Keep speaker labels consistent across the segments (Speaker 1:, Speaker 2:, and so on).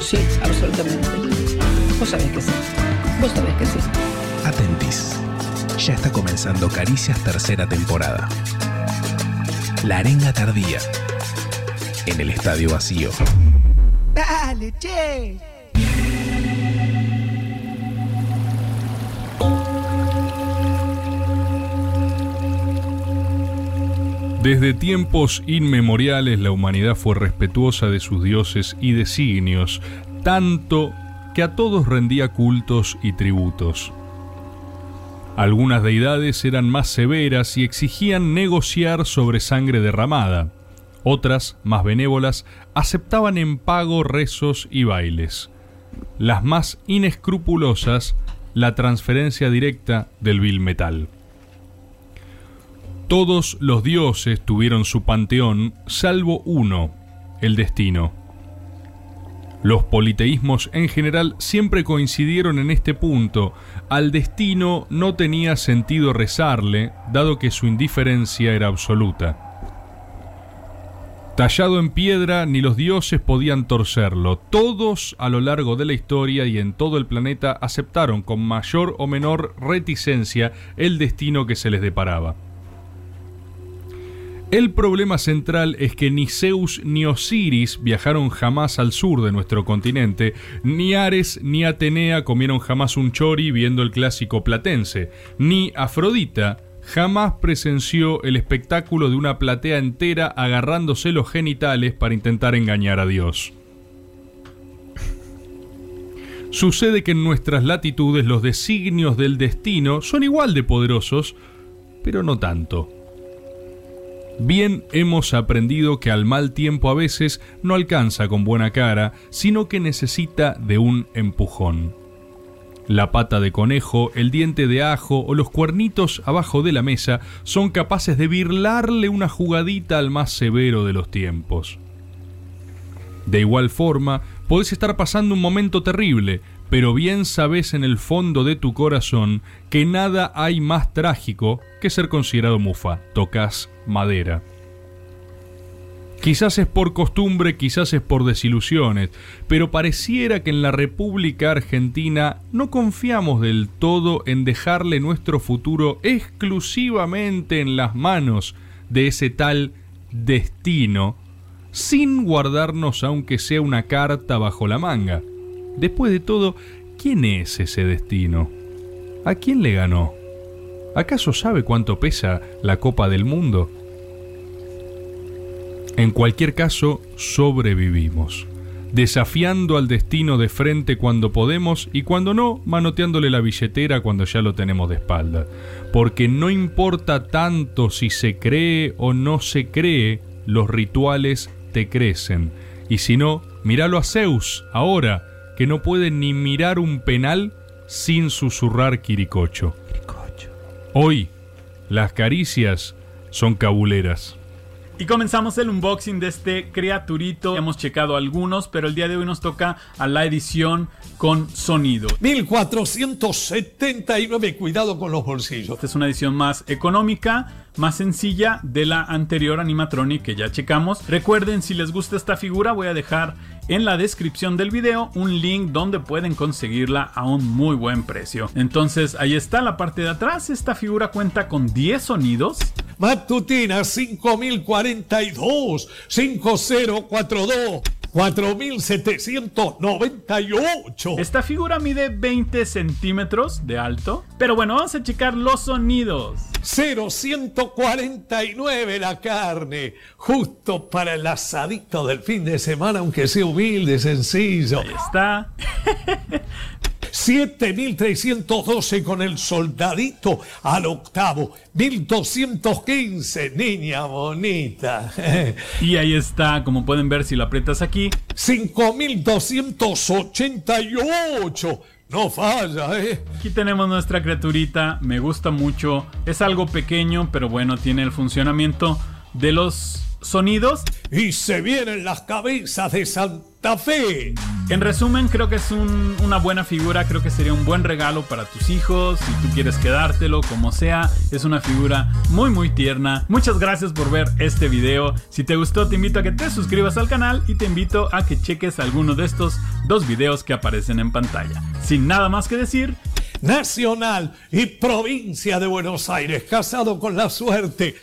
Speaker 1: Sí, absolutamente. Vos sabés que sí. Vos sabés que sí.
Speaker 2: Atentis. Ya está comenzando Caricias tercera temporada. La arenga tardía. En el estadio vacío.
Speaker 3: Dale,
Speaker 4: Eh,
Speaker 3: che.
Speaker 5: Desde tiempos inmemoriales la humanidad fue respetuosa de sus dioses y designios, tanto que a todos rendía cultos y tributos. Algunas deidades eran más severas y exigían negociar sobre sangre derramada. Otras, más benévolas, aceptaban en pago rezos y bailes. Las más inescrupulosas, la transferencia directa del vil metal. Todos los dioses tuvieron su panteón, salvo uno, el destino. Los politeísmos en general siempre coincidieron en este punto. Al destino no tenía sentido rezarle, dado que su indiferencia era absoluta. Tallado en piedra, ni los dioses podían torcerlo. Todos a lo largo de la historia y en todo el planeta aceptaron con mayor o menor reticencia el destino que se les deparaba. El problema central es que ni Zeus ni Osiris viajaron jamás al sur de nuestro continente, ni Ares ni Atenea comieron jamás un chori viendo el clásico platense, ni Afrodita jamás presenció el espectáculo de una platea entera agarrándose los genitales para intentar engañar a Dios. Sucede que en nuestras latitudes los designios del destino son igual de poderosos, pero no tanto. Bien hemos aprendido que al mal tiempo a veces no alcanza con buena cara, sino que necesita de un empujón. La pata de conejo, el diente de ajo o los cuernitos abajo de la mesa son capaces de birlarle una jugadita al más severo de los tiempos. De igual forma, podés estar pasando un momento terrible, pero bien sabes en el fondo de tu corazón que nada hay más trágico que ser considerado mufa. Tocas madera. Quizás es por costumbre, quizás es por desilusiones, pero pareciera que en la República Argentina no confiamos del todo en dejarle nuestro futuro exclusivamente en las manos de ese tal destino, sin guardarnos aunque sea una carta bajo la manga. Después de todo, ¿quién es ese destino? ¿A quién le ganó? ¿Acaso sabe cuánto pesa la Copa del Mundo? En cualquier caso, sobrevivimos, desafiando al destino de frente cuando podemos y cuando no, manoteándole la billetera cuando ya lo tenemos de espalda. Porque no importa tanto si se cree o no se cree, los rituales te crecen. Y si no, míralo a Zeus, ahora, que no puede ni mirar un penal sin susurrar Quiricocho. Hoy, las caricias son cabuleras.
Speaker 6: Y comenzamos el unboxing de este criaturito. Hemos checado algunos, pero el día de hoy nos toca a la edición con sonido.
Speaker 7: 1479, cuidado con los bolsillos.
Speaker 6: Esta es una edición más económica, más sencilla de la anterior animatronic que ya checamos. Recuerden, si les gusta esta figura, voy a dejar en la descripción del video un link donde pueden conseguirla a un muy buen precio. Entonces, ahí está la parte de atrás. Esta figura cuenta con 10 sonidos.
Speaker 7: Matutina 5042, 5042, 4798.
Speaker 6: Esta figura mide 20 centímetros de alto. Pero bueno, vamos a checar los sonidos.
Speaker 7: 0,149 la carne, justo para el asadito del fin de semana, aunque sea humilde, sencillo.
Speaker 6: Ahí está.
Speaker 7: 7.312 con el soldadito al octavo, 1.215, niña bonita.
Speaker 6: Y ahí está, como pueden ver si lo aprietas aquí.
Speaker 7: 5.288, no falla, ¿eh?
Speaker 6: Aquí tenemos nuestra criaturita, me gusta mucho. Es algo pequeño, pero bueno, tiene el funcionamiento de los sonidos.
Speaker 7: Y se vienen las cabezas de Santa Fe.
Speaker 6: En resumen, creo que es un- una buena figura, creo que sería un buen regalo para tus hijos, si tú quieres quedártelo, como sea, es una figura muy muy tierna. Muchas gracias por ver este video, si te gustó te invito a que te suscribas al canal y te invito a que cheques alguno de estos dos videos que aparecen en pantalla. Sin nada más que decir,
Speaker 8: Nacional y provincia de Buenos Aires, casado con la suerte.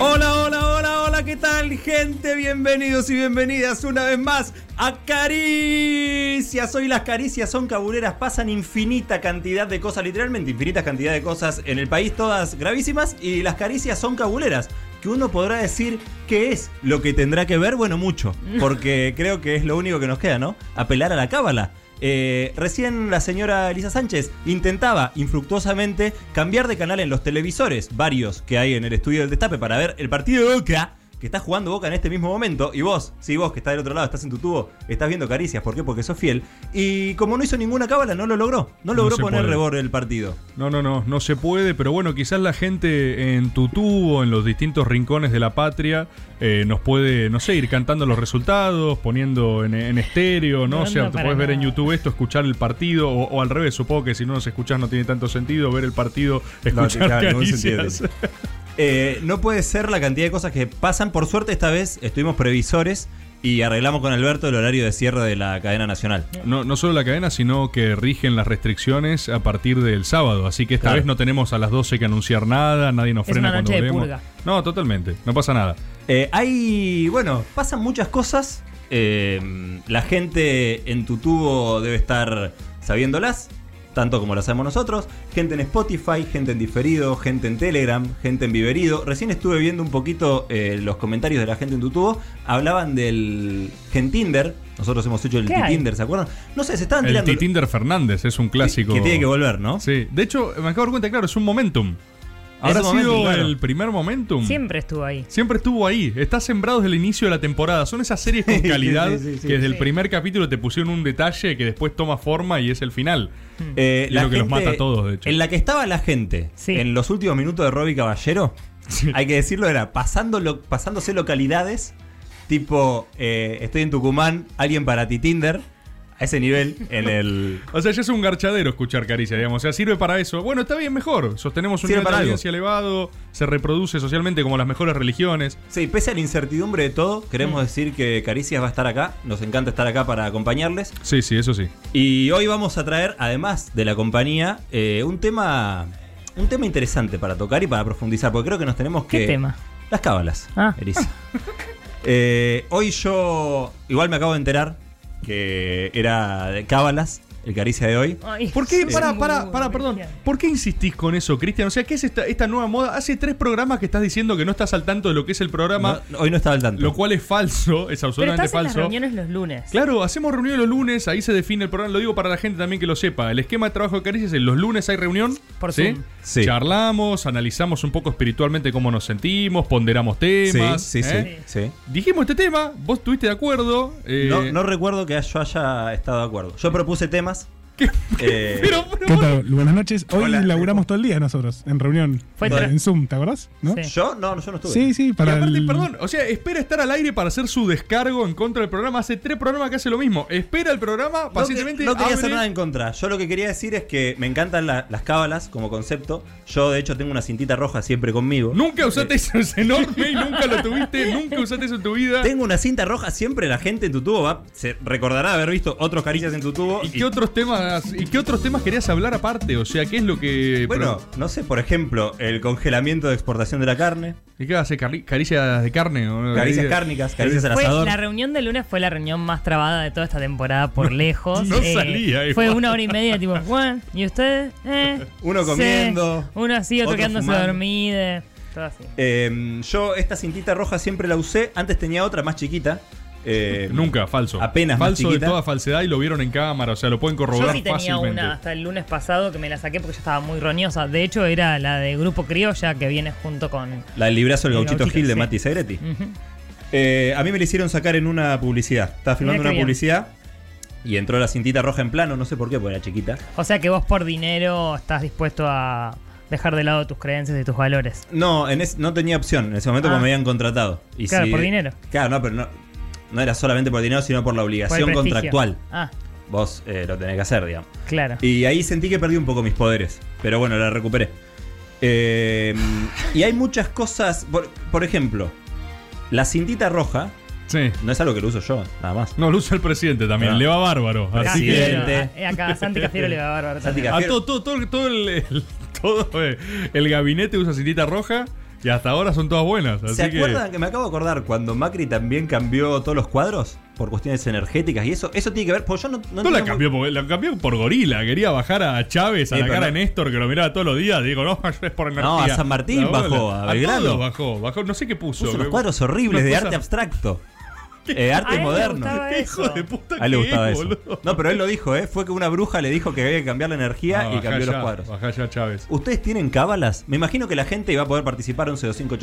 Speaker 4: Hola, hola, hola, hola, ¿qué tal, gente? Bienvenidos y bienvenidas una vez más a Caricias. Hoy las caricias son cabureras, pasan infinita cantidad de cosas, literalmente infinitas cantidad de cosas en el país, todas gravísimas, y las caricias son cabureras. Que uno podrá decir qué es lo que tendrá que ver, bueno, mucho, porque creo que es lo único que nos queda, ¿no? Apelar a la cábala. Eh, recién la señora Elisa Sánchez intentaba infructuosamente cambiar de canal en los televisores, varios que hay en el estudio del Destape, para ver el partido de Boca, que está jugando Boca en este mismo momento. Y vos, sí, vos que estás del otro lado, estás en tu tubo, estás viendo caricias. ¿Por qué? Porque sos fiel. Y como no hizo ninguna cábala, no lo logró. No logró
Speaker 5: se
Speaker 4: poner
Speaker 5: puede.
Speaker 4: reborde el partido.
Speaker 5: No, no, no, no se puede, pero bueno, quizás la gente en Tutú o en los distintos rincones de la patria eh, nos puede, no sé, ir cantando los resultados, poniendo en, en estéreo, ¿no?
Speaker 1: No,
Speaker 5: o sea,
Speaker 1: no,
Speaker 5: te
Speaker 1: para
Speaker 5: puedes ver en
Speaker 1: nada.
Speaker 5: YouTube esto, escuchar el partido, o, o al revés, supongo que si no nos escuchás no tiene tanto sentido ver el partido,
Speaker 4: No,
Speaker 5: escuchar
Speaker 4: claro, ningún
Speaker 5: caricias.
Speaker 4: sentido tiene. Eh, no puede ser la cantidad de cosas que pasan. Por suerte, esta vez estuvimos previsores y arreglamos con Alberto el horario de cierre de la cadena nacional.
Speaker 5: No, no solo la cadena, sino que rigen las restricciones a partir del sábado. Así que esta
Speaker 4: Claro.
Speaker 5: vez no tenemos a las 12 que anunciar nada, nadie nos
Speaker 1: Es
Speaker 5: frena
Speaker 1: una
Speaker 5: cuando
Speaker 1: noche de
Speaker 5: volvemos.
Speaker 1: purga.
Speaker 5: No, totalmente, no pasa nada.
Speaker 4: Eh, hay, bueno, pasan muchas cosas. Eh, la gente en tu tubo debe estar sabiéndolas, tanto como las sabemos nosotros. Gente en Spotify, gente en diferido, gente en Telegram, gente en viverido. Recién estuve viendo un poquito eh, los comentarios de la gente en tu tubo. Hablaban del Gentinder. Nosotros hemos hecho el
Speaker 1: ¿Qué hay?
Speaker 4: Tinder, ¿se acuerdan? No sé, se estaban
Speaker 5: El
Speaker 4: tirando.
Speaker 5: Titinder Fernández es un clásico.
Speaker 4: Que tiene que volver, ¿no?
Speaker 5: Sí, de hecho, me acabo de dar cuenta, claro, es un momentum. Habrá
Speaker 4: un
Speaker 5: sido
Speaker 4: momentum, claro.
Speaker 5: el primer momentum.
Speaker 1: Siempre estuvo ahí.
Speaker 5: Siempre estuvo ahí, está sembrado desde el inicio de la temporada. Son esas series con calidad
Speaker 4: sí, sí, sí.
Speaker 5: que desde el
Speaker 1: Sí.
Speaker 5: primer capítulo te pusieron un detalle que después toma forma y es el final.
Speaker 4: Eh,
Speaker 5: Es lo que los mata a todos, de hecho.
Speaker 4: En la que estaba la gente
Speaker 1: Sí.
Speaker 4: en los últimos minutos de Robbie Caballero, hay que decirlo, era pasando lo- pasándose localidades, tipo, eh, estoy en Tucumán, alguien para ti Tinder, a ese nivel, en el...
Speaker 5: O sea, ya es un garchadero escuchar caricia, digamos. O sea, sirve para eso. Bueno, está bien, mejor. Sostenemos un
Speaker 4: Sirve
Speaker 5: nivel de
Speaker 4: para algo.
Speaker 5: audiencia elevado, se reproduce socialmente como las mejores religiones.
Speaker 4: Sí, pese a la incertidumbre de todo, queremos decir que Caricias va a estar acá, nos encanta estar acá para acompañarles.
Speaker 5: Sí, sí, eso sí.
Speaker 4: Y hoy vamos a traer, además de la compañía, eh, un tema... Un tema interesante para tocar y para profundizar, porque creo que nos tenemos que...
Speaker 1: ¿Qué tema?
Speaker 4: Las cábalas,
Speaker 1: Ah.
Speaker 4: Elisa. Eh, hoy yo igual me acabo de enterar que era de cábalas el caricia de hoy.
Speaker 1: Ay,
Speaker 5: ¿Por qué?
Speaker 1: soy
Speaker 5: Para,
Speaker 1: muy
Speaker 5: para,
Speaker 1: buena,
Speaker 5: para, perdón.
Speaker 1: Cristian.
Speaker 5: ¿Por qué insistís con eso, Cristian? O sea, ¿qué es esta, esta nueva moda? Hace tres programas que estás diciendo que no estás al tanto de lo que es el programa,
Speaker 4: No, hoy no estaba al tanto.
Speaker 5: lo cual es falso, es
Speaker 1: Pero
Speaker 5: absolutamente
Speaker 1: estás en las
Speaker 5: falso.
Speaker 1: reuniones los lunes.
Speaker 5: Claro, hacemos reunión los lunes, ahí se define el programa, lo digo para la gente también que lo sepa. El esquema de trabajo de Caricias es los lunes hay reunión,
Speaker 1: Por
Speaker 5: ¿sí?
Speaker 1: Zoom.
Speaker 4: Sí.
Speaker 5: Charlamos, analizamos un poco espiritualmente cómo nos sentimos, ponderamos temas.
Speaker 4: sí, sí,
Speaker 5: ¿eh?
Speaker 4: sí. sí.
Speaker 5: Dijimos este tema, vos estuviste de acuerdo. eh,
Speaker 4: No, no recuerdo que yo haya estado de acuerdo. Yo propuse temas. eh,
Speaker 5: Pero, pero
Speaker 2: ¿Qué
Speaker 5: vos-
Speaker 2: tal? Buenas noches. Hoy laburamos todo el día nosotros, en reunión.
Speaker 1: Fue
Speaker 2: en,
Speaker 1: tra-
Speaker 2: Zoom, ¿te acordás? ¿No?
Speaker 1: Sí.
Speaker 4: yo no, yo no estuve.
Speaker 2: Sí, sí,
Speaker 5: Y
Speaker 2: para
Speaker 5: aparte,
Speaker 4: Mm.
Speaker 2: el-
Speaker 5: perdón, o sea, espera estar al aire para hacer su descargo en contra del programa. Hace tres programas que hace lo mismo. Espera el programa,
Speaker 4: No, que-
Speaker 5: pacientemente.
Speaker 4: no quería
Speaker 5: abre-
Speaker 4: hacer nada en contra. Yo lo que quería decir es que me encantan la- las cábalas como concepto. Yo, de hecho, tengo una cintita roja siempre conmigo. Eh,
Speaker 5: Nunca usaste eso, es enorme y nunca lo tuviste, nunca usaste eso en tu vida.
Speaker 4: Tengo una cinta roja, siempre la gente en tu tubo va, se recordará haber visto otros caricias en tu tubo.
Speaker 5: ¿Y
Speaker 4: y-
Speaker 5: qué otros temas y qué otros temas querías hablar aparte? O sea, ¿qué es lo que
Speaker 4: bueno,
Speaker 5: pero-
Speaker 4: no sé, por ejemplo, el congelamiento de exportación de la carne,
Speaker 5: ¿Y qué hace cari- caricias de carne? o no?
Speaker 4: caricias cárnicas, caricias al
Speaker 1: Fue-
Speaker 4: asador.
Speaker 1: la reunión del lunes fue la reunión más trabada de toda esta temporada por lejos. Eh,
Speaker 5: no salía igual.
Speaker 1: Fue una hora y media, tipo, Juan, ¿y ustedes? Eh,
Speaker 4: Uno
Speaker 1: sí.
Speaker 4: comiendo,
Speaker 1: Uno así, otro,
Speaker 4: otro
Speaker 1: quedándose
Speaker 4: fumando.
Speaker 1: dormido. Todo así.
Speaker 4: Eh, yo esta cintita roja siempre la usé, antes tenía otra más chiquita. eh,
Speaker 5: Nunca, falso.
Speaker 4: Apenas más
Speaker 5: falso de
Speaker 4: chiquita.
Speaker 5: toda falsedad y lo vieron en cámara, o sea, lo pueden
Speaker 1: Yo
Speaker 5: corroborar
Speaker 1: sí tenía
Speaker 5: fácilmente.
Speaker 1: una hasta el lunes pasado que me la saqué porque yo estaba muy roñosa. De hecho, era la de Grupo Criolla que viene junto con.
Speaker 4: La del librazo del
Speaker 1: El
Speaker 4: gauchito
Speaker 1: gauchito,
Speaker 4: Gil de
Speaker 1: sí.
Speaker 4: Mati Segretti.
Speaker 1: Ujú.
Speaker 4: Eh, a mí me la hicieron sacar en una publicidad. Estaba filmando
Speaker 1: Mirá qué
Speaker 4: una
Speaker 1: bien.
Speaker 4: publicidad y entró la cintita roja en plano, no sé por qué, porque era chiquita.
Speaker 1: O sea que vos por dinero estás dispuesto a dejar de lado tus creencias y tus valores.
Speaker 4: No, en es- no tenía opción en ese momento
Speaker 1: Ah.
Speaker 4: porque me habían contratado. Y
Speaker 1: Claro,
Speaker 4: si-
Speaker 1: por dinero.
Speaker 4: Claro, no, pero no. no era solamente por dinero, sino por la
Speaker 1: Por el
Speaker 4: obligación
Speaker 1: prestigio.
Speaker 4: contractual.
Speaker 1: Ah,
Speaker 4: Vos eh, lo tenés que hacer, digamos.
Speaker 1: claro.
Speaker 4: Y ahí sentí que perdí un poco mis poderes. Pero bueno, la recuperé. Eh, y hay muchas cosas. Por, por ejemplo, la cintita roja
Speaker 5: Sí.
Speaker 4: no es algo que lo uso yo, nada más.
Speaker 5: No, lo usa el presidente también.
Speaker 4: Ah.
Speaker 5: Le va bárbaro. Así que.
Speaker 1: Cafiero,
Speaker 4: Presidente.
Speaker 1: a- Eh, acá, Santi Cafiero le va a bárbaro.
Speaker 4: Santi
Speaker 1: también.
Speaker 5: A
Speaker 4: Cafiero.
Speaker 5: todo, todo, todo, todo el, eh, el- todo, eh, el gabinete usa cintita roja y hasta ahora son todas buenas. Así
Speaker 4: ¿Se
Speaker 5: que,
Speaker 4: acuerdan que me acabo de acordar cuando Macri también cambió todos los cuadros por cuestiones energéticas y eso? Eso tiene que ver. Porque yo no,
Speaker 5: No la
Speaker 4: entiendo
Speaker 5: cambió, porque- la cambió por gorila. Quería bajar a Chávez, a
Speaker 4: Sí,
Speaker 5: la
Speaker 4: pero
Speaker 5: cara
Speaker 4: no.
Speaker 5: de Néstor, que lo miraba todos los días. Digo, no, es por energía.
Speaker 4: No, a San Martín
Speaker 5: La bola.
Speaker 4: bajó, a Belgrano.
Speaker 5: todos bajó, bajó. No sé qué puso.
Speaker 4: Puso unos
Speaker 5: que-
Speaker 4: cuadros horribles
Speaker 5: una
Speaker 4: de
Speaker 5: cosa-
Speaker 4: arte abstracto. Eh,
Speaker 1: A
Speaker 4: arte
Speaker 1: él le
Speaker 4: moderno.
Speaker 1: gustaba
Speaker 5: Hijo
Speaker 1: eso.
Speaker 5: de puta
Speaker 4: A él le
Speaker 5: que
Speaker 4: gustaba
Speaker 5: es,
Speaker 4: eso.
Speaker 5: boludo.
Speaker 4: No, pero él lo dijo, ¿eh? Fue que una bruja le dijo que había que cambiar la energía
Speaker 5: Ah,
Speaker 4: y
Speaker 5: bajá
Speaker 4: cambió
Speaker 5: ya,
Speaker 4: los cuadros.
Speaker 5: Bajá ya, Chávez.
Speaker 4: ¿Ustedes tienen cábalas? Me imagino que la gente va a poder participar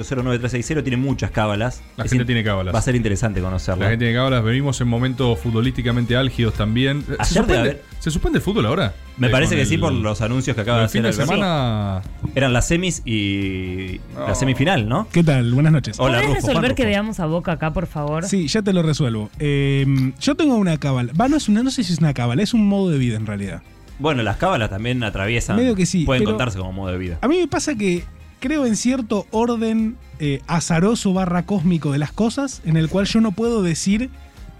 Speaker 4: 1125809360, tiene muchas cábalas.
Speaker 5: La
Speaker 4: Es
Speaker 5: gente
Speaker 4: in-
Speaker 5: tiene cábalas.
Speaker 4: Va a ser interesante conocerla.
Speaker 5: La gente de Cábalas venimos en momentos futbolísticamente álgidos también. ¿Se
Speaker 4: Ayer debe
Speaker 5: suspende,
Speaker 4: haber-
Speaker 5: ¿se suspende el fútbol ahora?
Speaker 4: Me
Speaker 5: Eh,
Speaker 4: parece
Speaker 5: con
Speaker 4: que
Speaker 5: el-
Speaker 4: sí por los anuncios que acaba de
Speaker 5: El
Speaker 4: hacer
Speaker 5: fin de
Speaker 4: Alberto.
Speaker 5: semana.
Speaker 4: Eran las semis y la
Speaker 5: No.
Speaker 4: semifinal, ¿no?
Speaker 2: ¿Qué tal? Buenas noches.
Speaker 4: Hola,
Speaker 1: ¿Podés
Speaker 4: Rufo,
Speaker 1: resolver
Speaker 4: Juan Rufo.
Speaker 1: que veamos a Boca acá, por favor?
Speaker 2: Sí, ya te lo resuelvo. Eh, yo tengo una cábala. Va, no es una, no sé si es una cábala, es un modo de vida en realidad.
Speaker 4: Bueno, las cábalas también atraviesan.
Speaker 2: Medio que sí,
Speaker 4: Pueden
Speaker 2: pero-
Speaker 4: contarse como modo de vida.
Speaker 2: A mí me pasa que creo en cierto orden eh, azaroso barra cósmico de las cosas en el cual yo no puedo decir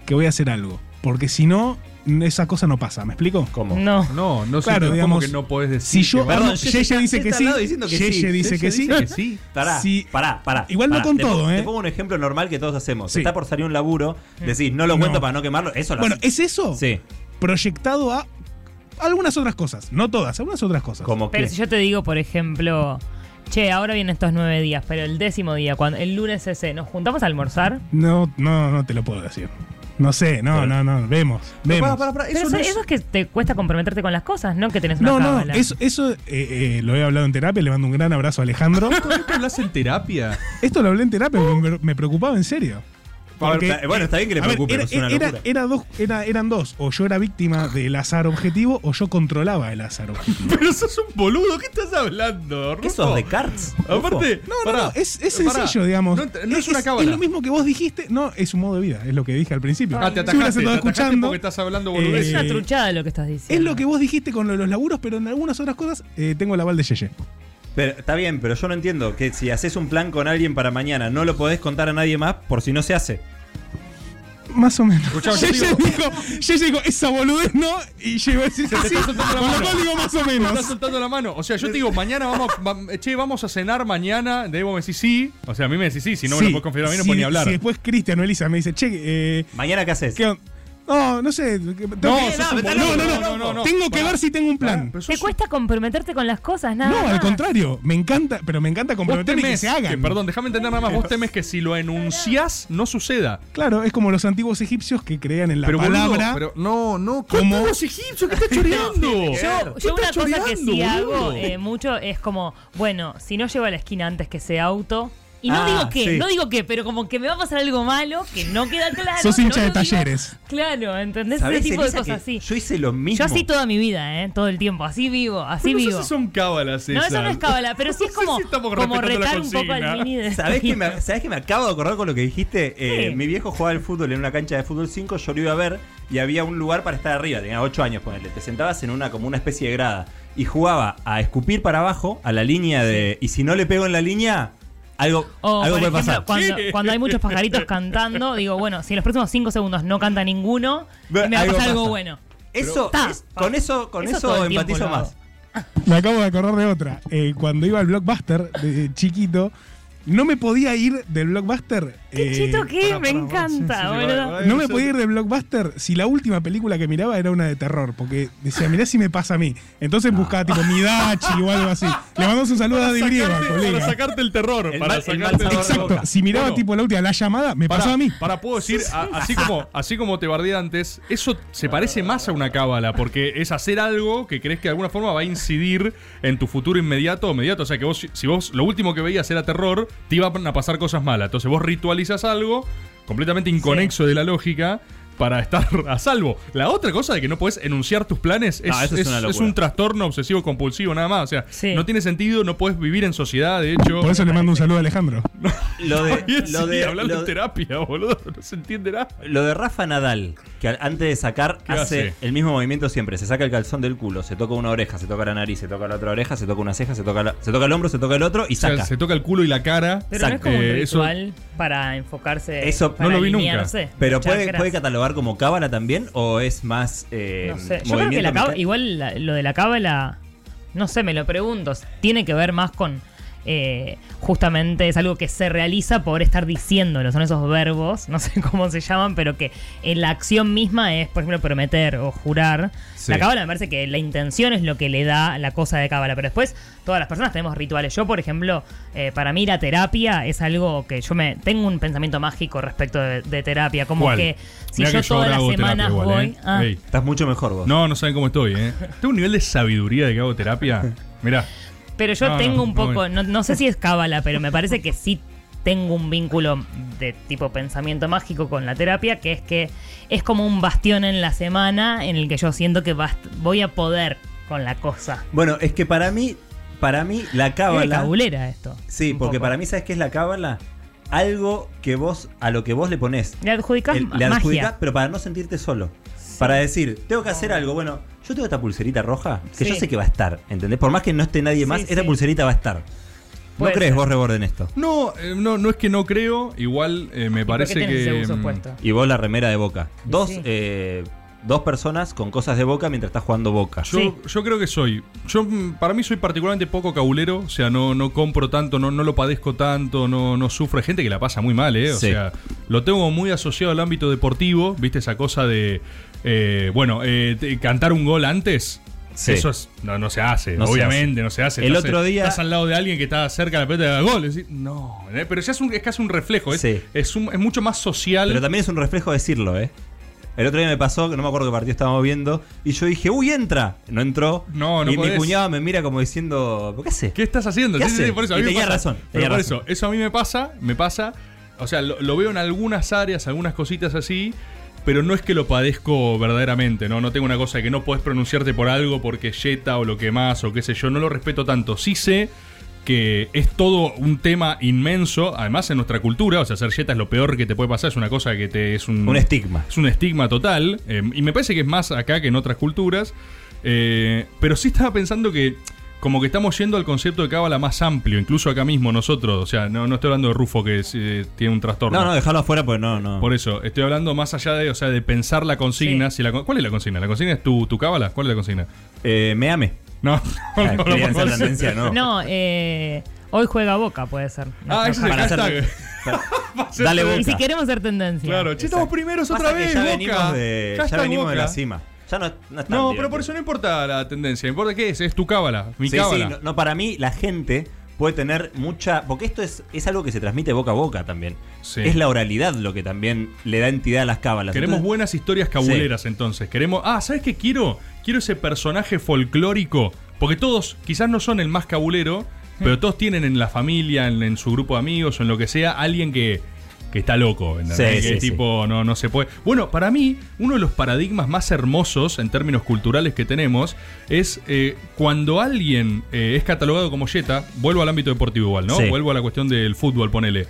Speaker 2: que voy a hacer algo. Porque si no, n- esa cosa no pasa. ¿Me explico?
Speaker 4: ¿Cómo?
Speaker 1: No.
Speaker 5: No, no sé
Speaker 2: Claro,
Speaker 5: cómo
Speaker 2: digamos,
Speaker 5: que no podés decir.
Speaker 2: Si yo.
Speaker 5: que va-
Speaker 4: Perdón,
Speaker 2: amo-
Speaker 4: Yeye
Speaker 2: Yeye
Speaker 4: está-
Speaker 2: dice
Speaker 4: está
Speaker 2: que
Speaker 4: al
Speaker 2: sí.
Speaker 4: lado diciendo que sí.
Speaker 2: Yeye dice que sí.
Speaker 5: dice que sí.
Speaker 4: Pará,
Speaker 2: Sí.
Speaker 4: pará, pará.
Speaker 2: Igual no
Speaker 4: pará.
Speaker 2: con
Speaker 4: Te-
Speaker 2: todo,
Speaker 4: Te
Speaker 2: ¿eh?
Speaker 4: pongo un ejemplo normal que todos hacemos.
Speaker 2: Sí.
Speaker 4: Está por salir un laburo, decís, no lo cuento
Speaker 2: No.
Speaker 4: para no quemarlo. Eso lo
Speaker 2: Bueno,
Speaker 4: haces.
Speaker 2: ¿es eso?
Speaker 4: Sí,
Speaker 2: Proyectado a algunas otras cosas. No todas, algunas otras cosas.
Speaker 4: como
Speaker 1: Pero
Speaker 4: que.
Speaker 1: si yo te digo, por ejemplo, che, ahora vienen estos nueve días, pero el décimo día, cuando el lunes ese, ¿nos juntamos a almorzar?
Speaker 2: No, no, no te lo puedo decir. No sé, no, no, no. Vemos.
Speaker 4: Pero
Speaker 2: vemos.
Speaker 4: pará, pará, pará,
Speaker 1: Pero
Speaker 4: eso
Speaker 1: eso,
Speaker 4: no es-
Speaker 1: eso es que te cuesta comprometerte con las cosas, ¿no? Que tenés una
Speaker 2: No, no,
Speaker 1: cábala.
Speaker 2: eso, eso eh, eh, lo he hablado en terapia, le mando un gran abrazo a Alejandro.
Speaker 5: ¿Esto hablas en terapia?
Speaker 2: Esto lo hablé en terapia, me, me preocupaba en serio. Porque- eh,
Speaker 4: Está- Bueno, está bien que le
Speaker 2: a ver,
Speaker 4: preocupe,
Speaker 2: era-
Speaker 4: pero es una
Speaker 2: era-
Speaker 4: locura.
Speaker 2: era dos, era- eran dos, o yo era víctima del azar objetivo o yo controlaba el azar objetivo.
Speaker 5: Pero sos un boludo, ¿qué estás hablando? Rufo?
Speaker 4: ¿Qué sos de Cards?
Speaker 5: Aparte,
Speaker 2: No, no,
Speaker 5: pará,
Speaker 2: no, es, es
Speaker 5: pará.
Speaker 2: sencillo, digamos.
Speaker 5: No, ent- no es, una cábala.
Speaker 2: lo mismo que vos dijiste, no, es un modo de vida, es lo que dije al principio.
Speaker 5: Ah, te
Speaker 2: Si hubieras
Speaker 5: atacaste,
Speaker 2: estado
Speaker 5: te atacaste
Speaker 2: escuchando,
Speaker 5: porque estás hablando
Speaker 1: es
Speaker 5: boludez.
Speaker 1: una
Speaker 2: eh,
Speaker 1: truchada lo que estás diciendo.
Speaker 2: es lo que vos dijiste con lo de los laburos, pero en algunas otras cosas eh, tengo el aval de Yeye.
Speaker 4: Pero, está bien, pero yo no entiendo que si haces un plan con alguien para mañana, no lo podés contar a nadie más por si no se hace.
Speaker 2: Más o menos.
Speaker 5: Escuchá, yo
Speaker 2: Yeye
Speaker 5: digo-
Speaker 2: dijo, Yeye dijo, esa boludez no, y llegó a decir que
Speaker 5: te
Speaker 2: sí,
Speaker 5: está
Speaker 2: con
Speaker 5: soltando la
Speaker 2: lo
Speaker 5: mano.
Speaker 2: cual digo más o
Speaker 5: Me estás
Speaker 2: menos.
Speaker 5: soltando la mano. O sea, yo te digo, mañana vamos, va- che, vamos a cenar mañana. De ahí vos me decís sí. O sea, a mí me decís sí, si no me
Speaker 2: Sí,
Speaker 5: lo podés confirmar a mí, no
Speaker 2: si-
Speaker 5: puedo ni hablar.
Speaker 2: Si después Cristian o Elisa me dice, che, eh,
Speaker 4: ¿Mañana qué haces?
Speaker 2: ¿Qué on- No, no sé. que- tengo
Speaker 5: No,
Speaker 2: que-
Speaker 5: sos
Speaker 2: no,
Speaker 5: un
Speaker 2: no,
Speaker 5: boludo.
Speaker 2: no, no,
Speaker 5: No, no, no.
Speaker 2: Tengo que
Speaker 5: Pará.
Speaker 2: ver si tengo un plan.
Speaker 5: Pero sos
Speaker 1: Te cuesta comprometerte con las cosas, nada.
Speaker 2: No, al
Speaker 1: más.
Speaker 2: contrario. Me encanta, pero me encanta
Speaker 5: Vos
Speaker 2: comprometerme y que
Speaker 5: temés
Speaker 2: se hagan.
Speaker 5: que- perdón, déjame entender nada más. Vos temes que si lo enunciás, no suceda.
Speaker 2: Claro, es como los antiguos egipcios que creían en la
Speaker 5: pero
Speaker 2: palabra.
Speaker 5: boludo, pero no, no.
Speaker 2: ¿Cómo?
Speaker 5: ¿Cómo los egipcios? ¿Qué estás choreando?
Speaker 1: Yo,
Speaker 5: ¿Qué
Speaker 1: yo
Speaker 5: estás
Speaker 1: una cosa que
Speaker 5: choreando,
Speaker 1: sí
Speaker 5: boludo?
Speaker 1: hago eh, mucho es como, bueno, si no llego a la esquina antes que ese auto. Y no
Speaker 4: Ah,
Speaker 1: digo qué,
Speaker 4: sí.
Speaker 1: no digo qué, pero como que me va a pasar algo malo que no queda claro.
Speaker 2: Sos
Speaker 1: no
Speaker 2: hincha de
Speaker 1: lo digo.
Speaker 2: Talleres.
Speaker 1: Claro, ¿entendés? Ese
Speaker 4: ¿Sabés,
Speaker 1: tipo de
Speaker 4: Elisa,
Speaker 1: cosas
Speaker 4: que
Speaker 1: así.
Speaker 4: Yo hice lo mismo.
Speaker 1: Yo así toda mi vida, ¿eh? Todo el tiempo, así vivo, así
Speaker 5: Pero no sé
Speaker 1: vivo.
Speaker 5: si son cábalas
Speaker 1: No,
Speaker 5: esas.
Speaker 1: eso no es cábala, pero sí es
Speaker 5: No sé
Speaker 1: como,
Speaker 5: si estamos
Speaker 1: como
Speaker 5: respetando la
Speaker 1: retar un poco
Speaker 5: consigna.
Speaker 1: al mini de
Speaker 4: ¿Sabés que, me, sabés que me acabo de acordar con lo que dijiste? Eh,
Speaker 1: Sí.
Speaker 4: Mi viejo jugaba al fútbol en una cancha de fútbol 5, yo lo iba a ver y había un lugar para estar arriba, tenía 8 años, ponele. Te sentabas en una como una especie de grada y jugaba a escupir para abajo a la línea de... Y si no le pego en la línea, algo,
Speaker 1: O,
Speaker 4: algo
Speaker 1: por
Speaker 4: puede pasar.
Speaker 1: ejemplo, Cuando, cuando hay muchos pajaritos cantando, digo, bueno, si en los próximos 5 segundos no canta ninguno,
Speaker 4: Ve-
Speaker 1: me va a
Speaker 4: algo
Speaker 1: pasar algo
Speaker 4: pasa.
Speaker 1: bueno.
Speaker 4: Eso,
Speaker 1: Ta.
Speaker 4: es- con eso, con
Speaker 1: Eso
Speaker 4: eso,
Speaker 1: todo el tiempo
Speaker 4: empatizo
Speaker 1: lo hago.
Speaker 4: más.
Speaker 2: Me acabo de acordar de otra. Eh, cuando iba al blockbuster de, de chiquito, no me podía ir del blockbuster.
Speaker 1: Qué
Speaker 2: eh,
Speaker 1: chito que
Speaker 5: pará,
Speaker 1: me
Speaker 5: pará,
Speaker 1: encanta,
Speaker 5: sí, sí, sí,
Speaker 1: boludo.
Speaker 5: pará,
Speaker 2: No me podía ir de blockbuster si la última película que miraba era una de terror, porque decía, mirá si me pasa a mí. Entonces buscaba tipo Midachi o algo así. Le mandamos un saludo a
Speaker 5: Ah. Para
Speaker 2: De Griego,
Speaker 5: sacarte- Para
Speaker 2: colega.
Speaker 5: sacarte el terror.
Speaker 4: El
Speaker 5: para
Speaker 4: mal- el mal
Speaker 5: sacarte
Speaker 4: sabor de
Speaker 2: Exacto.
Speaker 4: boca.
Speaker 2: Si miraba
Speaker 5: Bueno.
Speaker 2: tipo la última, la llamada, me pasaba a mí.
Speaker 5: Para, puedo decir, a- así, como, así como te bardeé antes, eso se parece más a una cábala, porque es hacer algo que crees que de alguna forma va a incidir en tu futuro inmediato o inmediato. O sea, que vos, si vos lo último que veías era terror, te iban a pasar cosas malas. Entonces vos ritualizas algo completamente inconexo de la lógica para estar a salvo. La otra cosa de que no puedes enunciar tus planes es,
Speaker 4: No, eso es
Speaker 5: es-
Speaker 4: una locura.
Speaker 5: es un trastorno obsesivo compulsivo nada más. O sea,
Speaker 1: Sí.
Speaker 5: no tiene sentido, no puedes vivir en sociedad, de hecho.
Speaker 2: Por eso le mando un saludo a Alejandro.
Speaker 4: Lo de,
Speaker 5: Oye, sí,
Speaker 4: lo de-
Speaker 5: hablando
Speaker 4: lo-
Speaker 5: de terapia, boludo, no se entenderá.
Speaker 4: Lo de Rafa Nadal, que al- antes de sacar
Speaker 5: ¿Qué
Speaker 4: hace,
Speaker 5: hace?
Speaker 4: el mismo movimiento siempre, se saca el calzón del culo, se toca una oreja, se toca la nariz, se toca la otra oreja, se toca una ceja, se toca, la- se toca el hombro, se toca el otro y
Speaker 5: O sea,
Speaker 4: saca.
Speaker 5: se toca el culo y la cara.
Speaker 1: Pero no es
Speaker 4: Exacto.
Speaker 1: como un
Speaker 5: Eh, eso-
Speaker 1: ritual para enfocarse.
Speaker 4: Eso-
Speaker 1: para
Speaker 5: no lo vi nunca.
Speaker 1: alinearse los
Speaker 4: Pero puede,
Speaker 1: chakras.
Speaker 4: puede catalogar como cábala también o es más eh,
Speaker 1: No sé. Yo creo que
Speaker 4: movimiento
Speaker 1: la cábala,
Speaker 4: meca-
Speaker 1: igual la- lo de la cábala, no sé, me lo pregunto. Tiene que ver más con. eh, justamente es algo que se realiza por estar diciéndolo. Son esos verbos, no sé cómo se llaman, pero que en la acción misma es, por ejemplo, prometer o jurar.
Speaker 7: Sí.
Speaker 1: La cábala me parece que la intención es lo que le da la cosa de cábala. Pero después, todas las personas tenemos rituales. Yo, por ejemplo, eh, para mí la terapia es algo que yo me tengo un pensamiento mágico respecto de, de terapia. Como
Speaker 5: ¿Cuál?
Speaker 1: que si
Speaker 5: Mirá
Speaker 1: yo,
Speaker 5: que
Speaker 1: todas
Speaker 5: ahora
Speaker 1: las
Speaker 5: hago terapia
Speaker 1: semanas
Speaker 5: igual,
Speaker 1: voy.
Speaker 5: ¿eh?
Speaker 1: Ah.
Speaker 5: Ey,
Speaker 4: Estás mucho mejor vos.
Speaker 5: No, no saben cómo estoy, ¿eh? Tengo un nivel de sabiduría de que hago terapia. Mirá.
Speaker 1: Pero yo
Speaker 5: No, no,
Speaker 1: tengo un poco,
Speaker 5: bueno.
Speaker 1: no, no sé si es cábala, pero me parece que sí tengo un vínculo de tipo pensamiento mágico con la terapia, que es que es como un bastión en la semana en el que yo siento que bast- voy a poder con la cosa.
Speaker 4: Bueno, es que para mí, para mí la
Speaker 1: Es de
Speaker 4: cábala...
Speaker 1: cabulera esto.
Speaker 4: Sí,
Speaker 1: un
Speaker 4: porque
Speaker 1: poco.
Speaker 4: para mí, ¿sabes qué es la cábala? Algo que vos, a lo que vos le ponés.
Speaker 1: Le adjudicás
Speaker 4: El-
Speaker 1: ma-
Speaker 4: le
Speaker 1: magia.
Speaker 4: adjudicás, pero para no sentirte solo. Para decir, tengo que hacer algo. Bueno, yo tengo esta pulserita roja que
Speaker 1: Sí.
Speaker 4: yo sé que va a estar, ¿entendés? Por más que no esté nadie más,
Speaker 1: Sí,
Speaker 4: esta
Speaker 1: sí.
Speaker 4: pulserita va a estar.
Speaker 1: Puede
Speaker 4: ¿No crees
Speaker 1: ser.
Speaker 4: vos, Rebord, en esto?
Speaker 5: No, eh, no, no es que no creo, igual eh, me
Speaker 1: ¿Y por qué
Speaker 5: parece
Speaker 1: tenés
Speaker 5: que.
Speaker 1: ese uso
Speaker 5: mm,
Speaker 1: puesto?
Speaker 4: Y vos la remera de boca. Dos,
Speaker 1: sí.
Speaker 4: eh, dos personas con cosas de boca mientras estás jugando boca.
Speaker 5: Yo,
Speaker 1: Sí.
Speaker 5: yo creo que soy. Yo mm, para mí soy particularmente poco cabulero, o sea, no, no compro tanto, no, no lo padezco tanto, no, no sufro. Hay gente que la pasa muy mal, eh. O
Speaker 4: Sí.
Speaker 5: sea, lo tengo como muy asociado al ámbito deportivo, viste esa cosa de eh, bueno, eh, te- cantar un gol antes.
Speaker 4: Sí.
Speaker 5: Eso es- no, no se hace,
Speaker 4: No se
Speaker 5: obviamente, no se hace.
Speaker 4: El
Speaker 5: Estás-
Speaker 4: otro día-
Speaker 5: Estás al lado de alguien que está cerca de la pelota de gol. decís, no, eh, pero ya es, un- es casi un reflejo, es,
Speaker 4: Sí.
Speaker 5: es, un- es mucho más social.
Speaker 4: Pero también es un reflejo decirlo, ¿eh? El otro día me pasó, que no me acuerdo qué partido estábamos viendo, y yo dije, uy, entra. No entró.
Speaker 5: No, no
Speaker 4: Y mi
Speaker 5: podés.
Speaker 4: cuñada me mira como diciendo, ¿por qué hace?
Speaker 5: ¿Qué estás haciendo?
Speaker 4: ¿Qué hace?
Speaker 5: por eso. a
Speaker 4: Y
Speaker 5: mí me
Speaker 4: tenía
Speaker 5: pasa.
Speaker 4: razón,
Speaker 5: Pero
Speaker 4: tenía
Speaker 5: por
Speaker 4: razón.
Speaker 5: eso, eso a mí me pasa, me pasa. O sea, lo, lo veo en algunas áreas, algunas cositas así, pero no es que lo padezco verdaderamente, ¿no? No tengo una cosa de que no podés pronunciarte por algo porque yeta o lo que más o qué sé yo, no lo respeto tanto. Sí sé que es todo un tema inmenso, además en nuestra cultura, o sea, ser yeta es lo peor que te puede pasar, es una cosa que te es un
Speaker 4: Un estigma.
Speaker 5: es un estigma total. eh, y me parece que es más acá que en otras culturas. eh, pero sí estaba pensando que. Como que estamos yendo al concepto de cábala más amplio, incluso acá mismo nosotros. O sea, no, no estoy hablando de Rufo que es, eh, tiene un trastorno.
Speaker 4: No, no, déjalo afuera, pues no, no.
Speaker 5: Por eso, estoy hablando más allá de, o sea, de pensar la consigna.
Speaker 1: Sí.
Speaker 5: Si la con- ¿Cuál es la consigna? ¿La consigna es tu, tu cábala? ¿Cuál es la consigna?
Speaker 4: Eh, me ame. Ah,
Speaker 5: No, no, no,
Speaker 4: Quería
Speaker 5: no, por
Speaker 4: esa
Speaker 5: favor.
Speaker 4: tendencia, ¿no?
Speaker 1: No, eh, hoy juega Boca, puede ser.
Speaker 5: Ah, ese es el
Speaker 4: Para hacer-
Speaker 5: hashtag.
Speaker 4: para-
Speaker 5: hacer
Speaker 4: Dale boca.
Speaker 1: Y si queremos ser tendencia.
Speaker 5: Claro, che, estamos primeros
Speaker 4: Pasa
Speaker 5: otra
Speaker 4: que
Speaker 5: vez,
Speaker 4: ya
Speaker 5: Boca.
Speaker 4: venimos, de, ya
Speaker 5: Hashtag
Speaker 4: venimos de
Speaker 5: Boca.
Speaker 4: la cima. Ya no, no es tan
Speaker 5: No,
Speaker 4: divertido.
Speaker 5: pero por eso no importa la tendencia, importa qué es, es tu cábala, mi
Speaker 4: Sí, sí,
Speaker 5: cábala.
Speaker 4: no, no, para mí la gente puede tener mucha... Porque esto es, es algo que se transmite boca a boca también.
Speaker 5: Sí.
Speaker 4: Es la oralidad lo que también le da entidad a las cábalas.
Speaker 5: Queremos
Speaker 4: Entonces-
Speaker 5: buenas historias cabuleras entonces. Queremos. Ah, ¿sabes qué quiero? Quiero ese personaje folclórico. Porque todos quizás no son el más cabulero, pero todos tienen en la familia, en, en su grupo de amigos, o en lo que sea, alguien que, que está loco. ¿entendés?
Speaker 4: Sí,
Speaker 5: que
Speaker 4: sí,
Speaker 5: es
Speaker 4: sí.
Speaker 5: tipo, no, no se puede. Bueno, para mí, uno de los paradigmas más hermosos en términos culturales que tenemos es eh, cuando alguien eh, es catalogado como yeta, vuelvo al ámbito deportivo igual, ¿no?
Speaker 4: Sí.
Speaker 5: Vuelvo a la cuestión del fútbol, ponele.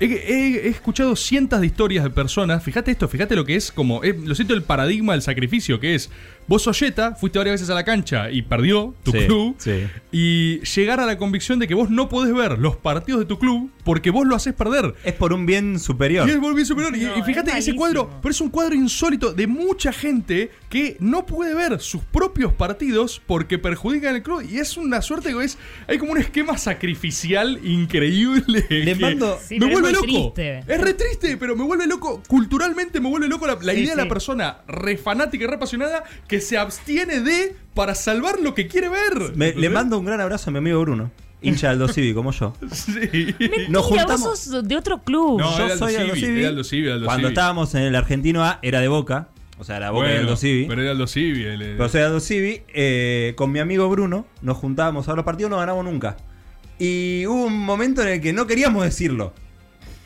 Speaker 5: He, he- he escuchado cientos de historias de personas. Fíjate esto, fíjate lo que es como. eh, lo siento, el paradigma del sacrificio, que es. Vos sos yeta, fuiste varias veces a la cancha y perdió tu
Speaker 4: Sí,
Speaker 5: club.
Speaker 4: sí.
Speaker 5: Y llegar a la convicción de que vos no podés ver los partidos de tu club porque vos lo haces perder.
Speaker 4: Es por un bien superior.
Speaker 5: Y es volví superior. Y-
Speaker 1: No,
Speaker 5: y, fíjate
Speaker 1: es
Speaker 5: ese
Speaker 1: malísimo.
Speaker 5: cuadro, pero es un cuadro insólito de mucha gente que no puede ver sus propios partidos porque perjudican al club. Y es una suerte que es. Hay como un esquema sacrificial increíble. que
Speaker 4: mando-
Speaker 1: Sí,
Speaker 5: me
Speaker 1: pero es
Speaker 5: vuelve
Speaker 1: muy
Speaker 5: loco.
Speaker 1: triste.
Speaker 5: Es re triste, pero me vuelve loco. Culturalmente me vuelve loco la, la
Speaker 1: Sí,
Speaker 5: idea de la
Speaker 1: sí.
Speaker 5: persona re fanática y re apasionada que se abstiene de para salvar lo que quiere ver.
Speaker 4: Me- le
Speaker 5: ¿Entendés?
Speaker 4: mando un gran abrazo a mi amigo Bruno, hincha del Civi como yo.
Speaker 5: Sí.
Speaker 4: Nos
Speaker 1: Mira, vos
Speaker 4: juntamos.
Speaker 1: sos de otro club.
Speaker 5: No,
Speaker 4: yo
Speaker 5: era Aldo
Speaker 4: soy Aldo
Speaker 5: Civi,
Speaker 4: Civi.
Speaker 5: era Aldo Civi, Aldo
Speaker 4: Cuando
Speaker 5: Civi.
Speaker 4: estábamos en el Argentino A, era de Boca. O sea, era Boca y Aldo
Speaker 5: Bueno,
Speaker 4: Civi.
Speaker 5: pero
Speaker 4: Pero,
Speaker 5: era Aldo Civi. el- el-
Speaker 4: soy Aldo Civi. eh, con mi amigo Bruno nos juntábamos a ver los partidos, no ganamos nunca. Y hubo un momento en el que no queríamos decirlo.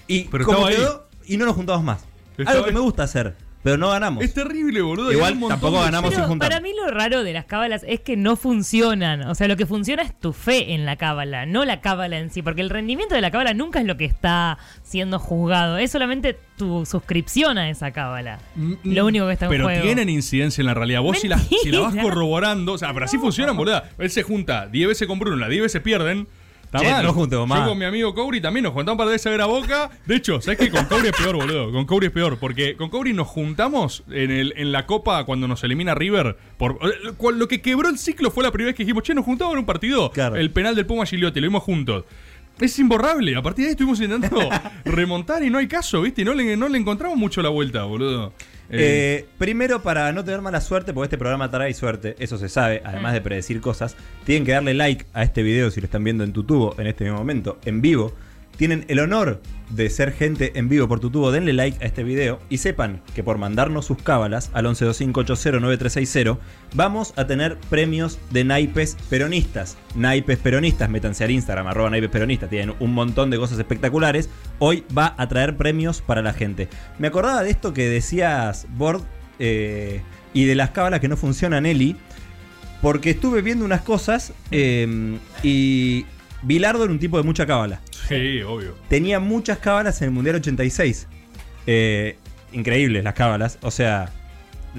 Speaker 4: Y
Speaker 5: Pero
Speaker 4: como
Speaker 5: estaba
Speaker 4: quedó, y no nos juntábamos más.
Speaker 5: Estaba
Speaker 4: Algo que
Speaker 5: ahí.
Speaker 4: me gusta hacer. pero no ganamos.
Speaker 5: Es terrible, boludo.
Speaker 4: Igual
Speaker 5: hay un montón
Speaker 4: tampoco
Speaker 5: de-
Speaker 4: ganamos.
Speaker 1: Pero
Speaker 4: y juntamos.
Speaker 1: para mí lo raro de las cábalas es que no funcionan. O sea, lo que funciona es tu fe en la cábala, no la cábala en sí. Porque el rendimiento de la cábala nunca es lo que está siendo juzgado. Es solamente tu suscripción a esa cábala. Lo único que está en
Speaker 5: Mm, Pero
Speaker 1: juego.
Speaker 5: tienen incidencia en la realidad. Vos si la, si la vas
Speaker 1: Mentira.
Speaker 5: corroborando, o sea, pero así funcionan, boluda. Él se junta 10 veces con Bruno, las 10 veces pierden. Está
Speaker 4: Che,
Speaker 5: mal.
Speaker 4: no juntemos más.
Speaker 5: Yo con mi amigo Cobri también nos juntamos para veces a ver a Boca. De hecho, ¿sabes que Con Cobri es peor, boludo. Con Cobri es peor. Porque con Cobri nos juntamos en, el, en la Copa cuando nos elimina River. Por, cu- lo que quebró el ciclo fue la primera vez que dijimos, che, nos juntamos en un partido.
Speaker 4: Claro.
Speaker 5: El penal del Puma Gigliotti, lo vimos juntos. Es imborrable. A partir de ahí estuvimos intentando remontar y no hay caso, ¿viste? No le, no le encontramos mucho la vuelta, boludo. Eh,
Speaker 4: Eh, primero, para no tener mala suerte, porque este programa trae suerte, eso se sabe, además de predecir cosas, tienen que darle like a este video si lo están viendo en tu tubo en este mismo momento, en vivo. Tienen el honor de ser gente en vivo por tu tubo, denle like a este video y sepan que por mandarnos sus cábalas al 1125809360 vamos a tener premios de naipes peronistas. Naipes peronistas, métanse al Instagram, arroba naipes peronistas, tienen un montón de cosas espectaculares. Hoy va a traer premios para la gente. Me acordaba de esto que decías, Bord, eh, y de las cábalas que no funcionan, Eli, porque estuve viendo unas cosas eh, y Bilardo era un tipo de mucha cábala
Speaker 5: sí, obvio.
Speaker 4: tenía muchas cábalas en el Mundial 86. Eh, increíbles las cábalas. O sea,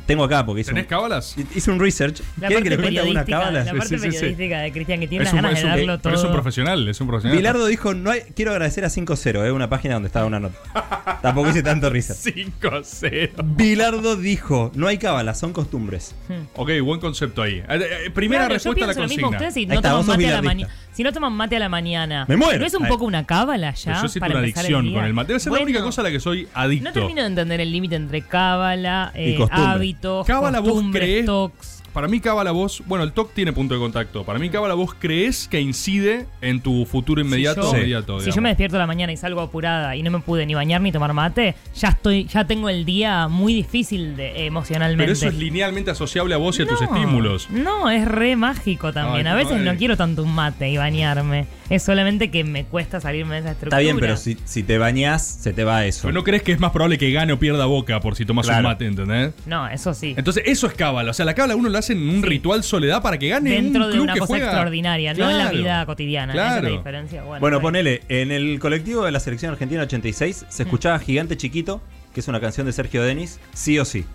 Speaker 4: tengo acá porque hice, un,
Speaker 5: ¿Tenés cábalas?
Speaker 4: hice un research.
Speaker 1: La
Speaker 4: ¿Quieren
Speaker 1: parte
Speaker 4: que les cuente algunas
Speaker 1: periodística,
Speaker 4: cábalas?
Speaker 1: la
Speaker 5: Sí,
Speaker 1: parte
Speaker 5: sí, sí, sí.
Speaker 1: periodística de Cristian que tiene
Speaker 5: Es
Speaker 1: las
Speaker 5: un,
Speaker 1: ganas
Speaker 5: es
Speaker 1: de
Speaker 5: un-
Speaker 1: darlo todo.
Speaker 5: pero es un profesional, es un profesional.
Speaker 4: Bilardo dijo, no hay, quiero agradecer a 5-0, eh, una página donde estaba una nota. Tampoco hice tanto research.
Speaker 5: 5-0.
Speaker 4: Bilardo dijo, no hay cábalas, son costumbres.
Speaker 5: Ok, buen concepto ahí. Eh, eh, Primera
Speaker 1: Hmm. Claro, yo
Speaker 5: respuesta a la
Speaker 1: pienso lo mismo
Speaker 5: consigna.
Speaker 1: ustedes si
Speaker 4: Ahí
Speaker 1: no,
Speaker 4: está,
Speaker 1: toman
Speaker 4: vos sos
Speaker 1: mate a la
Speaker 4: billardista.
Speaker 1: mañana- si no toman mate a la mañana.
Speaker 4: Me muero.
Speaker 1: ¿No es un
Speaker 4: Ahí.
Speaker 1: poco una cábala
Speaker 5: Pero
Speaker 1: ya?
Speaker 5: yo siento
Speaker 1: para
Speaker 5: una
Speaker 1: empezar el
Speaker 5: adicción
Speaker 1: día?
Speaker 5: con el mate. Debe ser la
Speaker 1: Bueno,
Speaker 5: única cosa a la que soy adicto.
Speaker 1: No termino de entender el límite entre cábala,
Speaker 4: Y
Speaker 1: eh,
Speaker 4: costumbre.
Speaker 1: hábitos,
Speaker 5: Cábala, vos
Speaker 1: costumbres,
Speaker 5: creés-
Speaker 1: tocs.
Speaker 5: Para mí, Cábala vos. Bueno, el TOC tiene punto de contacto. Para mí, Cábala vos crees que incide en tu futuro inmediato
Speaker 1: Si
Speaker 5: o
Speaker 1: yo-
Speaker 5: inmediato.
Speaker 1: Si yo me despierto a la mañana y salgo apurada y no me pude ni bañar ni tomar mate, ya estoy, ya tengo el día muy difícil de- emocionalmente.
Speaker 5: Pero eso es linealmente asociable a vos y a tus
Speaker 1: No,
Speaker 5: estímulos.
Speaker 1: No, es re mágico también.
Speaker 5: Ay, eh.
Speaker 1: a veces
Speaker 5: madre.
Speaker 1: no quiero tanto un mate y bañarme. Es solamente que me cuesta salirme de esa estructura.
Speaker 4: Está bien, pero si, si te bañás, se te va eso.
Speaker 5: Pero no crees que es más probable que gane o pierda boca por si tomas un
Speaker 4: Claro.
Speaker 5: mate, ¿entendés?
Speaker 1: No, eso sí.
Speaker 5: Entonces, eso es cábala. O sea, la cábala uno lo hace en un ritual soledad para que gane en
Speaker 1: Dentro
Speaker 5: un
Speaker 1: de
Speaker 5: club
Speaker 1: una
Speaker 5: que
Speaker 1: cosa
Speaker 5: juega.
Speaker 1: extraordinaria, no en la
Speaker 5: Claro.
Speaker 1: vida cotidiana. Esa es la
Speaker 5: Claro.
Speaker 1: diferencia. Bueno,
Speaker 4: Bueno,
Speaker 1: está bien. Mm.
Speaker 4: ponele, en el colectivo de la selección argentina 86 se escuchaba Gigante Chiquito, que es una canción de Sergio Denis, sí o sí.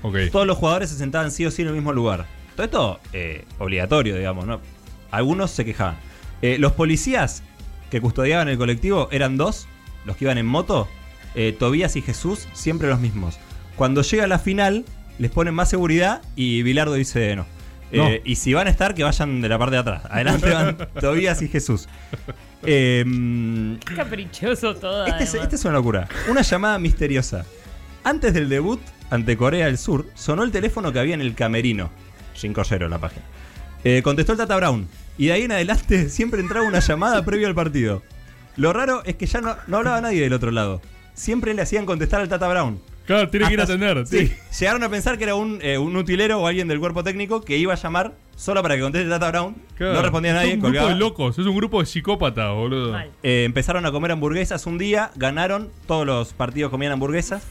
Speaker 5: Ok.
Speaker 4: Todos los jugadores se sentaban sí o sí en el mismo lugar. Todo esto eh, obligatorio, digamos, ¿no? Algunos se quejaban. Eh, los policías que custodiaban el colectivo eran dos, los que iban en moto, eh, Tobías y Jesús, siempre los mismos. Cuando llega la final, les ponen más seguridad y Bilardo dice no. Eh, y si van a estar, que vayan de la parte de atrás. Adelante van Tobías y Jesús. Eh,
Speaker 1: Caprichoso todo.
Speaker 4: esta Este es,
Speaker 1: además.
Speaker 4: esta es una locura. Una llamada misteriosa. Antes del debut ante Corea del Sur, sonó el teléfono que había en el camerino. 5-0 la página. Eh, contestó el Tata Brown. Y de ahí en adelante siempre entraba una llamada previo al partido. Lo raro es que ya no, no hablaba nadie del otro lado. Siempre le hacían contestar al Tata Brown.
Speaker 5: Claro, tiene que ir a
Speaker 4: Hasta-
Speaker 5: atender.
Speaker 4: sí. Llegaron a pensar que era un, eh, un utilero o alguien del cuerpo técnico que iba a llamar solo para que conteste el Tata Brown.
Speaker 5: Claro.
Speaker 4: No respondía nadie,
Speaker 5: Es un
Speaker 4: colgaba.
Speaker 5: grupo de locos, es un grupo de psicópatas, boludo.
Speaker 1: Mal.
Speaker 4: Eh, empezaron a comer hamburguesas un día, ganaron, todos los partidos comían hamburguesas.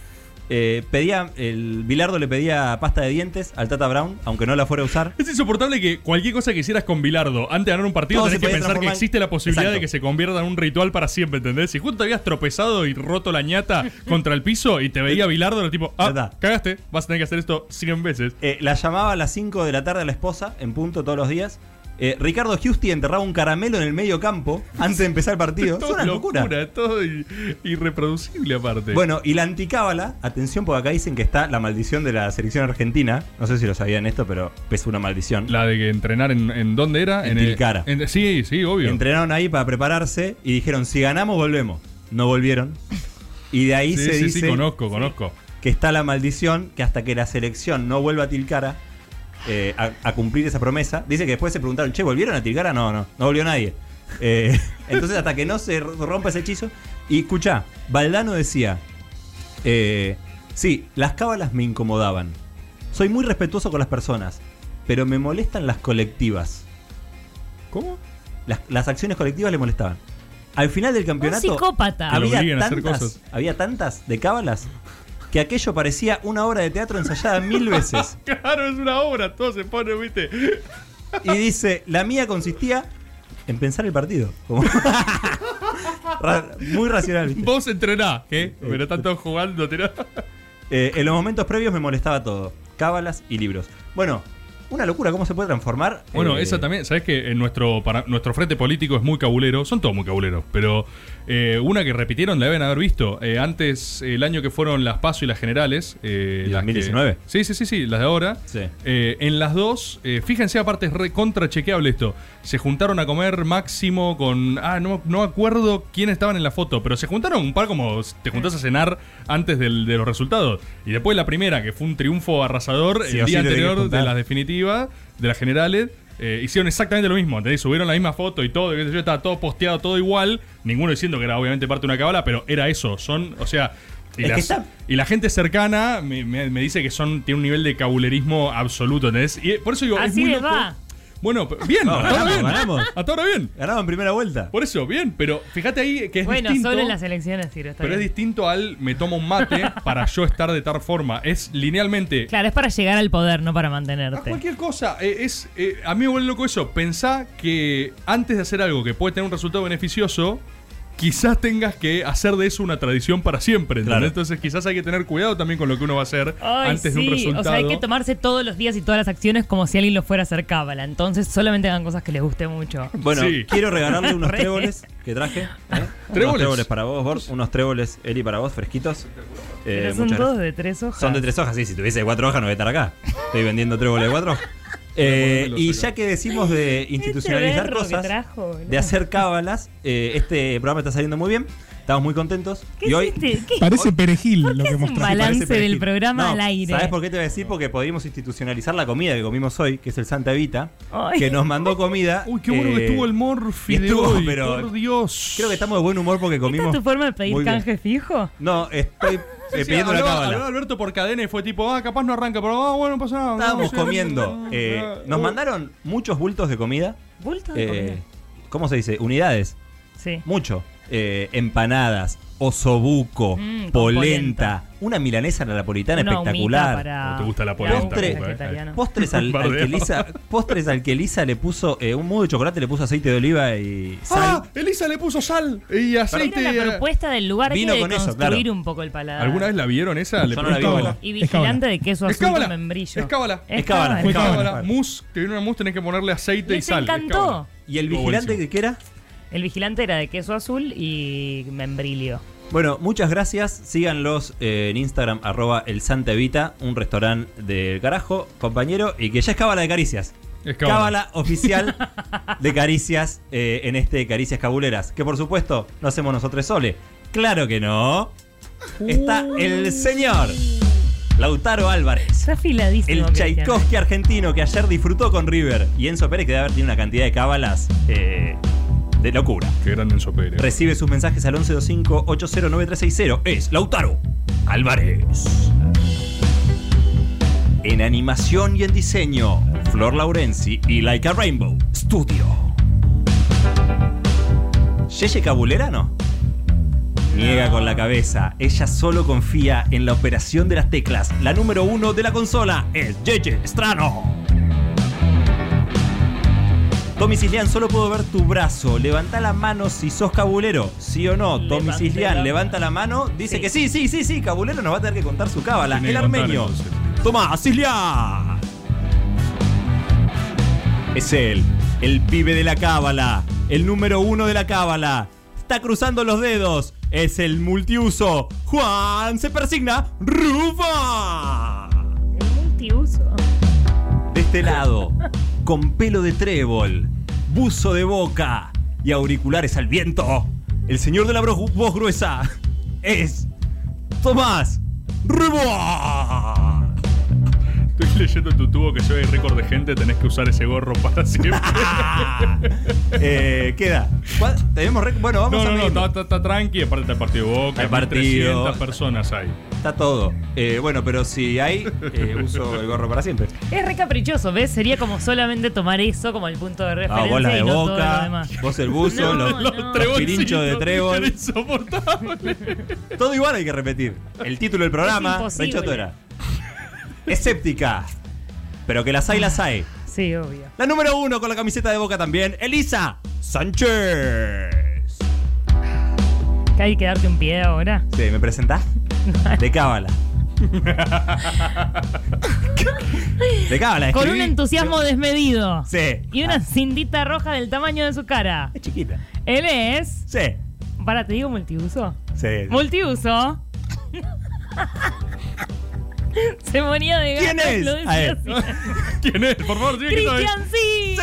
Speaker 4: Eh, pedía, el Bilardo le pedía pasta de dientes al Tata Brown, aunque no la fuera a usar.
Speaker 5: Es insoportable que cualquier cosa que hicieras con Bilardo antes de ganar un partido
Speaker 4: Todo se
Speaker 5: tenés que
Speaker 4: puede
Speaker 5: pensar que
Speaker 4: transformar en-
Speaker 5: existe la posibilidad
Speaker 4: Exacto.
Speaker 5: de que se convierta en un ritual para siempre, ¿entendés? Si justo te habías tropezado y roto la ñata contra el piso y te veía Bilardo, era tipo,
Speaker 4: Eh, Ya
Speaker 5: ah,
Speaker 4: está.
Speaker 5: cagaste, vas a tener que hacer esto 100 veces.
Speaker 4: Eh, la llamaba a las 5 de la tarde a la esposa, en punto todos los días. Eh, Ricardo Giusti enterraba un caramelo en el medio campo antes de empezar el partido. Es
Speaker 5: Todo
Speaker 4: una locura.
Speaker 5: todo i- irreproducible aparte.
Speaker 4: Bueno, y la anticábala, atención porque acá dicen que está la maldición de la selección argentina. No sé si lo sabían esto, pero es una maldición.
Speaker 5: La de que entrenar en, en dónde era?
Speaker 4: En
Speaker 5: el-
Speaker 4: Tilcara.
Speaker 5: en- sí, sí, obvio.
Speaker 4: Entrenaron ahí para prepararse y dijeron, si ganamos, volvemos. No volvieron. Y de ahí
Speaker 5: sí,
Speaker 4: se
Speaker 5: sí,
Speaker 4: dice
Speaker 5: sí, conozco, conozco.
Speaker 4: que está la maldición, que hasta que la selección no vuelva a Tilcara eh, a, a cumplir esa promesa, dice que después se preguntaron, che, ¿volvieron a Tilcara? No, no, no volvió nadie. Eh, entonces hasta que no se rompa ese hechizo. Y escuchá, Valdano decía, eh, sí, las cábalas me incomodaban. Soy muy respetuoso con las personas, pero me molestan las colectivas.
Speaker 5: ¿Cómo?
Speaker 4: Las, las acciones colectivas le molestaban. Al final del
Speaker 1: Un
Speaker 4: campeonato
Speaker 1: psicópata.
Speaker 5: Habla- Que lo
Speaker 4: había
Speaker 5: obliguen a
Speaker 4: tantas,
Speaker 5: hacer cosas.
Speaker 4: había tantas de cábalas que aquello parecía una obra de teatro ensayada mil veces.
Speaker 5: Claro, es una obra, todo se pone, viste.
Speaker 4: Y dice, la mía consistía en pensar el partido. Como- Ra- Muy racional, ¿viste?
Speaker 5: Vos entrenás, ¿eh? Pero están todos jugando, tirá.
Speaker 4: Eh, en los momentos previos me molestaba todo. Cábalas y libros. Bueno, una locura, ¿cómo se puede transformar?
Speaker 5: Bueno,
Speaker 4: Eh,
Speaker 5: esa también, ¿sabes que en nuestro, para, nuestro frente político es muy cabulero? Son todos muy cabuleros, pero eh, una que repitieron la deben haber visto. Eh, antes, el año que fueron las PASO y las generales. eh,
Speaker 4: ¿Y
Speaker 5: las que-
Speaker 4: 2019?
Speaker 5: sí, sí, sí, sí, las de ahora.
Speaker 4: Sí.
Speaker 5: Eh, en las dos, eh, fíjense, aparte es re contrachequeable esto. Se juntaron a comer Máximo con. Ah, no, no acuerdo quiénes estaban en la foto, pero se juntaron un par como te juntás a cenar antes del- de los resultados. Y después la primera, que fue un triunfo arrasador,
Speaker 4: Sí
Speaker 5: el
Speaker 4: o sí
Speaker 5: día
Speaker 4: te tenés que
Speaker 5: anterior de
Speaker 4: juntar.
Speaker 5: las definitivas, de las generales. eh, hicieron exactamente lo mismo, ¿entendés? Subieron la misma foto y todo, y qué sé yo, estaba todo posteado, todo igual, ninguno diciendo que era obviamente parte de una cabala, pero era eso, son, o sea, y,
Speaker 4: Es que
Speaker 5: las-
Speaker 4: está-
Speaker 5: y la gente cercana me, me- me dice que son tiene un nivel de cabulerismo absoluto, ¿entendés? Y eh, por eso digo, es
Speaker 1: Así
Speaker 5: muy
Speaker 1: les
Speaker 5: loco.
Speaker 1: va.
Speaker 5: Bueno, pero- bien,
Speaker 4: No,
Speaker 5: hasta ahora
Speaker 4: ganamos,
Speaker 5: bien.
Speaker 4: ganamos.
Speaker 5: Hasta ahora bien.
Speaker 4: Ganaba en primera vuelta.
Speaker 5: Por eso, bien, pero fíjate ahí que es
Speaker 1: Bueno,
Speaker 5: distinto.
Speaker 1: solo en las elecciones sirve. está
Speaker 5: pero es
Speaker 1: bien.
Speaker 5: distinto al me tomo un mate para yo estar de tal forma. Es linealmente
Speaker 1: Claro, es para llegar al poder, no para
Speaker 5: Haz
Speaker 1: mantenerte.
Speaker 5: cualquier cosa. eh, es, eh, a mí me vuelve loco eso. Pensá que antes de hacer algo que puede tener un resultado beneficioso, quizás tengas que hacer de eso una tradición para siempre. ¿entendés?
Speaker 4: Claro.
Speaker 5: Entonces quizás hay que tener cuidado también con lo que uno va a hacer
Speaker 1: Ay,
Speaker 5: antes
Speaker 1: sí.
Speaker 5: de un resultado.
Speaker 1: O sea, hay que tomarse todos los días y todas las acciones como si alguien lo fuera a hacer cábala. Entonces, solamente hagan cosas que les guste mucho.
Speaker 4: Bueno, eh,
Speaker 5: Sí.
Speaker 4: quiero regalarle unos
Speaker 1: Re.
Speaker 4: tréboles que traje. ¿eh? Unos
Speaker 5: ¿Tréboles?
Speaker 4: tréboles para vos, Bors. Unos tréboles, Eli, para vos, fresquitos. Eh,
Speaker 1: Pero son
Speaker 4: muchas
Speaker 1: todos
Speaker 4: gracias.
Speaker 1: de tres hojas.
Speaker 4: Son de tres hojas, sí. Si tuviese de cuatro hojas no voy a estar acá. Estoy vendiendo tréboles de cuatro hojas. Eh,
Speaker 5: Ponérmelo,
Speaker 4: y
Speaker 5: saca.
Speaker 4: ya que decimos de institucionalizar
Speaker 1: berro que
Speaker 4: cosas,
Speaker 1: trajo, boludo.
Speaker 4: de hacer cábalas, eh, este programa está saliendo muy bien. Estamos muy contentos.
Speaker 1: ¿Qué
Speaker 4: y
Speaker 1: es
Speaker 4: hoy
Speaker 1: este? ¿Qué?
Speaker 2: Parece perejil lo que
Speaker 1: es un
Speaker 2: mostraste.
Speaker 1: balance
Speaker 4: Parece perejil.
Speaker 1: del programa al aire.
Speaker 4: ¿Sabes por qué te voy a decir? Porque podíamos institucionalizar la comida que comimos hoy, que es el Santa Evita,
Speaker 1: Ay.
Speaker 4: que nos mandó comida.
Speaker 5: Uy, qué bueno que
Speaker 4: eh,
Speaker 5: estuvo el Morphy de
Speaker 4: estuvo,
Speaker 5: hoy,
Speaker 4: pero-
Speaker 5: por Dios.
Speaker 4: Creo que estamos de buen humor porque
Speaker 1: ¿Esta
Speaker 4: comimos.
Speaker 1: es tu forma de pedir
Speaker 4: Muy bien.
Speaker 1: canje fijo?
Speaker 4: No, estoy eh,
Speaker 5: Sí,
Speaker 4: pidiendo una
Speaker 5: habló-
Speaker 4: cábala.
Speaker 5: habló Alberto por cadena y fue tipo, ah, capaz no arranca, pero ah, bueno, no pasa nada.
Speaker 4: Estábamos
Speaker 5: No, sí,
Speaker 4: comiendo.
Speaker 5: no,
Speaker 4: eh,
Speaker 5: no,
Speaker 4: nos
Speaker 5: no.
Speaker 4: mandaron muchos bultos de comida.
Speaker 1: ¿Bulto de comida?
Speaker 4: eh, ¿Cómo se dice? Unidades.
Speaker 1: Sí.
Speaker 4: Mucho. Eh, empanadas, osobuco,
Speaker 1: Mm, con
Speaker 4: polenta, una milanesa a la napolitana
Speaker 1: Una humita
Speaker 4: espectacular.
Speaker 1: para-
Speaker 5: No te gusta la
Speaker 1: para
Speaker 5: polenta,
Speaker 1: un
Speaker 4: eh.
Speaker 1: vegetariano.
Speaker 4: Postres al, al que
Speaker 5: Bardeo.
Speaker 4: Elisa, postres al que Elisa le puso eh, un mudo de chocolate, le puso aceite de oliva y
Speaker 5: Ah,
Speaker 4: sal.
Speaker 5: Elisa le puso sal y aceite.
Speaker 1: Era la
Speaker 5: eh,
Speaker 1: propuesta del lugar
Speaker 4: Vino
Speaker 1: que
Speaker 4: con eso,
Speaker 1: construir
Speaker 4: claro.
Speaker 1: un poco el paladar.
Speaker 5: ¿Alguna vez la vieron esa? Le
Speaker 4: Yo no
Speaker 5: puso-
Speaker 4: la vi.
Speaker 2: Cábala.
Speaker 1: Y
Speaker 2: Es cábala.
Speaker 1: vigilante de queso
Speaker 5: Es
Speaker 1: azul con
Speaker 5: cábala.
Speaker 1: membrillo.
Speaker 5: Es cábala.
Speaker 4: Es cábala,
Speaker 1: cábala.
Speaker 4: es
Speaker 5: Fue
Speaker 4: cábala.
Speaker 5: cábala. Mousse, te viene una mousse, tenés que ponerle aceite y
Speaker 1: Les
Speaker 5: sal.
Speaker 1: encantó.
Speaker 4: ¿Y el
Speaker 5: Estuvo
Speaker 4: vigilante
Speaker 5: buenísimo.
Speaker 4: que quiera?
Speaker 1: El vigilante era de queso azul y membrillo.
Speaker 4: Bueno, muchas gracias. Síganlos eh, en Instagram, arroba el Santa Evita, un restaurante del carajo, compañero, y que ya es cábala de caricias.
Speaker 5: Es cábala.
Speaker 4: Cábala oficial de caricias eh, en este Caricias Cabuleras. Que por supuesto no hacemos nosotros sole. Claro que no. Está el señor Lautaro Álvarez.
Speaker 1: Está afiladísimo.
Speaker 4: El
Speaker 1: Cristian.
Speaker 4: Tchaikovsky argentino que ayer disfrutó con River y Enzo Pérez que debe haber tenido una cantidad de cábalas eh, de locura.
Speaker 5: Qué gran Enzo Pérez.
Speaker 4: Recibe sus mensajes al 1125-809360. Es Lautaro Álvarez. En animación y en diseño, Flor Laurenzi y Like a Rainbow Studio. Yeye Cabulerano niega con la cabeza. Ella solo confía en la operación de las teclas. La número uno de la consola es Yeye Strano. Tommy Cislián, solo puedo ver tu brazo. Levanta la mano si sos cabulero. ¿Sí o no? Tommy
Speaker 1: Levanté
Speaker 4: Cislián,
Speaker 1: la
Speaker 4: levanta la mano. Dice
Speaker 1: Sí.
Speaker 4: que sí, sí, sí, sí. Cabulero nos va a tener que contar su cábala.
Speaker 5: Tiene
Speaker 4: El
Speaker 5: que contar,
Speaker 4: armenio.
Speaker 5: entonces.
Speaker 4: Tomás Cislián. Es él, el pibe de la cábala, el número uno de la cábala. Está cruzando los dedos. Es el multiuso. Juan se persigna. Rufa.
Speaker 1: El multiuso.
Speaker 4: De este lado, con pelo de trébol, buzo de boca y auriculares al viento, el señor de la bro- voz gruesa es Tomás Rebo.
Speaker 5: Estoy leyendo en tu tubo que si hay récord de gente, tenés que usar ese gorro para siempre.
Speaker 4: Eh, queda. ¿Cuál? Tenemos rec- Bueno, vamos
Speaker 5: no,
Speaker 4: a
Speaker 5: no, no,
Speaker 4: medirlo.
Speaker 5: está, está- está tranqui, aparte está el partido de Boca,
Speaker 4: Hay partido.
Speaker 5: 300 personas hay.
Speaker 4: Está todo. Eh, bueno, pero si hay, eh, uso el gorro para siempre.
Speaker 1: Es re caprichoso, ¿ves? Sería como solamente tomar eso como el punto de
Speaker 4: Ah,
Speaker 1: referencia
Speaker 4: vos la
Speaker 1: y
Speaker 4: de
Speaker 1: no todo lo
Speaker 4: boca,
Speaker 1: demás.
Speaker 4: vos el buzo,
Speaker 1: No,
Speaker 4: los,
Speaker 1: no.
Speaker 4: los
Speaker 5: Treboncitos,
Speaker 4: pirinchos de
Speaker 5: eran
Speaker 4: trébol.
Speaker 5: insoportables.
Speaker 4: Todo igual hay que repetir. El título del programa,
Speaker 1: Es imposible.
Speaker 4: Rechotora. Escéptica. Pero que las hay, las hay.
Speaker 1: Sí, obvio.
Speaker 4: La número uno con la camiseta de boca también, Elisa Sánchez.
Speaker 1: Que hay que darte un pie ahora.
Speaker 4: Sí, ¿me presentás? De cábala. De cábala,
Speaker 1: Con un
Speaker 4: escribí.
Speaker 1: entusiasmo desmedido.
Speaker 4: Sí. Ah.
Speaker 1: Y una cintita roja del tamaño de su cara.
Speaker 4: Es chiquita.
Speaker 1: Él es.
Speaker 4: Sí.
Speaker 1: Para, te digo multiuso.
Speaker 4: Sí.
Speaker 1: Multiuso. Se moría de ganas.
Speaker 4: ¿Quién es?
Speaker 1: Lo
Speaker 4: A
Speaker 1: decía
Speaker 4: ver.
Speaker 1: así.
Speaker 5: ¿Quién es? Por favor, tiene que saber.
Speaker 1: Cristian sí.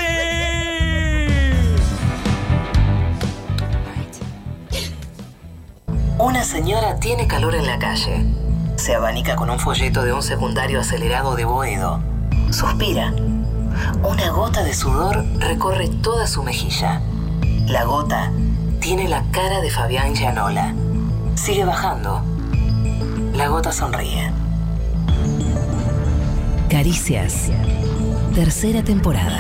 Speaker 9: Una señora tiene calor en la calle. Se abanica con un folleto de un secundario acelerado de Boedo. Suspira. Una gota de sudor recorre toda su mejilla. La gota tiene la cara de Fabián Gianola. Sigue bajando. La gota sonríe. Caricias. Tercera temporada.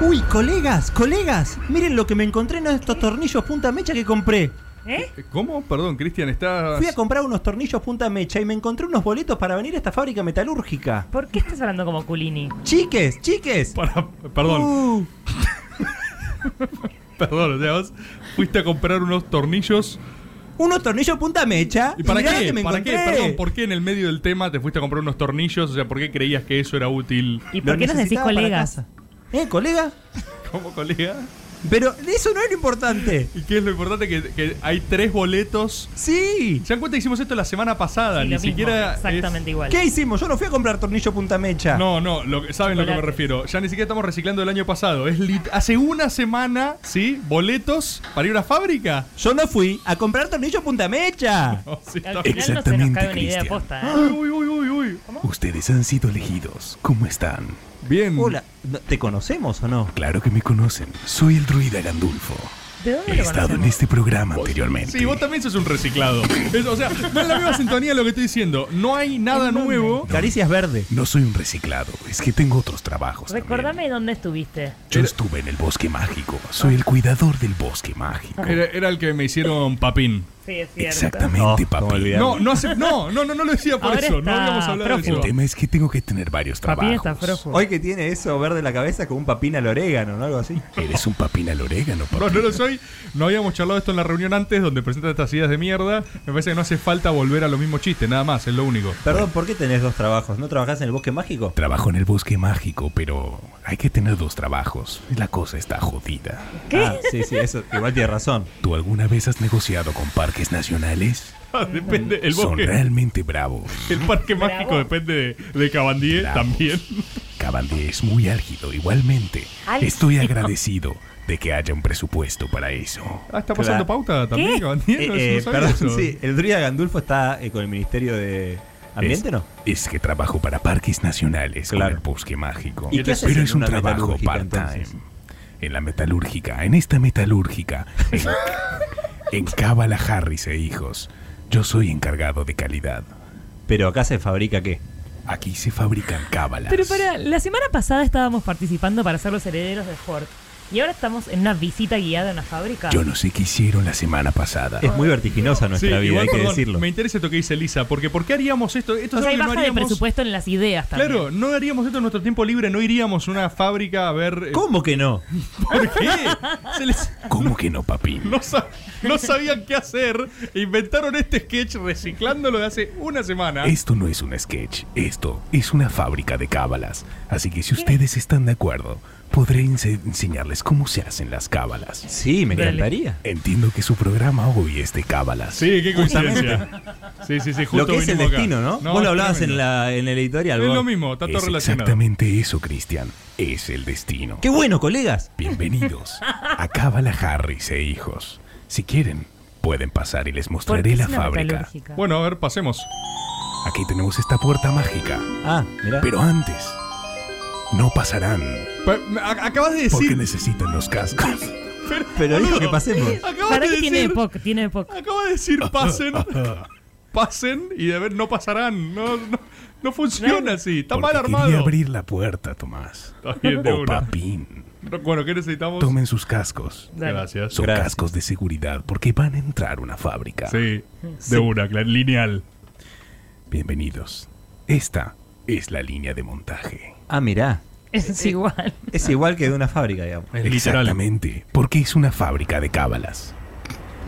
Speaker 4: Uy, colegas, colegas. Miren lo que me encontré en estos tornillos punta mecha que compré.
Speaker 1: ¿Eh?
Speaker 5: ¿Cómo? Perdón, Cristian, está.
Speaker 4: Fui a comprar unos tornillos punta mecha y me encontré unos boletos para venir a esta fábrica metalúrgica.
Speaker 1: ¿Por qué estás hablando como Culini?
Speaker 4: Chiques, chiques.
Speaker 5: Para- perdón,
Speaker 4: Uh,
Speaker 5: perdón, o sea, vos fuiste a comprar unos tornillos.
Speaker 4: unos tornillos punta mecha.
Speaker 5: ¿Y para
Speaker 4: mirá lo
Speaker 5: qué?
Speaker 4: que me
Speaker 5: ¿Para qué?
Speaker 4: encontré.
Speaker 5: Perdón, ¿por qué en el medio del tema te fuiste a comprar unos tornillos? O sea, ¿por qué creías que eso era útil?
Speaker 1: ¿Y por
Speaker 4: Lo
Speaker 1: qué nos decís
Speaker 4: necesitaba para
Speaker 1: colegas?
Speaker 4: casa. ¿Eh, colega?
Speaker 5: ¿Cómo, colega?
Speaker 4: Pero eso no es lo importante.
Speaker 5: ¿Y qué es lo importante? Que, que hay tres boletos.
Speaker 4: Sí.
Speaker 5: ¿Se dan cuenta? Hicimos esto la semana pasada,
Speaker 1: Sí,
Speaker 5: ni
Speaker 1: lo mismo,
Speaker 5: siquiera. es-
Speaker 1: Exactamente igual.
Speaker 4: ¿Qué hicimos? Yo no fui a comprar tornillo punta mecha.
Speaker 5: No, no, lo que- saben a lo que me
Speaker 1: Chocolate.
Speaker 5: refiero. Ya ni siquiera estamos reciclando del año pasado. Es lit- hace una semana, ¿sí? Boletos para ir a una fábrica.
Speaker 4: Yo no fui a comprar tornillo punta mecha.
Speaker 5: No, Oh, sí,
Speaker 1: Al
Speaker 5: está-
Speaker 1: final no se nos
Speaker 2: Exactamente,
Speaker 1: cae una idea
Speaker 2: Cristian.
Speaker 1: posta, ¿eh?
Speaker 5: uy, uy, uy, uy.
Speaker 2: Ustedes han sido elegidos. ¿Cómo están?
Speaker 5: Bien.
Speaker 4: Hola, ¿no- ¿te conocemos o no?
Speaker 2: Claro que me conocen. Soy el druida Gandulfo.
Speaker 1: ¿De dónde
Speaker 2: He
Speaker 1: lo
Speaker 2: estado en
Speaker 1: conocemos?
Speaker 2: este programa anteriormente.
Speaker 5: Sí, vos también sos un reciclado. Es- o sea, no es la misma sintonía lo que estoy diciendo. No hay nada nuevo.
Speaker 4: Caricias verde.
Speaker 2: No soy un reciclado, es que tengo otros trabajos. también.
Speaker 1: Recordame dónde estuviste.
Speaker 2: Yo estuve en el bosque mágico. Soy el cuidador del bosque mágico.
Speaker 5: Era, era el que me hicieron papín.
Speaker 1: Ah. Sí, es cierto.
Speaker 2: Exactamente,
Speaker 4: No, cómo
Speaker 2: papi.
Speaker 4: olvidar.
Speaker 5: No, no, hace, no, no, no, no lo decía por
Speaker 1: Ahora
Speaker 5: eso. No
Speaker 1: está
Speaker 5: habíamos hablado de
Speaker 2: El
Speaker 5: eso.
Speaker 1: prófugo.
Speaker 2: tema es que tengo que tener varios
Speaker 1: Papín
Speaker 2: trabajos.
Speaker 1: está frojo.
Speaker 4: Hoy que tiene eso verde la cabeza con un papín al orégano, ¿no? Algo así.
Speaker 2: Eres un papín al orégano, papi.
Speaker 5: No, no lo soy. No habíamos charlado esto en la reunión antes, donde presentan estas ideas de mierda. Me parece que no hace falta volver a los mismos chistes, nada más, es lo único.
Speaker 4: Perdón, ¿por qué tenés dos trabajos? ¿No trabajás en el bosque mágico?
Speaker 2: Trabajo en el bosque mágico, pero hay que tener dos trabajos. La cosa está jodida.
Speaker 4: Ah, sí, sí, eso igual tiene razón.
Speaker 2: ¿Tú alguna vez has negociado con parques nacionales?
Speaker 5: Ah, depende, el
Speaker 2: Son
Speaker 5: bosque.
Speaker 2: realmente bravos.
Speaker 5: El parque mágico depende de, de Cabandier
Speaker 2: Bravo.
Speaker 5: también.
Speaker 2: Cabandí es muy álgido, igualmente.
Speaker 1: Álgido.
Speaker 2: Estoy agradecido de que haya un presupuesto para eso.
Speaker 5: Ah, está
Speaker 4: Claro.
Speaker 5: pasando pauta también, Cabandier.
Speaker 4: Eh,
Speaker 5: No,
Speaker 4: eh,
Speaker 5: no sabía
Speaker 4: perdón,
Speaker 5: eso.
Speaker 4: sí, el druida Gandulfo está eh, con el Ministerio de Ambiente,
Speaker 2: es,
Speaker 4: ¿no?
Speaker 2: Es que trabajo para parques nacionales,
Speaker 4: Claro.
Speaker 2: con el bosque mágico.
Speaker 4: ¿Y qué haces
Speaker 2: Pero
Speaker 4: en
Speaker 2: es un
Speaker 4: una
Speaker 2: trabajo
Speaker 4: metalúrgica,
Speaker 2: part-time.
Speaker 4: entonces?
Speaker 2: En la metalúrgica, en esta metalúrgica, en, en Cábala Harris e hijos. Yo soy encargado de calidad.
Speaker 4: Pero acá se fabrica qué?
Speaker 2: Aquí se fabrican cábalas.
Speaker 1: Pero para, la semana pasada estábamos participando para ser los herederos de Ford. Y ahora estamos en una visita guiada a una fábrica.
Speaker 2: Yo no sé qué hicieron la semana pasada.
Speaker 4: Es muy vertiginosa
Speaker 5: Sí,
Speaker 4: nuestra vida,
Speaker 5: igual,
Speaker 4: hay que
Speaker 5: perdón,
Speaker 4: decirlo.
Speaker 5: Me interesa esto que dice Lisa, porque ¿por qué haríamos esto? Esto
Speaker 1: o
Speaker 5: es
Speaker 1: sea, hay
Speaker 5: algo que
Speaker 1: baja
Speaker 5: no
Speaker 1: de
Speaker 5: haríamos.
Speaker 1: presupuesto en las ideas también.
Speaker 5: Claro, no haríamos esto en nuestro tiempo libre, no iríamos a una fábrica a ver. eh,
Speaker 4: ¿Cómo que no?
Speaker 5: ¿Por qué? Se les-
Speaker 2: ¿Cómo que no, papi?
Speaker 5: no, sa- no sabían qué hacer. Inventaron este sketch reciclándolo de hace una semana.
Speaker 2: Esto no es un sketch, esto es una fábrica de cábalas. Así que si ustedes están de acuerdo, podré ense- enseñarles cómo se hacen las cábalas.
Speaker 4: Sí, me
Speaker 1: Dale.
Speaker 4: encantaría.
Speaker 2: Entiendo que su programa hoy es de cábalas.
Speaker 5: Sí, qué coincidencia. Sí, sí, sí, justo
Speaker 4: Lo que es el
Speaker 5: vinimos acá.
Speaker 4: destino, ¿no? Vos lo hablabas en,
Speaker 5: tremendo.
Speaker 4: la, en el editorial.
Speaker 5: Es
Speaker 4: vos.
Speaker 5: lo mismo, está todo
Speaker 2: Es
Speaker 5: relacionado.
Speaker 2: exactamente eso, Cristian. Es el destino.
Speaker 4: Qué bueno, colegas.
Speaker 2: Bienvenidos a Cábala Harris e hijos. Si quieren, pueden pasar y les
Speaker 1: ¿Por qué
Speaker 2: mostraré
Speaker 1: es
Speaker 2: la
Speaker 1: una
Speaker 2: fábrica.
Speaker 1: metalúrgica?
Speaker 5: Bueno, a ver, pasemos.
Speaker 2: Aquí tenemos esta puerta mágica.
Speaker 10: Ah, mirá.
Speaker 2: Pero antes, no pasarán
Speaker 5: Pa- me- a- acabas de
Speaker 2: porque
Speaker 5: decir.
Speaker 2: necesitan los cascos.
Speaker 10: Pero dijo que pasemos.
Speaker 5: Acabas
Speaker 1: ¿Para
Speaker 5: de
Speaker 1: qué
Speaker 5: decir.
Speaker 1: tiene época? Tiene época.
Speaker 5: acabas de decir pasen. pasen y de ver no pasarán. No, no, no funciona así. Está mal
Speaker 2: Porque
Speaker 5: armado.
Speaker 2: Quería abrir la puerta, Tomás.
Speaker 5: Está bien, de
Speaker 2: O
Speaker 5: una.
Speaker 2: papín.
Speaker 5: Bueno, ¿qué necesitamos?
Speaker 2: Tomen sus cascos.
Speaker 5: Gracias.
Speaker 2: Son cascos de seguridad porque van a entrar a una fábrica.
Speaker 5: Sí, de una, cla- lineal.
Speaker 2: Bienvenidos. Esta es la línea de montaje.
Speaker 10: Ah, mirá.
Speaker 1: Es igual.
Speaker 10: Es igual que de una fábrica, digamos.
Speaker 5: Es literal.
Speaker 2: Exactamente, porque es una fábrica de cábalas.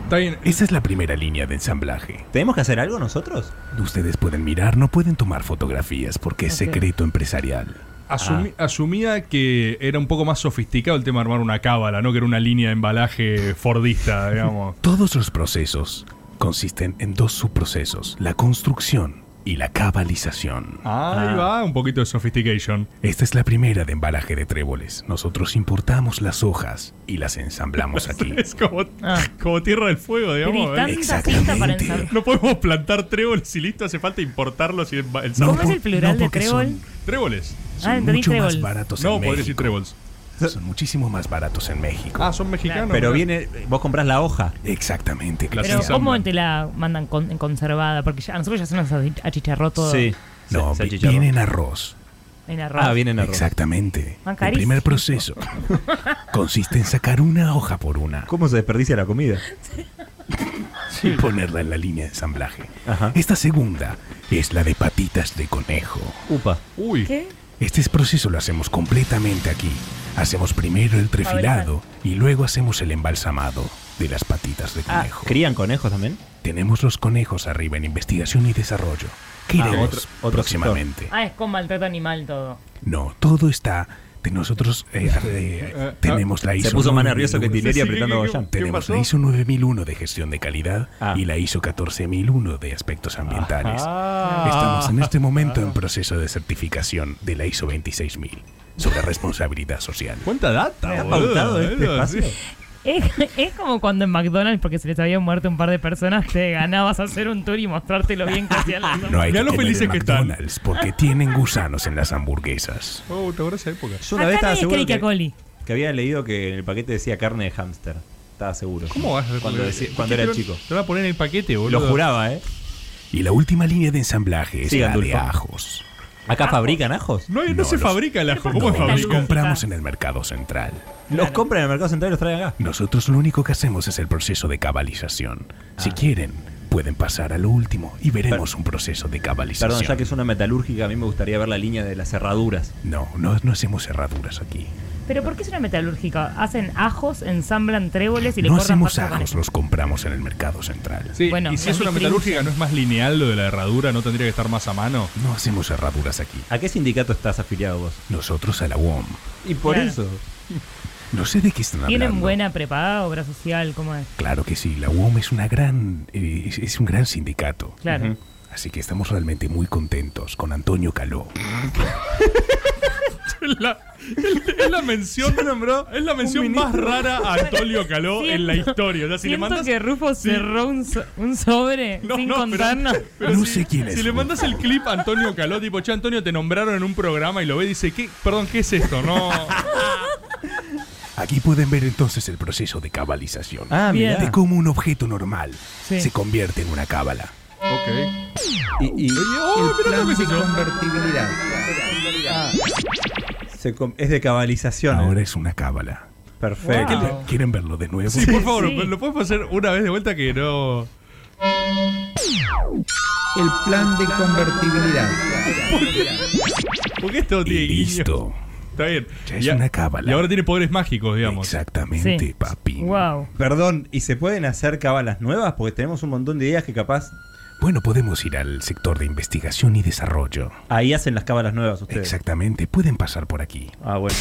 Speaker 5: Está bien.
Speaker 2: Esa es la primera línea de ensamblaje.
Speaker 10: ¿Tenemos que hacer algo nosotros?
Speaker 2: Ustedes pueden mirar, no pueden tomar fotografías porque es
Speaker 1: Ok.
Speaker 2: secreto empresarial.
Speaker 5: Asumi-
Speaker 4: Ah.
Speaker 5: Asumía que era un poco más sofisticado el tema de armar una cábala, ¿no? Que era una línea de embalaje fordista, digamos.
Speaker 2: Todos los procesos consisten en dos subprocesos, la construcción y la cabalización.
Speaker 4: Ah.
Speaker 5: Ahí va, un poquito de sophistication.
Speaker 2: Esta es la primera de embalaje de tréboles. Nosotros importamos las hojas y las ensamblamos aquí.
Speaker 5: Es como,
Speaker 1: Ah.
Speaker 5: como tierra del fuego, digamos.
Speaker 1: Tenés
Speaker 5: ¿eh?
Speaker 1: tanta pinta para
Speaker 2: Exactamente.
Speaker 1: ensamblar.
Speaker 5: No podemos plantar tréboles y listo, hace falta importarlos y emba- el
Speaker 1: ¿Cómo
Speaker 2: por-
Speaker 1: es el plural de
Speaker 2: porque
Speaker 1: trébol?
Speaker 2: Son,
Speaker 5: Tréboles.
Speaker 2: son
Speaker 1: Ah, entendí
Speaker 2: mucho
Speaker 1: trébol.
Speaker 2: más baratos
Speaker 5: No,
Speaker 2: en
Speaker 5: podría decir
Speaker 2: México.
Speaker 5: tréboles.
Speaker 2: Son muchísimo más baratos en México.
Speaker 5: Ah, son mexicanos.
Speaker 10: Pero viene, vos comprás la hoja.
Speaker 2: Exactamente.
Speaker 5: Las
Speaker 1: Pero
Speaker 5: ensamblan.
Speaker 1: ¿cómo te la mandan con- en conservada? Porque ya- a nosotros ya se nos achi- achicharró todo
Speaker 2: No,
Speaker 10: Se- se
Speaker 2: vi-
Speaker 10: achicharró.
Speaker 2: vienen arroz.
Speaker 1: en arroz.
Speaker 10: Ah, vienen arroz.
Speaker 2: Exactamente.
Speaker 1: Ah,
Speaker 2: el
Speaker 1: carísimo.
Speaker 2: primer proceso consiste en sacar una hoja por una
Speaker 10: ¿Cómo se desperdicia la comida?
Speaker 2: y ponerla en la línea de ensamblaje.
Speaker 10: Ajá.
Speaker 2: Esta segunda es la de patitas de conejo.
Speaker 10: Upa.
Speaker 5: Uy,
Speaker 1: ¿Qué?
Speaker 2: Este es- proceso lo hacemos completamente aquí. Hacemos primero el trefilado y luego hacemos el embalsamado de las patitas de
Speaker 10: Ah,
Speaker 2: conejo.
Speaker 10: ¿Crían conejos también?
Speaker 2: Tenemos los conejos arriba en investigación y desarrollo. ¿Qué
Speaker 10: Ah,
Speaker 2: iremos
Speaker 10: otro- otro
Speaker 2: próximamente?
Speaker 1: Ah, es con maltrato animal todo.
Speaker 2: No, todo está. De nosotros eh, eh,
Speaker 5: ah,
Speaker 2: tenemos la ISO.
Speaker 10: Se puso más
Speaker 2: 9001.
Speaker 10: nervioso que Tineri
Speaker 5: Sí,
Speaker 10: apretando
Speaker 5: sí,
Speaker 10: Goyán.
Speaker 2: Tenemos
Speaker 5: pasó?
Speaker 2: la ISO 9001 de gestión de calidad
Speaker 10: Ah.
Speaker 2: y la ISO 14001 de aspectos ambientales.
Speaker 10: Ah.
Speaker 2: Estamos en este momento en proceso de certificación de la ISO 26000 sobre responsabilidad social.
Speaker 5: cuánta data,
Speaker 10: ¿Está
Speaker 5: boludo,
Speaker 10: pautado este
Speaker 5: boludo,
Speaker 10: espacio?
Speaker 5: sí.
Speaker 1: Es, es como cuando en McDonald's, porque se les había muerto un par de personas, te ganabas hacer un tour y mostrarte lo bien que hacían las
Speaker 2: No hay
Speaker 5: Mirá
Speaker 2: que
Speaker 5: lo
Speaker 2: comer
Speaker 5: felices
Speaker 2: en
Speaker 5: que están.
Speaker 2: McDonald's porque tienen gusanos en las hamburguesas.
Speaker 5: Oh, te acuerdas esa época.
Speaker 10: Yo
Speaker 1: Acá nadie es
Speaker 10: que,
Speaker 1: Carica Coli.
Speaker 10: que había leído que en el paquete decía carne de hámster. Estaba seguro.
Speaker 5: ¿Cómo vas a
Speaker 10: Cuando, decí- cuando era chico.
Speaker 5: Te lo van a poner en el paquete,
Speaker 10: Lo
Speaker 5: boludo.
Speaker 10: juraba, ¿eh?
Speaker 2: Y la última línea de ensamblaje es
Speaker 10: Sigan,
Speaker 2: la de
Speaker 10: Dulfo.
Speaker 2: ajos.
Speaker 10: ¿Acá fabrican ajos?
Speaker 5: No, hay- no,
Speaker 2: No,
Speaker 5: se
Speaker 2: los-
Speaker 5: fabrica el ajo. ¿Cómo
Speaker 2: No,
Speaker 5: se
Speaker 2: los
Speaker 5: fabrica?
Speaker 2: compramos en el mercado central.
Speaker 10: Los compran en el mercado central y los traen acá.
Speaker 2: Nosotros lo único que hacemos es el proceso de cabalización. Si
Speaker 10: Ah.
Speaker 2: quieren, pueden pasar a lo último y veremos un proceso de cabalización.
Speaker 10: Perdón, ya que es una metalúrgica, a mí me gustaría ver la línea de las cerraduras.
Speaker 2: No, no, no hacemos cerraduras aquí.
Speaker 1: Pero ¿por qué es una metalúrgica? Hacen ajos, ensamblan tréboles y le
Speaker 2: no
Speaker 1: cortan
Speaker 2: hacemos
Speaker 1: pasta con
Speaker 2: ajos,
Speaker 1: eso.
Speaker 2: los compramos en el mercado central.
Speaker 5: Sí,
Speaker 1: Bueno,
Speaker 5: y si
Speaker 1: los
Speaker 5: es una
Speaker 1: distribuyen.
Speaker 5: metalúrgica, ¿no es más lineal lo de la herradura? ¿No tendría que estar más a mano?
Speaker 2: No hacemos cerraduras aquí.
Speaker 10: ¿A qué sindicato estás afiliado vos?
Speaker 2: Nosotros a la UOM.
Speaker 10: Y por
Speaker 1: Claro.
Speaker 10: eso.
Speaker 2: No sé de qué están hablando.
Speaker 1: ¿Tienen buena prepaga, obra social? ¿Cómo es?
Speaker 2: Claro que sí, la UOM es una gran eh, es, es un gran sindicato.
Speaker 1: Claro.
Speaker 10: Ujú.
Speaker 2: Así que estamos realmente muy contentos con Antonio Caló.
Speaker 5: La- es la mención, es la mención más rara a Antonio Caló en la historia. O sea, si le
Speaker 1: Siento
Speaker 5: mandas,
Speaker 1: que Rufo cerró un, so- un sobre
Speaker 5: No,
Speaker 1: sin
Speaker 5: no, pero-
Speaker 1: contarnos.
Speaker 5: pero
Speaker 2: No
Speaker 5: si-
Speaker 2: sé quién es,
Speaker 5: Si le mandas el clip a Antonio Caló, tipo, che, Antonio, te nombraron en un programa y lo ve y dice, ¿qué? Perdón, ¿qué es esto? No.
Speaker 2: Aquí pueden ver entonces el proceso de cabalización.
Speaker 10: Ah,
Speaker 1: Bien.
Speaker 2: de
Speaker 10: mira.
Speaker 2: cómo un objeto normal
Speaker 1: Sí.
Speaker 2: se convierte en una cábala.
Speaker 5: ok.
Speaker 10: Y, y-
Speaker 5: Oh, mirá lo que es eso.
Speaker 11: Convertibilidad.
Speaker 10: se com- es de cabalización.
Speaker 2: Ahora es una cábala.
Speaker 10: Perfecto.
Speaker 1: Wow.
Speaker 2: ¿Quieren verlo de nuevo?
Speaker 5: Sí, por favor,
Speaker 1: Sí.
Speaker 5: ¿lo podemos hacer una vez de vuelta que no...?
Speaker 11: El plan de convertibilidad.
Speaker 5: Porque esto tiene
Speaker 2: Y
Speaker 5: guiños.
Speaker 2: listo.
Speaker 5: Está bien.
Speaker 2: Ya es
Speaker 5: Y a-
Speaker 2: una cábala.
Speaker 5: Y ahora tiene poderes mágicos, digamos.
Speaker 2: Exactamente,
Speaker 1: Sí.
Speaker 2: papi.
Speaker 1: Wow.
Speaker 10: Perdón, ¿y se pueden hacer cabalas nuevas? Porque tenemos un montón de ideas que capaz
Speaker 2: Bueno, podemos ir al sector de investigación y desarrollo.
Speaker 10: ahí hacen las cábalas nuevas ustedes.
Speaker 2: Exactamente, pueden pasar por aquí.
Speaker 10: Ah, bueno.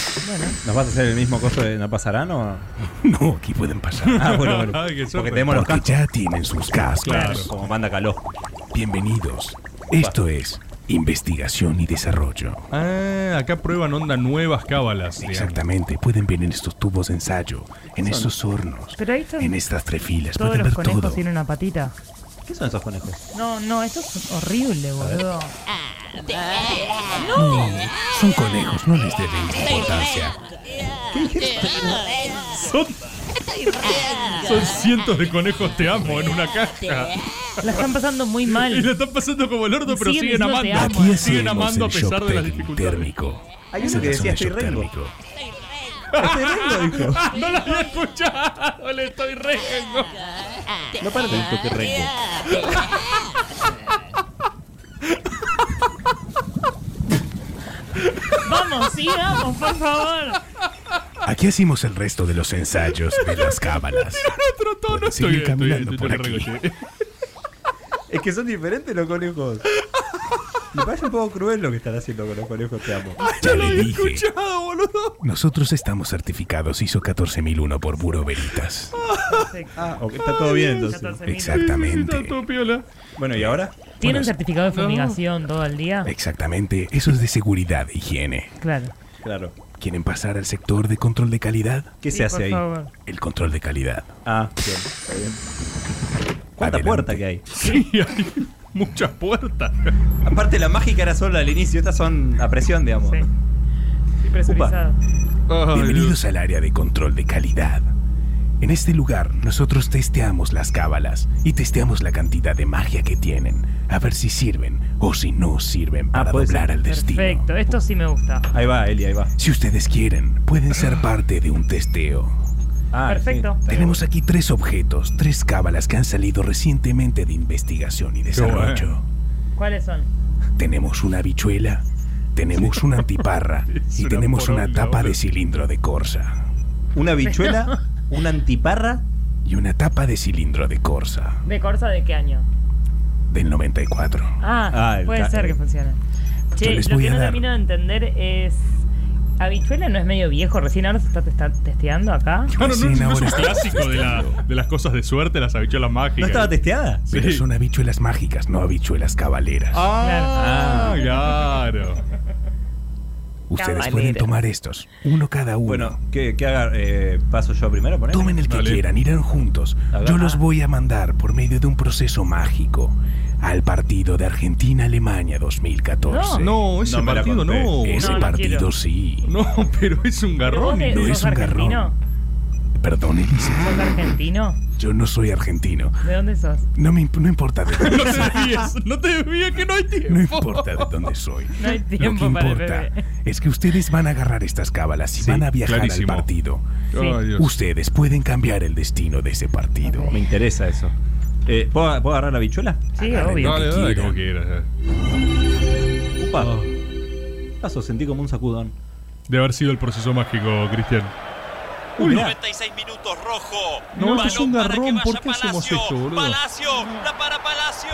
Speaker 10: ¿Nos vas a hacer el mismo coso de No pasarán o.?
Speaker 2: No, aquí pueden pasar.
Speaker 10: Ah, bueno, bueno.
Speaker 5: Ah, qué suerte.
Speaker 10: Porque tenemos los
Speaker 2: Porque
Speaker 10: cascos.
Speaker 2: ya tienen sus cascos.
Speaker 5: Claro.
Speaker 10: Como manda caló.
Speaker 2: Bienvenidos. Esto es Investigación y desarrollo.
Speaker 5: Ah, acá prueban onda nuevas cábalas. digamos.
Speaker 2: Exactamente, pueden ver en estos tubos de ensayo, en estos hornos,
Speaker 1: Pero ahí están
Speaker 2: en estas trefilas,
Speaker 1: todos
Speaker 2: pueden
Speaker 1: los
Speaker 2: ver
Speaker 1: conejos
Speaker 2: todo.
Speaker 1: tienen una patita.
Speaker 4: ¿Qué son esos conejos?
Speaker 1: No, no, esto es horrible, boludo.
Speaker 2: No, son conejos, no les deben importancia.
Speaker 5: Son, son cientos de conejos te amo en una caja.
Speaker 1: La están pasando muy
Speaker 5: Y
Speaker 1: mal.
Speaker 5: le están pasando como el orto,
Speaker 1: Y
Speaker 5: pero
Speaker 1: siguen
Speaker 5: siguen
Speaker 1: diciendo te
Speaker 5: amando.
Speaker 1: amo.
Speaker 2: Aquí
Speaker 1: Bueno,
Speaker 5: siguen
Speaker 2: hacemos
Speaker 5: amando a
Speaker 2: el
Speaker 5: pesar
Speaker 2: shock
Speaker 5: de las
Speaker 2: tec-
Speaker 5: dificultades.
Speaker 2: térmico.
Speaker 4: Hay uno
Speaker 2: Esa
Speaker 4: que
Speaker 2: es
Speaker 4: decía, "Estoy
Speaker 2: la zona de shock
Speaker 4: rengo".
Speaker 2: térmico.
Speaker 4: Estoy rengo, dijo.
Speaker 5: No lo había escuchado, le estoy rejando.
Speaker 4: No para de decir que rengo.
Speaker 1: Vamos, sigamos, por favor.
Speaker 2: Aquí hacemos el resto de los ensayos de las cábalas.
Speaker 5: Otro tono,
Speaker 2: Bueno,
Speaker 5: estoy
Speaker 2: seguí
Speaker 5: bien, estoy bien,
Speaker 2: caminando
Speaker 5: estoy
Speaker 2: por
Speaker 5: bien,
Speaker 2: aquí.
Speaker 5: estoy bien.
Speaker 4: Es que son diferentes los conejos. Me parece un poco cruel lo que están haciendo con los conejos, te amo.
Speaker 2: Ya le dije,
Speaker 5: Escuchado, boludo.
Speaker 2: nosotros estamos certificados ISO 14001 por Buro Veritas.
Speaker 4: Ah, ok, está todo bien entonces.
Speaker 1: 14.000.
Speaker 2: Exactamente.
Speaker 5: Tanto piola.
Speaker 4: Bueno, ¿y ahora?
Speaker 1: ¿Tienen
Speaker 2: Bueno,
Speaker 1: certificado de fumigación todo el día?
Speaker 2: Eh, Exactamente, eso es de seguridad e higiene.
Speaker 1: Claro.
Speaker 4: Claro.
Speaker 2: ¿Quieren pasar al sector de control de calidad?
Speaker 4: ¿Qué
Speaker 1: Sí,
Speaker 4: se hace
Speaker 1: por
Speaker 4: ahí?
Speaker 1: favor.
Speaker 2: El control de calidad.
Speaker 4: Ah, bien, está bien. ¿Cuánta
Speaker 2: Adelante.
Speaker 4: puerta que hay?
Speaker 5: Sí, hay muchas puertas.
Speaker 4: Aparte la mágica era solo al inicio, estas son a presión, digamos.
Speaker 1: Sí. Sí, presurizado.
Speaker 5: Ay,
Speaker 2: Bienvenidos al área de control de calidad. En este lugar nosotros testeamos las cábalas y testeamos la cantidad de magia que tienen, a ver si sirven o si no sirven para
Speaker 4: Ah, puede ser.
Speaker 2: doblar al destino.
Speaker 1: Perfecto, esto sí me gusta.
Speaker 4: Ahí va, Eli, ahí va.
Speaker 2: Si ustedes quieren, pueden ser parte de un testeo.
Speaker 4: Ah,
Speaker 1: Perfecto.
Speaker 4: sí.
Speaker 2: Tenemos aquí tres objetos, tres cábalas que han salido recientemente de investigación y desarrollo.
Speaker 1: ¿Cuáles son?
Speaker 2: Tenemos una habichuela, tenemos una antiparra
Speaker 5: Es
Speaker 2: y
Speaker 5: una
Speaker 2: tenemos una
Speaker 5: poronga,
Speaker 2: tapa de
Speaker 5: boludo.
Speaker 2: cilindro de corsa.
Speaker 4: Una bichuela, una antiparra.
Speaker 2: Y una tapa de cilindro de corsa
Speaker 1: ¿De Corsa de qué año?
Speaker 2: del 94.
Speaker 1: Ah,
Speaker 4: Ah, el
Speaker 1: puede
Speaker 4: ca-
Speaker 1: ser que funcione. Che,
Speaker 2: les
Speaker 1: lo
Speaker 2: voy
Speaker 1: que
Speaker 2: a
Speaker 1: no
Speaker 2: dar.
Speaker 1: termino de entender es. ¿Habichuela no es medio viejo? ¿Recién ahora se está, testa- testeando acá?
Speaker 5: No, no, no,
Speaker 2: Recién
Speaker 5: no es
Speaker 2: ahora
Speaker 5: un
Speaker 2: está
Speaker 5: clásico de, la- de las cosas de suerte, las habichuelas
Speaker 4: ¿No
Speaker 5: mágicas.
Speaker 4: estaba testeada?
Speaker 2: Pero
Speaker 5: Sí.
Speaker 2: son habichuelas mágicas, no habichuelas cabaleras.
Speaker 1: Oh,
Speaker 5: Ah, claro.
Speaker 2: Ustedes
Speaker 1: Cabalera.
Speaker 2: pueden tomar estos, uno cada uno.
Speaker 4: Bueno, ¿qué, qué haga? Eh, ¿Paso yo primero? ponele?
Speaker 2: Tomen el que
Speaker 5: Dale.
Speaker 2: quieran, irán juntos.
Speaker 4: Agarra.
Speaker 2: Yo los voy a mandar por medio de un proceso mágico al partido de Argentina-Alemania 2014.
Speaker 5: No, ese
Speaker 4: No me la
Speaker 5: partido
Speaker 4: conté.
Speaker 5: no.
Speaker 2: Ese
Speaker 1: No, no
Speaker 2: partido
Speaker 1: quiero.
Speaker 2: sí.
Speaker 5: No, pero es un
Speaker 1: ¿Pero vos
Speaker 5: garrón.
Speaker 1: que
Speaker 2: no es
Speaker 1: sos
Speaker 2: un garrón.
Speaker 1: argentino?
Speaker 2: Perdón, Elisa,
Speaker 1: ¿Sos argentino?
Speaker 2: yo no soy argentino.
Speaker 1: ¿De dónde sos?
Speaker 2: No me imp- no importa de
Speaker 5: No te desvíes, no te desvíes que no hay tiempo.
Speaker 2: No importa de dónde soy.
Speaker 1: No hay
Speaker 2: Lo que
Speaker 1: tiempo para el
Speaker 2: importa
Speaker 1: bebé.
Speaker 2: es que ustedes van a agarrar estas cábalas y
Speaker 5: Sí,
Speaker 2: van a viajar
Speaker 5: clarísimo.
Speaker 2: al partido.
Speaker 5: Ay, Dios.
Speaker 2: Ustedes pueden cambiar el destino de ese partido.
Speaker 1: Ok.
Speaker 4: Me interesa eso. Eh, ¿puedo, puedo agarrar la bichuela?
Speaker 1: Sí,
Speaker 2: Agarren
Speaker 1: obvio.
Speaker 2: lo que
Speaker 5: Dale, dale,
Speaker 2: quieran.
Speaker 5: como Oh. quieras.
Speaker 4: Upa. Paso, sentí como un sacudón.
Speaker 5: De haber sido el proceso mágico, Cristian.
Speaker 4: Uy, mirá.
Speaker 12: 96 minutos rojo.
Speaker 5: No,
Speaker 12: Balón
Speaker 5: esto es un
Speaker 12: para que
Speaker 5: garrón,
Speaker 12: vaya
Speaker 5: ¿por qué hacemos
Speaker 12: Palacio.
Speaker 5: esto, boludo?
Speaker 12: Palacio, la para Palacio.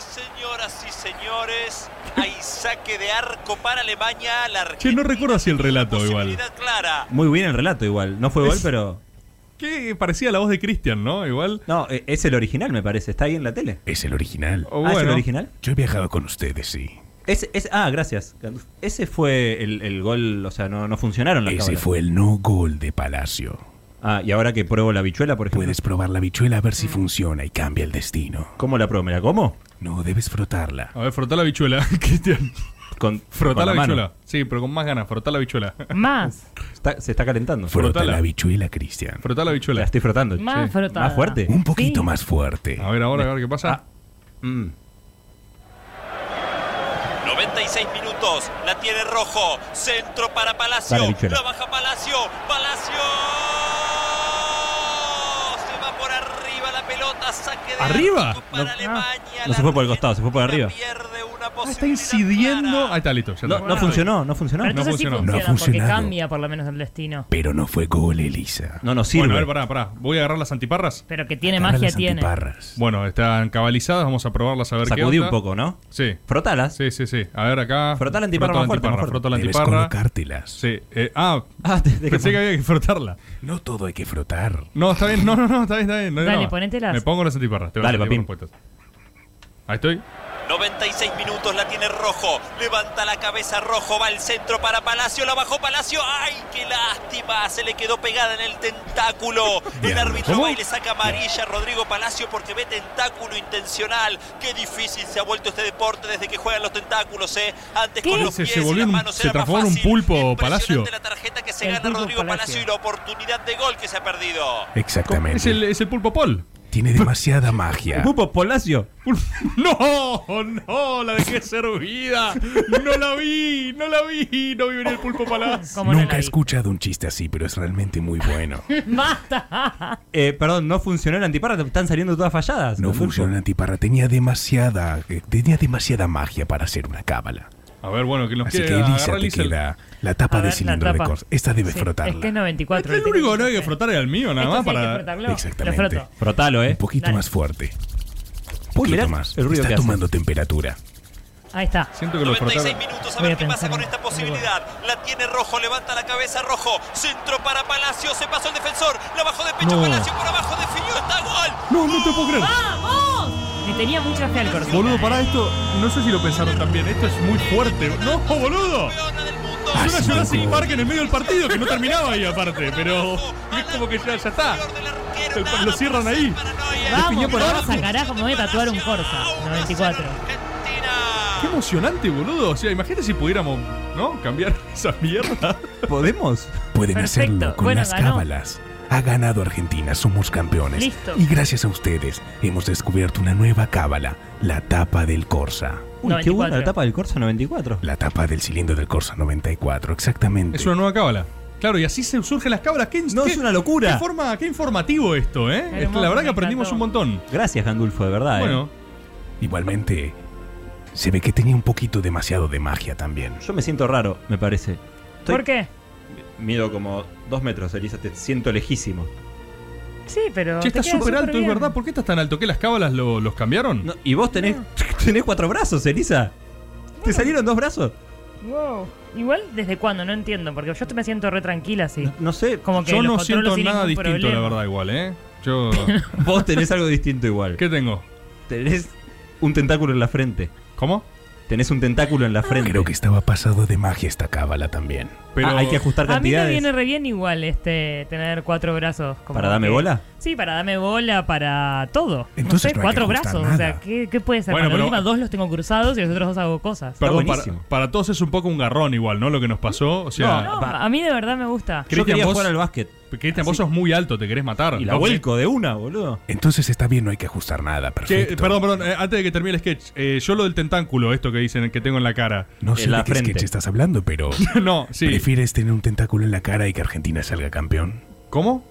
Speaker 12: Señoras y señores, hay saque de arco para Alemania. La
Speaker 5: Che, no recuerdo así el relato igual.
Speaker 12: posibilidad clara.
Speaker 4: Muy bien el relato igual. No fue gol,
Speaker 5: Es-
Speaker 4: pero...
Speaker 5: Que parecía la voz de Cristian, ¿no? Igual.
Speaker 4: No, eh, es el original, me parece. Está ahí en la tele.
Speaker 2: Es el original.
Speaker 5: O
Speaker 4: Ah, ¿es el
Speaker 5: bueno.
Speaker 4: original?
Speaker 2: Yo he viajado con ustedes, sí.
Speaker 4: Ese- ese- ah, gracias. Ese fue el, el gol, o sea, no, no funcionaron las
Speaker 2: Ese
Speaker 4: cábalas.
Speaker 2: fue el no gol de Palacio.
Speaker 4: Ah, y ahora que pruebo la bichuela, por ejemplo.
Speaker 2: Puedes probar la bichuela a ver
Speaker 4: Mm.
Speaker 2: si funciona y cambia el destino.
Speaker 4: ¿Cómo la pruebo? ¿Me la como?
Speaker 2: No, debes frotarla.
Speaker 5: A ver, frotá la bichuela, Cristian.
Speaker 4: Con,
Speaker 5: Frotá
Speaker 4: con
Speaker 5: la,
Speaker 4: mano.
Speaker 5: bichuela. Sí, pero con más ganas, frotá la bichuela.
Speaker 1: Más,
Speaker 4: Está- se está calentando.
Speaker 2: Frota
Speaker 5: frotala.
Speaker 2: la bichuela, Cristian.
Speaker 5: Frotá la
Speaker 4: La
Speaker 5: bichuela.
Speaker 4: estoy frotando.
Speaker 1: más
Speaker 5: Sí.
Speaker 1: frotada.
Speaker 4: Más fuerte.
Speaker 2: Un poquito
Speaker 1: Sí.
Speaker 2: más fuerte.
Speaker 5: A ver ahora, a ver qué pasa.
Speaker 4: Mm.
Speaker 12: 96 minutos, la tiene Rojo, centro para Palacio,
Speaker 4: Dale, Bichuela.
Speaker 12: la baja Palacio, Palacio se va por arriba la pelota, saque de
Speaker 5: ¿Arriba?
Speaker 12: arco para
Speaker 4: No, ah,
Speaker 12: Alemania,
Speaker 4: no se fue por el
Speaker 12: la
Speaker 4: costado, se fue por
Speaker 12: Argentina
Speaker 4: arriba.
Speaker 12: Pierde una
Speaker 5: Ah,
Speaker 12: posibilidad
Speaker 5: está incidiendo.
Speaker 12: clara.
Speaker 5: Ahí está, listo. Ya
Speaker 4: No,
Speaker 5: está.
Speaker 4: no funcionó, no funcionó.
Speaker 1: Pero
Speaker 5: No
Speaker 1: entonces sí
Speaker 5: funcionó.
Speaker 1: funciona,
Speaker 2: No ha
Speaker 1: porque
Speaker 2: funcionado.
Speaker 1: cambia por lo menos el destino.
Speaker 2: Pero no fue gol, Elisa.
Speaker 4: No nos sirve.
Speaker 5: Bueno, a ver, pará, pará. Voy a agarrar las antiparras.
Speaker 1: Pero que tiene
Speaker 2: Agarra
Speaker 1: magia,
Speaker 2: las
Speaker 1: tiene.
Speaker 2: antiparras.
Speaker 5: Bueno, están cabalizadas, vamos a probarlas a ver qué
Speaker 4: Sacudí
Speaker 5: onda.
Speaker 4: un poco, ¿no?
Speaker 5: Sí.
Speaker 4: Frotalas.
Speaker 5: Sí, sí, sí. A ver acá.
Speaker 4: Frotá la antiparra
Speaker 5: Froto
Speaker 4: más fuerte, más fuerte.
Speaker 5: Froto la
Speaker 2: Debes
Speaker 5: antiparra.
Speaker 2: colocártelas.
Speaker 5: Sí. eh, ah,
Speaker 4: Ah, te- te-
Speaker 5: pensé que había que frotarla.
Speaker 2: No todo hay que frotar.
Speaker 5: No, está bien. No, no, no, está bien, está bien. no hay
Speaker 1: Dale,
Speaker 5: drama.
Speaker 1: ponételas.
Speaker 5: Me pongo las antiparras. Tengo
Speaker 4: Dale,
Speaker 5: las
Speaker 4: papín.
Speaker 5: antiparras puestas. Ahí estoy.
Speaker 13: 96 minutos la tiene Rojo. Levanta la cabeza Rojo. Va al centro para Palacio. La bajó Palacio. ¡Ay, qué lástima! Se le quedó pegada en el tentáculo. El árbitro va y le saca amarilla a Rodrigo Palacio porque ve tentáculo intencional. Qué difícil se ha vuelto este deporte desde que juegan los tentáculos, ¿eh? Antes con los
Speaker 5: Se,
Speaker 13: pies
Speaker 5: se,
Speaker 13: y
Speaker 5: volvió
Speaker 13: las
Speaker 5: un-
Speaker 13: manos
Speaker 5: se
Speaker 13: era más
Speaker 5: transformó en un
Speaker 13: fácil.
Speaker 5: pulpo palacio.
Speaker 13: Tarjeta que se gana Rodrigo Palacio y la oportunidad de gol que se ha perdido.
Speaker 2: Exactamente.
Speaker 5: Es el, es el pulpo pol.
Speaker 2: Tiene demasiada magia.
Speaker 4: Pulpo Palacio.
Speaker 5: No, no, la dejé servida. No la vi, no la vi. No vi venir el pulpo palacio.
Speaker 2: Nunca he escuchado un chiste así, pero es realmente muy bueno.
Speaker 1: ¡Basta!
Speaker 4: Eh, perdón, no funcionó el antiparra, te están saliendo todas falladas.
Speaker 2: No funciona antiparra. Tenía demasiada, eh, tenía demasiada magia para hacer una cábala.
Speaker 5: A ver, bueno, que nos
Speaker 2: Así
Speaker 5: quede.
Speaker 2: que Elisa te queda la tapa
Speaker 1: A
Speaker 2: de
Speaker 1: ver, la
Speaker 2: cilindro de
Speaker 1: tapa.
Speaker 2: corte. Esta debe
Speaker 1: Sí,
Speaker 2: frotarla.
Speaker 1: Es que es 94.
Speaker 2: Este
Speaker 5: El único que no hay que frotar era el mío, nada
Speaker 1: Esto
Speaker 5: más
Speaker 1: sí hay que
Speaker 5: para.
Speaker 1: frotarlo.
Speaker 2: Exactamente.
Speaker 1: Lo froto.
Speaker 4: Frotalo, eh.
Speaker 2: Un poquito
Speaker 1: Dale.
Speaker 2: más fuerte. Un
Speaker 4: Uy, mirá
Speaker 2: poquito más.
Speaker 4: el ruido
Speaker 2: Está
Speaker 4: que hace.
Speaker 2: tomando temperatura.
Speaker 1: Ahí está.
Speaker 5: Siento que lo
Speaker 13: 96
Speaker 5: frotaron.
Speaker 13: minutos, a
Speaker 1: Voy
Speaker 13: ver
Speaker 1: a
Speaker 13: qué pasa
Speaker 1: pensar
Speaker 13: con
Speaker 1: en-
Speaker 13: esta posibilidad. La tiene Rojo, levanta la cabeza Rojo. Centro para Palacio, se pasó el defensor. La bajó de pecho
Speaker 5: No.
Speaker 13: Palacio por abajo, definió, está gol.
Speaker 5: No, no te puedo creer.
Speaker 1: ¡Vamos! Le tenía mucha fe al Cortina.
Speaker 5: Boludo,
Speaker 1: eh.
Speaker 5: para esto. No sé si lo pensaron también. Esto es muy fuerte. No, boludo.
Speaker 13: Campeona del mundo.
Speaker 5: Es una Jurassic Park en el medio del partido que no terminaba ahí aparte, pero es como que ya, ya está. El- lo cierran ahí.
Speaker 1: Vamos,
Speaker 5: piñó por abajo.
Speaker 1: Corsa, carajo, me voy a tatuar un Corsa. 94.
Speaker 5: Qué emocionante, boludo. O sea, imagínate si pudiéramos, ¿no? Cambiar esa mierda.
Speaker 4: ¿Podemos?
Speaker 2: Pueden
Speaker 1: Perfecto.
Speaker 2: hacerlo con
Speaker 1: Bueno,
Speaker 2: las
Speaker 1: ganó.
Speaker 2: cábalas. Ha ganado Argentina, somos campeones.
Speaker 1: Listo.
Speaker 2: Y gracias a ustedes hemos descubierto una nueva cábala, la tapa del Corsa.
Speaker 4: Uy, qué buena
Speaker 1: 94.
Speaker 4: la etapa del Corsa 94.
Speaker 2: La tapa del cilindro del Corsa 94, exactamente.
Speaker 5: Es una nueva cábala. Claro, y así se surgen las cábalas. ¿Qué,
Speaker 4: No,
Speaker 5: qué-
Speaker 4: es una
Speaker 5: qué
Speaker 4: locura.
Speaker 5: forma, qué informativo esto, ¿eh?
Speaker 1: Hermoso,
Speaker 5: Esto, la verdad
Speaker 1: me
Speaker 5: que aprendimos un
Speaker 1: encantó.
Speaker 5: montón.
Speaker 4: Gracias, Gandulfo, de verdad. eh.
Speaker 5: Bueno,
Speaker 2: Igualmente, se ve que tenía un poquito demasiado de magia también.
Speaker 4: Yo me siento raro, me parece. Estoy-
Speaker 1: ¿Por qué?
Speaker 4: Mido como dos metros, Elisa, te siento lejísimo.
Speaker 1: Sí, pero.
Speaker 5: che,
Speaker 1: te
Speaker 5: está
Speaker 1: queda
Speaker 5: súper alto, es
Speaker 1: bien.
Speaker 5: verdad. ¿Por qué estás tan alto? ¿Qué las cábalas lo- los cambiaron?
Speaker 4: No, y vos tenés, tenés cuatro brazos, Elisa. ¿Te salieron dos brazos?
Speaker 1: Wow. Igual, ¿desde cuándo? No entiendo, porque yo me siento re tranquila así.
Speaker 4: No sé,
Speaker 1: Como que
Speaker 5: Yo
Speaker 1: los
Speaker 5: no
Speaker 1: controlo
Speaker 5: siento
Speaker 1: sin
Speaker 5: nada
Speaker 1: ningún
Speaker 5: distinto, la
Speaker 1: problema.
Speaker 5: verdad, igual, ¿eh? Yo.
Speaker 4: vos tenés algo distinto igual.
Speaker 5: ¿Qué tengo?
Speaker 4: Tenés un tentáculo en la frente.
Speaker 5: ¿Cómo?
Speaker 4: Tenés un tentáculo en la frente.
Speaker 2: Ah, Creo que estaba pasado de magia esta cábala también.
Speaker 5: Pero.
Speaker 4: Ah, hay que ajustar
Speaker 1: A mí me
Speaker 4: cantidades.
Speaker 1: viene re bien igual este tener cuatro brazos. como
Speaker 4: ¿Para dame
Speaker 1: que-
Speaker 4: bola?
Speaker 1: Sí, para dame bola, para todo.
Speaker 2: Entonces
Speaker 1: no sé,
Speaker 2: no hay
Speaker 1: cuatro
Speaker 2: que ajustar
Speaker 1: brazos. O
Speaker 2: nada.
Speaker 1: sea, ¿qué, qué puede ser?
Speaker 5: Bueno,
Speaker 1: Bueno,
Speaker 5: pero-
Speaker 1: la última dos los tengo cruzados y los otros dos hago cosas.
Speaker 5: Perdón, para,
Speaker 4: buenísimo.
Speaker 5: para todos es un poco un garrón igual, ¿no? Lo que nos pasó. O sea,
Speaker 1: No,
Speaker 4: va.
Speaker 1: a mí de verdad me gusta.
Speaker 4: Yo
Speaker 5: Cristian,
Speaker 4: quería
Speaker 5: vos-
Speaker 4: jugar al básquet.
Speaker 5: Cristian, vos sos muy alto, te querés matar.
Speaker 4: Y la
Speaker 5: No,
Speaker 4: vuelco de una, boludo.
Speaker 2: Entonces está bien, no hay que ajustar nada,
Speaker 5: Che,
Speaker 2: perfecto.
Speaker 5: perdón, perdón, eh, antes de que termine el sketch, eh, yo lo del tentáculo, esto que dicen que tengo en la cara.
Speaker 2: No
Speaker 4: En
Speaker 2: sé
Speaker 4: la
Speaker 2: de qué
Speaker 4: frente.
Speaker 2: sketch estás hablando, pero
Speaker 5: no, sí.
Speaker 2: ¿prefieres tener un tentáculo en la cara y que Argentina salga campeón?
Speaker 5: ¿Cómo?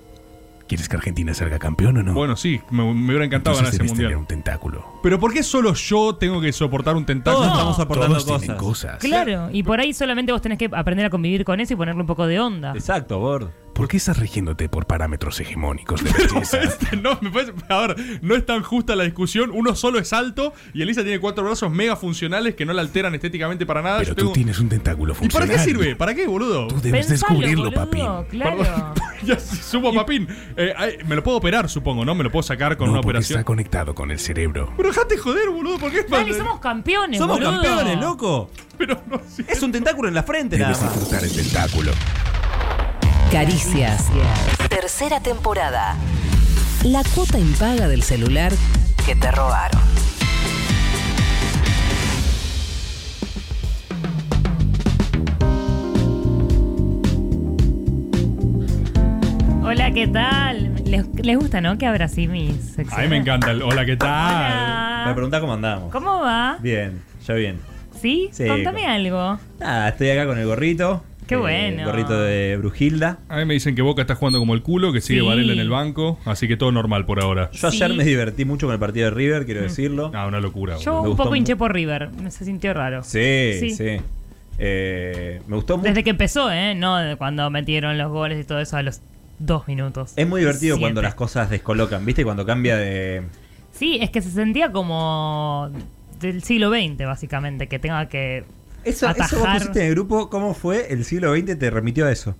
Speaker 2: ¿Quieres que Argentina salga campeón o no?
Speaker 5: Bueno, sí, me, me hubiera encantado
Speaker 2: Entonces
Speaker 5: ganar ese
Speaker 2: debes
Speaker 5: mundial.
Speaker 2: tener un tentáculo.
Speaker 5: Pero ¿por qué solo yo tengo que soportar un tentáculo?
Speaker 4: Todos estamos aportando
Speaker 2: Todos
Speaker 4: cosas.
Speaker 2: tienen cosas.
Speaker 1: Claro, y por ahí solamente vos tenés que aprender a convivir con eso y ponerle un poco de onda.
Speaker 4: Exacto, Bord.
Speaker 2: ¿Por qué estás regiéndote por parámetros hegemónicos de belleza?
Speaker 5: Este No, me parece, a ver, no es tan justa la discusión. Uno solo es alto y Elisa tiene cuatro brazos mega funcionales que no la alteran estéticamente para nada.
Speaker 2: pero
Speaker 5: Yo
Speaker 2: tú
Speaker 5: tengo-
Speaker 2: tienes un tentáculo
Speaker 5: ¿Y para
Speaker 2: funcional.
Speaker 5: qué sirve? ¿Para qué, boludo?
Speaker 2: Tú debes
Speaker 1: Pensalo,
Speaker 2: descubrirlo,
Speaker 1: boludo,
Speaker 2: papín.
Speaker 1: Claro.
Speaker 5: ya si subo a papín. Eh, ay, me lo puedo operar, supongo, ¿no? Me lo puedo sacar con
Speaker 2: no,
Speaker 5: una
Speaker 2: porque
Speaker 5: operación.
Speaker 2: está conectado con el cerebro.
Speaker 5: Pero dejate joder, boludo, porque es
Speaker 1: Dale,
Speaker 5: para-
Speaker 1: somos campeones,
Speaker 4: Somos
Speaker 1: boludo.
Speaker 5: Ah.
Speaker 4: campeones, loco.
Speaker 5: Pero no sé.
Speaker 4: Es un tentáculo en la frente nada
Speaker 2: Debes
Speaker 4: más.
Speaker 2: disfrutar el tentáculo.
Speaker 9: Caricias.
Speaker 14: Tercera temporada
Speaker 9: La cuota impaga del celular
Speaker 14: que te robaron.
Speaker 1: Hola, ¿qué tal? ¿Les, les gusta, no? Que abra así mis secciones.
Speaker 5: A mí me encanta el hola, ¿qué tal?
Speaker 1: Hola.
Speaker 4: Me preguntás cómo andamos.
Speaker 1: ¿Cómo va?
Speaker 4: Bien, ya bien.
Speaker 1: ¿Sí?
Speaker 4: Sí,
Speaker 1: Contame
Speaker 4: con-
Speaker 1: algo.
Speaker 4: Nada, estoy acá con el gorrito.
Speaker 1: Qué
Speaker 4: Eh,
Speaker 1: bueno.
Speaker 4: El gorrito de Brujilda.
Speaker 5: A mí me dicen que Boca está jugando como el culo, que sigue
Speaker 1: Sí.
Speaker 5: Varela en el banco, así que todo normal por ahora.
Speaker 4: Yo
Speaker 1: Sí.
Speaker 4: ayer me divertí mucho con el partido de River, quiero decirlo.
Speaker 5: Ah, una locura. boludo.
Speaker 1: Yo
Speaker 4: Me
Speaker 1: un
Speaker 4: gustó
Speaker 1: poco hinché
Speaker 4: mu-
Speaker 1: por River. Me se sintió raro.
Speaker 4: Sí, sí.
Speaker 1: Sí.
Speaker 4: Eh, me gustó mucho.
Speaker 1: Desde que empezó, ¿eh? No de cuando metieron los goles y todo eso a los dos minutos.
Speaker 4: Es muy divertido
Speaker 1: Siete.
Speaker 4: cuando las cosas descolocan, ¿viste? Cuando cambia de.
Speaker 1: Sí, es que se sentía como del siglo XX, básicamente, que tenga que
Speaker 4: Eso, eso vos
Speaker 1: atajar.
Speaker 4: pusiste en el grupo, ¿cómo fue el siglo XX? Te remitió a eso.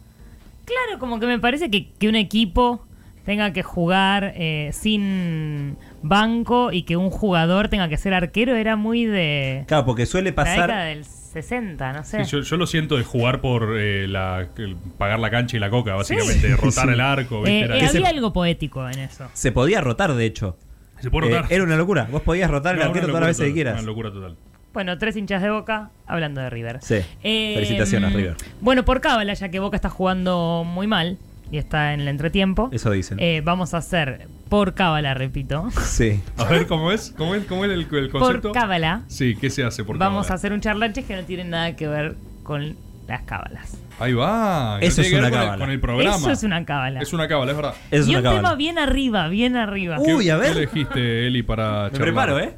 Speaker 1: Claro, como que me parece que, que un equipo tenga que jugar eh, sin banco y que un jugador tenga que ser arquero era muy de
Speaker 10: Claro, porque suele
Speaker 1: la
Speaker 10: pasar.
Speaker 1: década del 60, no sé.
Speaker 5: Sí, yo, yo lo siento de jugar por eh, la- el- pagar la cancha y la coca, básicamente,
Speaker 10: Sí.
Speaker 5: rotar
Speaker 10: Sí.
Speaker 5: el arco.
Speaker 1: Eh,
Speaker 5: ¿viste? Era-
Speaker 1: eh, había algo poético en eso.
Speaker 10: Se podía rotar, de hecho.
Speaker 5: Se puede rotar.
Speaker 10: Eh, era una locura. Vos podías rotar
Speaker 5: No,
Speaker 10: el arquero
Speaker 5: una
Speaker 10: todas las veces
Speaker 5: locura
Speaker 10: que
Speaker 5: total,
Speaker 10: quieras.
Speaker 5: Una locura total.
Speaker 1: Bueno, tres hinchas de boca hablando de River.
Speaker 10: Sí.
Speaker 1: Eh,
Speaker 10: Felicitaciones,
Speaker 1: mm,
Speaker 10: River.
Speaker 1: Bueno, por cábala, ya que Boca está jugando muy mal y está en el entretiempo,
Speaker 10: Eso dicen.
Speaker 1: eh, vamos a hacer por cábala, repito.
Speaker 10: Sí.
Speaker 5: A ver, ¿cómo es? ¿Cómo es, cómo es el, el concepto?
Speaker 1: Por cábala,
Speaker 5: Sí, ¿qué se hace por
Speaker 1: vamos a
Speaker 5: cábala?
Speaker 1: hacer un charlanches que no tiene nada que ver con las cábalas.
Speaker 5: Ahí va. que
Speaker 10: Eso
Speaker 5: tiene
Speaker 10: es
Speaker 5: que ver
Speaker 10: una
Speaker 5: con el-
Speaker 10: cábala.
Speaker 5: Con el programa.
Speaker 1: Eso es una cábala.
Speaker 5: Es una cábala, es verdad.
Speaker 10: Es
Speaker 1: y
Speaker 10: una
Speaker 1: un
Speaker 10: cábala.
Speaker 1: tema bien arriba, bien arriba.
Speaker 5: ¿Qué- ¿Qué elegiste, Eli, para
Speaker 10: Me
Speaker 5: charlar?
Speaker 10: preparo, ¿eh?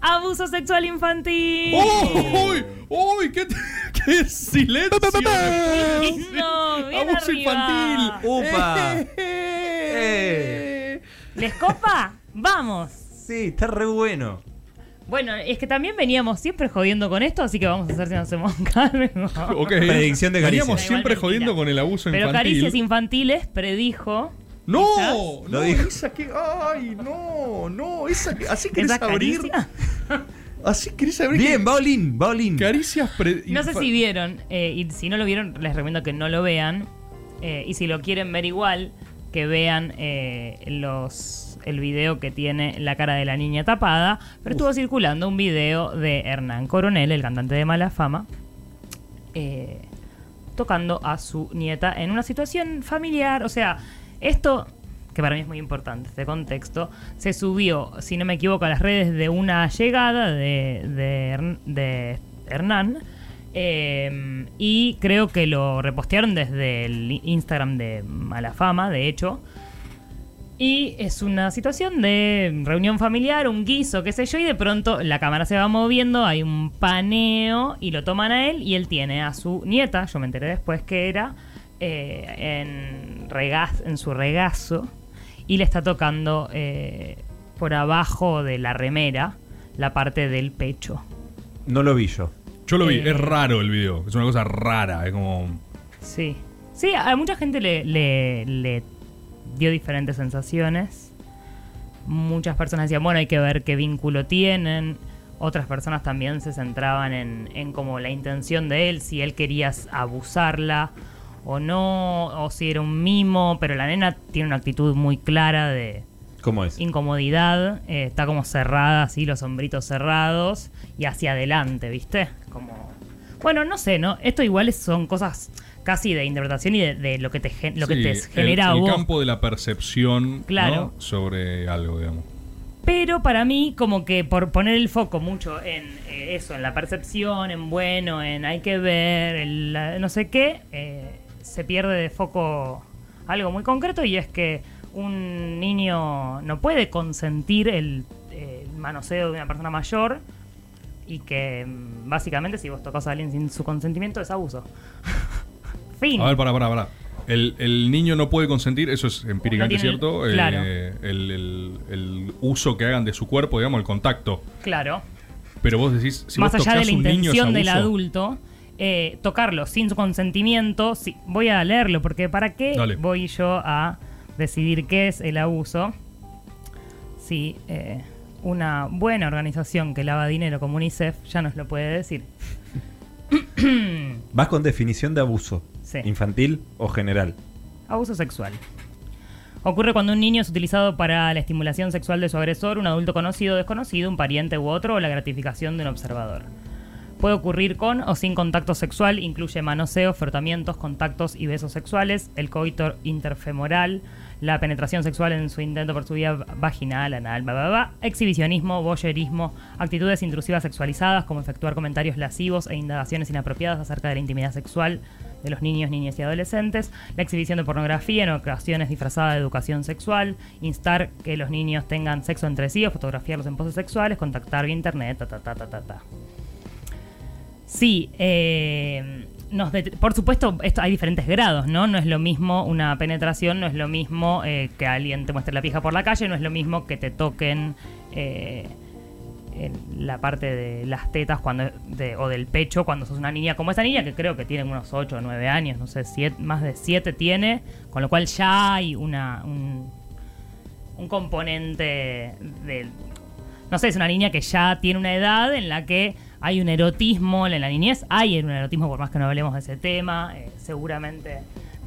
Speaker 1: Abuso sexual infantil.
Speaker 5: ¡Uy! ¡Uy! ¡Qué, qué silencio!
Speaker 1: No, bien
Speaker 5: ¡Abuso
Speaker 1: arriba.
Speaker 5: infantil! Eh.
Speaker 10: ¡Upa! Eh.
Speaker 1: ¿Les copa? Vamos.
Speaker 10: Sí, está re bueno.
Speaker 1: Bueno, es que también veníamos siempre jodiendo con esto, así que vamos a hacer si nos hacemos cargo.
Speaker 5: Ah, Ok.
Speaker 10: Predicción de caricias.
Speaker 5: Veníamos
Speaker 1: Da igual,
Speaker 5: siempre
Speaker 1: mentira.
Speaker 5: jodiendo con el abuso
Speaker 1: Pero
Speaker 5: infantil.
Speaker 1: Caricias Infantiles predijo
Speaker 5: ¡No!
Speaker 10: Lo
Speaker 5: No,
Speaker 10: dijo.
Speaker 5: esa que. ¡Ay, no! No, esa que. Así querés
Speaker 1: esa
Speaker 5: abrir.
Speaker 1: caricia.
Speaker 5: Así querés abrir.
Speaker 10: Bien, va Olin, va Olin.
Speaker 5: Caricias pre-
Speaker 1: No sé
Speaker 5: infa-
Speaker 1: si vieron, eh, y si no lo vieron, les recomiendo que no lo vean. Eh, y si lo quieren ver igual, que vean eh, los el video que tiene la cara de la niña tapada. Pero estuvo circulando un video de Hernán Coronel, el cantante de mala fama, eh, tocando a su nieta en una situación familiar. O sea, esto que para mí es muy importante este contexto, se subió, si no me equivoco, a las redes de una llegada de, de Hern- de Hernán. eh, y creo que lo repostearon desde el Instagram de Malafama, de hecho. Y es una situación de reunión familiar, un guiso, qué sé yo, y de pronto la cámara se va moviendo, hay un paneo y lo toman a él y él tiene a su nieta, yo me enteré después que era, eh, en, regaz- en su regazo y le está tocando eh, por abajo de la remera la parte del pecho.
Speaker 10: No lo vi yo.
Speaker 5: Yo lo vi,
Speaker 1: Eh.
Speaker 5: es raro el video. Es una cosa rara. Es como.
Speaker 1: Sí. Sí, a mucha gente le, le- le dio diferentes sensaciones. Muchas personas decían, bueno, hay que ver qué vínculo tienen. Otras personas también se centraban en, en como la intención de él, si él quería s- abusarla o no, o si era un mimo, pero la nena tiene una actitud muy clara de
Speaker 10: ¿Cómo es?
Speaker 1: incomodidad, eh, está como cerrada, así los hombritos cerrados y hacia adelante, ¿viste? Como bueno, no sé, ¿no? Esto igual es- son cosas casi de interpretación y de, de lo que te, gen- lo que
Speaker 5: Sí,
Speaker 1: te
Speaker 5: el-
Speaker 1: genera a
Speaker 5: el,
Speaker 1: vos.
Speaker 5: campo de la percepción
Speaker 1: Claro.
Speaker 5: ¿no? sobre algo, digamos.
Speaker 1: Pero para mí, como que por poner el foco mucho en eh, eso, en la percepción, en bueno, en hay que ver, en la- no sé qué, eh, se pierde de foco algo muy concreto y es que un niño no puede consentir el eh, manoseo de una persona mayor y que mm, básicamente si vos tocas a alguien sin su consentimiento es abuso. fin.
Speaker 5: A ver, pará, pará, pará. El, el niño no puede consentir, eso es empíricamente
Speaker 1: No tiene-
Speaker 5: cierto, eh,
Speaker 1: claro.
Speaker 5: el, el- el uso que hagan de su cuerpo, digamos, el contacto.
Speaker 1: Claro.
Speaker 5: Pero vos decís, si
Speaker 1: más
Speaker 5: vos
Speaker 1: allá de
Speaker 5: tocás
Speaker 1: la
Speaker 5: un niño, es
Speaker 1: intención del
Speaker 5: abuso.
Speaker 1: adulto, eh, tocarlo sin su consentimiento. sí, voy a leerlo, porque ¿para qué
Speaker 5: Dale.
Speaker 1: voy yo a decidir qué es el abuso? Si eh, una buena organización que lava dinero como UNICEF ya nos lo puede decir.
Speaker 10: Vas con definición de abuso.
Speaker 1: Sí.
Speaker 10: Infantil o general.
Speaker 1: Abuso sexual. Ocurre cuando un niño es utilizado para la estimulación sexual de su agresor, un adulto conocido o desconocido, un pariente u otro, o la gratificación de un observador. Puede ocurrir con o sin contacto sexual, incluye manoseos, frotamientos, contactos y besos sexuales, el coito interfemoral, la penetración sexual en su intento por su vía vaginal, anal, bla, bla, bla, exhibicionismo, voyerismo, actitudes intrusivas sexualizadas como efectuar comentarios lascivos e indagaciones inapropiadas acerca de la intimidad sexual de los niños, niñas y adolescentes, la exhibición de pornografía en ocasiones disfrazada de educación sexual, instar que los niños tengan sexo entre sí o fotografiarlos en poses sexuales, contactar vía internet, ta ta ta ta ta. ta. Sí, eh, nos det- por supuesto, esto, hay diferentes grados, ¿no? No es lo mismo una penetración, no es lo mismo eh, que alguien te muestre la pija por la calle, no es lo mismo que te toquen eh, en la parte de las tetas cuando de- o del pecho cuando sos una niña como esa niña que creo que tiene unos 8 o 9 años, no sé, siete- más de 7 tiene, con lo cual ya hay una, un, un componente de... No sé, es una niña que ya tiene una edad en la que hay un erotismo, en la niñez hay un erotismo, por más que no hablemos de ese tema, eh, seguramente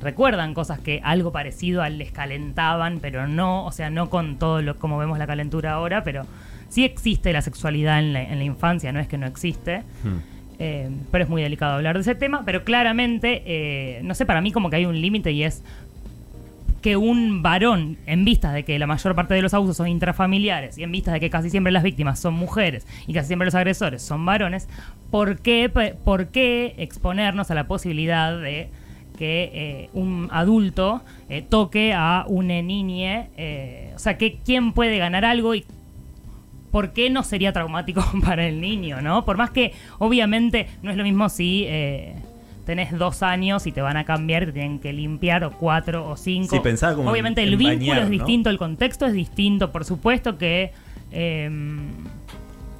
Speaker 1: recuerdan cosas que algo parecido al les calentaban, pero no, o sea, no con todo lo como vemos la calentura ahora, pero sí existe la sexualidad en la, en la infancia, no es que no existe. Eh, pero es muy delicado hablar de ese tema, pero claramente, eh, no sé, para mí como que hay un límite y es que un varón, en vistas de que la mayor parte de los abusos son intrafamiliares y en vistas de que casi siempre las víctimas son mujeres y casi siempre los agresores son varones, ¿por qué, pe- por qué exponernos a la posibilidad de que eh, un adulto eh, toque a una niña? eh, o sea, que, ¿quién puede ganar algo y ¿por qué no sería traumático para el niño, no? Por más que, obviamente, no es lo mismo si eh, tenés dos años y te van a cambiar, te tienen que limpiar, o cuatro, o cinco.
Speaker 10: Sí, pensaba como en-
Speaker 1: obviamente, el
Speaker 10: en
Speaker 1: vínculo
Speaker 10: bañar,
Speaker 1: es
Speaker 10: ¿no?
Speaker 1: distinto, el contexto es distinto. Por supuesto que eh,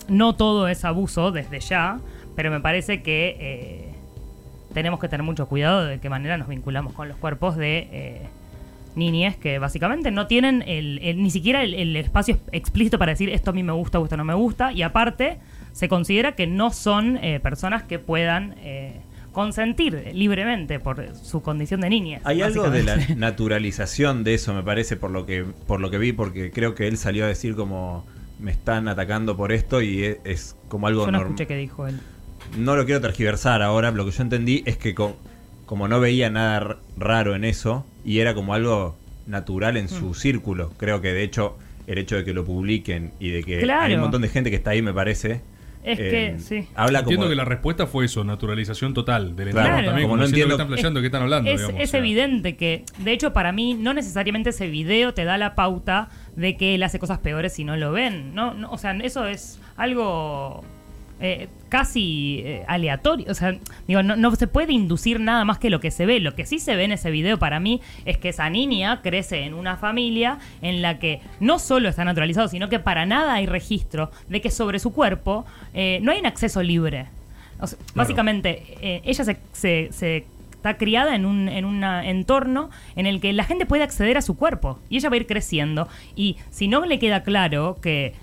Speaker 1: no todo es abuso desde ya, pero me parece que eh, tenemos que tener mucho cuidado de qué manera nos vinculamos con los cuerpos de... eh, niñez que básicamente no tienen el, el- ni siquiera el, el espacio explícito para decir esto a mí me gusta o esto no me gusta. Y aparte, se considera que no son eh, personas que puedan eh, consentir libremente por su condición de niñez.
Speaker 10: Hay algo de
Speaker 1: básicamente.
Speaker 10: la naturalización de eso, me parece, por lo que, por lo que vi, porque creo que él salió a decir como me están atacando por esto y es, es como algo
Speaker 1: Yo no
Speaker 10: norm-
Speaker 1: escuché qué dijo él.
Speaker 10: No lo quiero tergiversar ahora, lo que yo entendí es que co- como no veía nada r- raro en eso y era como algo natural en su
Speaker 1: Mm.
Speaker 10: círculo, creo que de hecho el hecho de que lo publiquen y de que hay
Speaker 1: Claro.
Speaker 10: un montón de gente que está ahí me parece...
Speaker 1: Es
Speaker 10: eh,
Speaker 1: que, sí.
Speaker 10: Habla
Speaker 5: Entiendo
Speaker 10: como...
Speaker 5: que la respuesta fue eso, naturalización total del
Speaker 10: Claro.
Speaker 5: entorno también.
Speaker 10: Como
Speaker 5: Como, diciendo
Speaker 10: no entiendo-
Speaker 5: que están flasheando, que están hablando,
Speaker 1: Es,
Speaker 5: digamos.
Speaker 1: es evidente que, de hecho, para mí, no necesariamente ese video te da la pauta de que él hace cosas peores si no lo ven. No, no, o sea, eso es algo eh, casi eh, aleatorio. O sea, digo, no, no se puede inducir nada más que lo que se ve. Lo que sí se ve en ese video para mí es que esa niña crece en una familia en la que no solo está naturalizado, sino que para nada hay registro de que sobre su cuerpo eh, no hay un acceso libre. O sea, Básicamente, eh, ella se, se- se está criada en un en una- entorno en el que la gente puede acceder a su cuerpo y ella va a ir creciendo. Y si no le queda claro que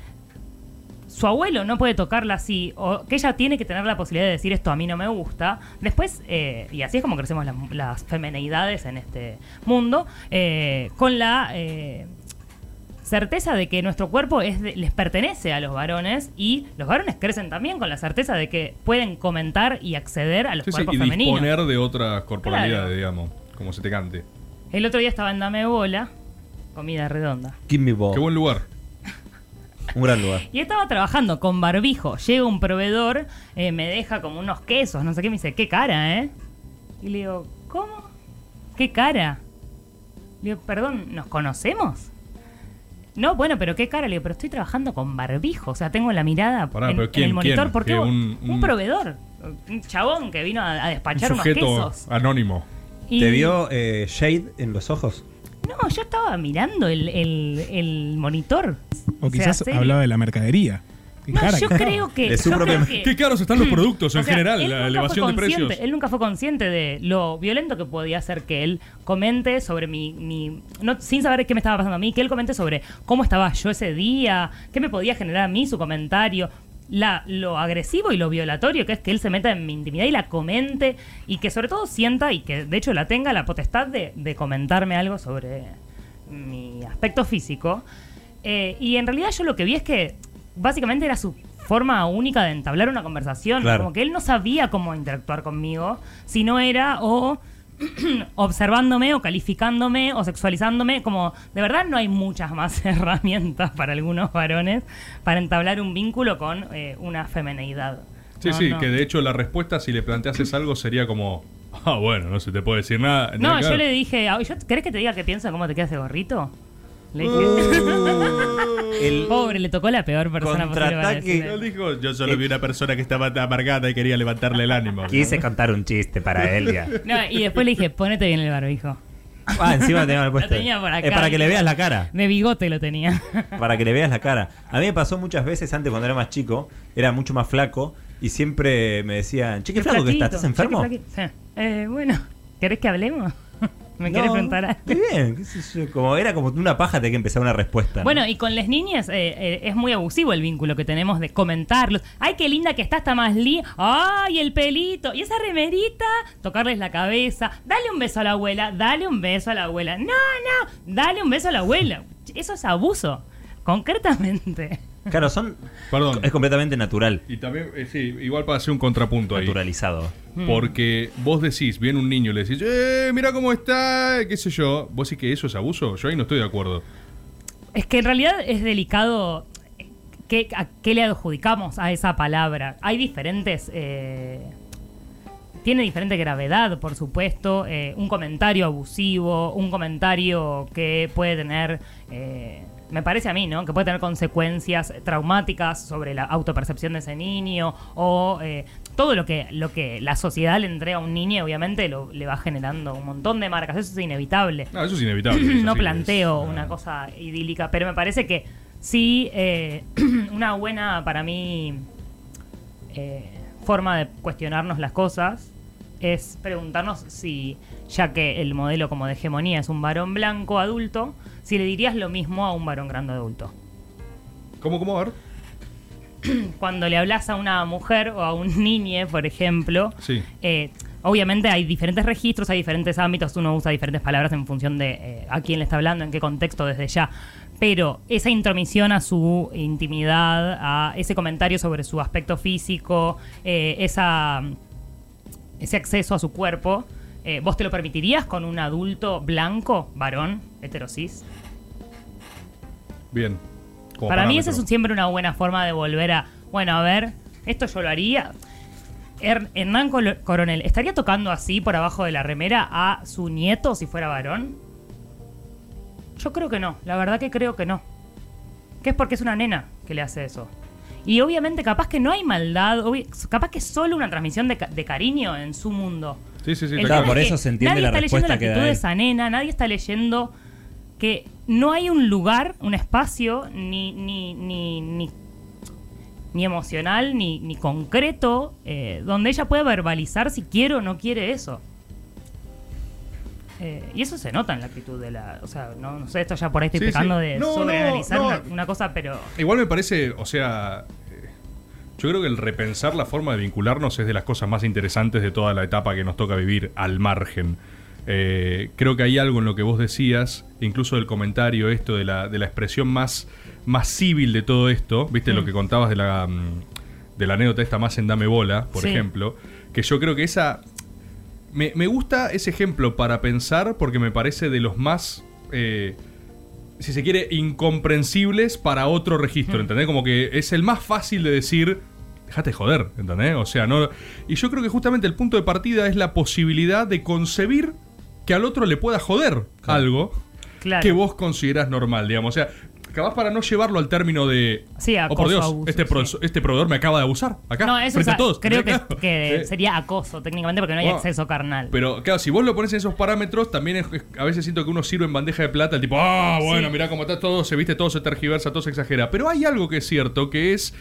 Speaker 1: su abuelo no puede tocarla así, o que ella tiene que tener la posibilidad de decir esto a mí no me gusta. Después, eh, y así es como crecemos las, las femeneidades en este mundo, eh, con la eh, certeza de que nuestro cuerpo es de- les pertenece a los varones y los varones crecen también con la certeza de que pueden comentar y acceder a los
Speaker 5: Sí, sí,
Speaker 1: cuerpos
Speaker 5: y
Speaker 1: femeninos.
Speaker 5: disponer de otras corporalidades,
Speaker 1: Claro.
Speaker 5: digamos, como se te cante.
Speaker 1: El otro día estaba en Dame Bola, comida redonda.
Speaker 5: Qué buen lugar.
Speaker 10: Un gran lugar.
Speaker 1: Y estaba trabajando con barbijo. Llega un proveedor, eh, me deja como unos quesos, no sé qué, me dice, qué cara, ¿eh? Y le digo, ¿cómo? ¿Qué cara? Le digo, perdón, ¿nos conocemos? No, bueno, pero qué cara. Le digo, pero estoy trabajando con barbijo. O sea, tengo la mirada
Speaker 5: Pará,
Speaker 1: en,
Speaker 5: pero
Speaker 1: en
Speaker 5: ¿quién,
Speaker 1: el monitor.
Speaker 5: quién?
Speaker 1: ¿Por qué?
Speaker 5: Que
Speaker 1: vos-
Speaker 5: un-
Speaker 1: Un,
Speaker 5: un-
Speaker 1: proveedor, un chabón que vino a, a
Speaker 5: Un
Speaker 1: despachar unos
Speaker 5: sujeto
Speaker 1: quesos.
Speaker 5: anónimo.
Speaker 1: Y-
Speaker 10: ¿Te vio eh, Shade en los ojos?
Speaker 1: No, yo estaba mirando el, el- el monitor.
Speaker 12: O
Speaker 1: sea,
Speaker 12: quizás
Speaker 1: serio.
Speaker 12: hablaba de la mercadería. Qué
Speaker 1: No,
Speaker 12: cara
Speaker 1: yo
Speaker 12: que está.
Speaker 1: creo que. yo creo que- Mm.
Speaker 5: Qué caros están los productos en
Speaker 1: O sea,
Speaker 5: general,
Speaker 1: él
Speaker 5: la
Speaker 1: nunca
Speaker 5: elevación
Speaker 1: fue
Speaker 5: de precios.
Speaker 1: consciente- Él nunca fue consciente de lo violento que podía ser que él comente sobre mi. mi- no, sin saber qué me estaba pasando a mí, que él comente sobre cómo estaba yo ese día, qué me podía generar a mí su comentario. La, lo agresivo y lo violatorio que es que él se meta en mi intimidad y la comente y que sobre todo sienta y que de hecho la tenga la potestad de, de comentarme algo sobre mi aspecto físico. Eh, y en realidad yo lo que vi es que básicamente era su forma única de entablar una conversación.
Speaker 4: Claro.
Speaker 1: Como que él no sabía cómo interactuar conmigo, si no era o observándome o calificándome o sexualizándome. Como de verdad no hay muchas más herramientas para algunos varones para entablar un vínculo con eh, una femeneidad.
Speaker 5: Sí,
Speaker 1: No,
Speaker 5: sí,
Speaker 1: no.
Speaker 5: que de hecho la respuesta si le planteases algo sería como, ah, bueno, no se te puede decir nada.
Speaker 1: No,
Speaker 5: Nada,
Speaker 1: yo
Speaker 5: claro.
Speaker 1: le dije, "Ay, yo- ¿querés que te diga qué pienso de cómo te queda ese gorrito? Le dije, pobre, le tocó la peor persona posible para decirle.
Speaker 5: Él dijo, yo solo vi una persona que estaba amargada y quería levantarle el ánimo.
Speaker 1: Quise
Speaker 5: contar un chiste para
Speaker 1: No, y después le dije, ponete bien el barbijo.
Speaker 10: Ah, encima tenía mal puesto.
Speaker 1: Lo tenía por acá.
Speaker 10: Es para que le veas la cara.
Speaker 1: De bigote lo tenía.
Speaker 10: Para que le veas la cara. A mí me pasó muchas veces antes cuando era más chico, era mucho más flaco y siempre me decían, che, qué flaco que estás, ¿estás
Speaker 1: Flaquito,
Speaker 10: enfermo?
Speaker 1: che, qué flaquito. Sí. Eh, bueno, ¿querés que hablemos? ¿Me querés
Speaker 10: No,
Speaker 1: preguntar algo?
Speaker 10: Muy bien, qué sé yo, como, era como una paja de que empezar una respuesta. ¿no?
Speaker 1: Bueno, y con las niñas eh, eh, es muy abusivo el vínculo que tenemos de comentarlos. ¡Ay, qué linda que está! Está más li. ¡Ay, el pelito! ¿Y esa remerita? Tocarles la cabeza. Dale un beso a la abuela. Dale un beso a la abuela. No, no. Dale un beso a la abuela. Eso es abuso. Concretamente.
Speaker 10: Claro, son.
Speaker 5: Perdón.
Speaker 10: Es completamente natural.
Speaker 5: Y también, eh, sí, igual para hacer un contrapunto ahí.
Speaker 10: Naturalizado.
Speaker 1: Mm.
Speaker 5: Porque vos decís, viene un niño y le decís, ¡eh, mira cómo está! ¿Qué sé yo? ¿Vos decís que eso es abuso? Yo ahí no estoy de acuerdo.
Speaker 1: Es que en realidad es delicado qué, a qué le adjudicamos a esa palabra. Hay diferentes... eh, tiene diferente gravedad, por supuesto. eh, un comentario abusivo, un comentario que puede tener... eh, me parece a mí, ¿no? Que puede tener consecuencias traumáticas sobre la autopercepción de ese niño o eh, todo lo que, lo que la sociedad le entrega a un niño, obviamente, lo- le va generando un montón de marcas. Eso es inevitable
Speaker 5: No, eso es inevitable. eso
Speaker 1: no
Speaker 5: sí,
Speaker 1: planteo
Speaker 5: es-
Speaker 1: una cosa idílica, pero me parece que sí, eh, una buena para mí eh, forma de cuestionarnos las cosas es preguntarnos si, ya que el modelo como de hegemonía es un varón blanco adulto, si le dirías lo mismo a un varón grande adulto.
Speaker 5: ¿Cómo, cómo? A ver.
Speaker 1: Cuando le hablas a una mujer o a un niñe, por ejemplo,
Speaker 5: Sí.
Speaker 1: eh, obviamente hay diferentes registros, hay diferentes ámbitos, uno usa diferentes palabras en función de eh, a quién le está hablando, en qué contexto desde ya. Pero esa intromisión a su intimidad, a ese comentario sobre su aspecto físico, eh, esa, ese acceso a su cuerpo, eh, ¿vos te lo permitirías con un adulto blanco, varón, heterosis?
Speaker 5: Bien. Como
Speaker 1: Para mí esa
Speaker 5: parámetro.
Speaker 1: es un- siempre una buena forma de volver a, bueno, a ver, esto yo lo haría. Her- Hernán Colo- Coronel, ¿estaría tocando así por abajo de la remera a su nieto si fuera varón? Yo creo que no, la verdad que creo que no. Que es porque es una nena que le hace eso. Y obviamente capaz que no hay maldad, obvi- capaz que es solo una transmisión de, ca- de cariño en su mundo.
Speaker 5: Sí, sí, sí.
Speaker 1: El
Speaker 5: está
Speaker 1: tema
Speaker 5: claro.
Speaker 1: es que nadie está leyendo la actitud de esa nena, nadie está leyendo que no hay un lugar, un espacio, ni, ni, ni, ni, ni emocional, ni, ni concreto, eh, donde ella pueda verbalizar si quiere o no quiere eso. Eh, y eso se nota en la actitud de la. O sea, no, no sé, esto ya por ahí estoy
Speaker 5: Sí,
Speaker 1: pecando
Speaker 5: sí.
Speaker 1: de
Speaker 5: No, no,
Speaker 1: sobreanalizar
Speaker 5: no.
Speaker 1: una, una cosa, pero.
Speaker 5: Igual me parece, o sea, eh, yo creo que el repensar la forma de vincularnos es de las cosas más interesantes de toda la etapa que nos toca vivir al margen. Eh, creo que hay algo en lo que vos decías, incluso del comentario esto, de la, de la expresión más, más civil de todo esto, viste lo que contabas de la, mm, de la anécdota esta más en Dame Bola, por
Speaker 2: Sí.
Speaker 5: ejemplo, que yo creo que esa... Me, me gusta ese ejemplo para pensar porque me parece de los más... eh, si se quiere, incomprensibles para otro registro, ¿entendés? Como que es el más fácil de decir, déjate joder, ¿entendés? O sea, no... Y yo creo que justamente el punto de partida es la posibilidad de concebir que al otro le pueda joder algo
Speaker 1: Claro.
Speaker 5: que vos considerás normal, digamos. O sea, capaz para no llevarlo al término de...
Speaker 1: Sí,
Speaker 5: oh, por
Speaker 1: acoso,
Speaker 5: Dios,
Speaker 1: abuso,
Speaker 5: este, pro- este proveedor me acaba de abusar, acá,
Speaker 1: no, eso
Speaker 5: frente
Speaker 1: es
Speaker 5: a todos.
Speaker 1: creo que,
Speaker 5: ¿entendés?
Speaker 1: que
Speaker 5: Sí.
Speaker 1: sería acoso técnicamente porque no hay
Speaker 5: Bueno.
Speaker 1: acceso carnal.
Speaker 5: Pero claro, si vos lo pones en esos parámetros, también es- es- a veces siento que uno sirve en bandeja de plata, el tipo, ah, bueno,
Speaker 1: Sí.
Speaker 5: mirá cómo está todo, se viste, todo se tergiversa, todo se exagera. Pero hay algo que es cierto, que es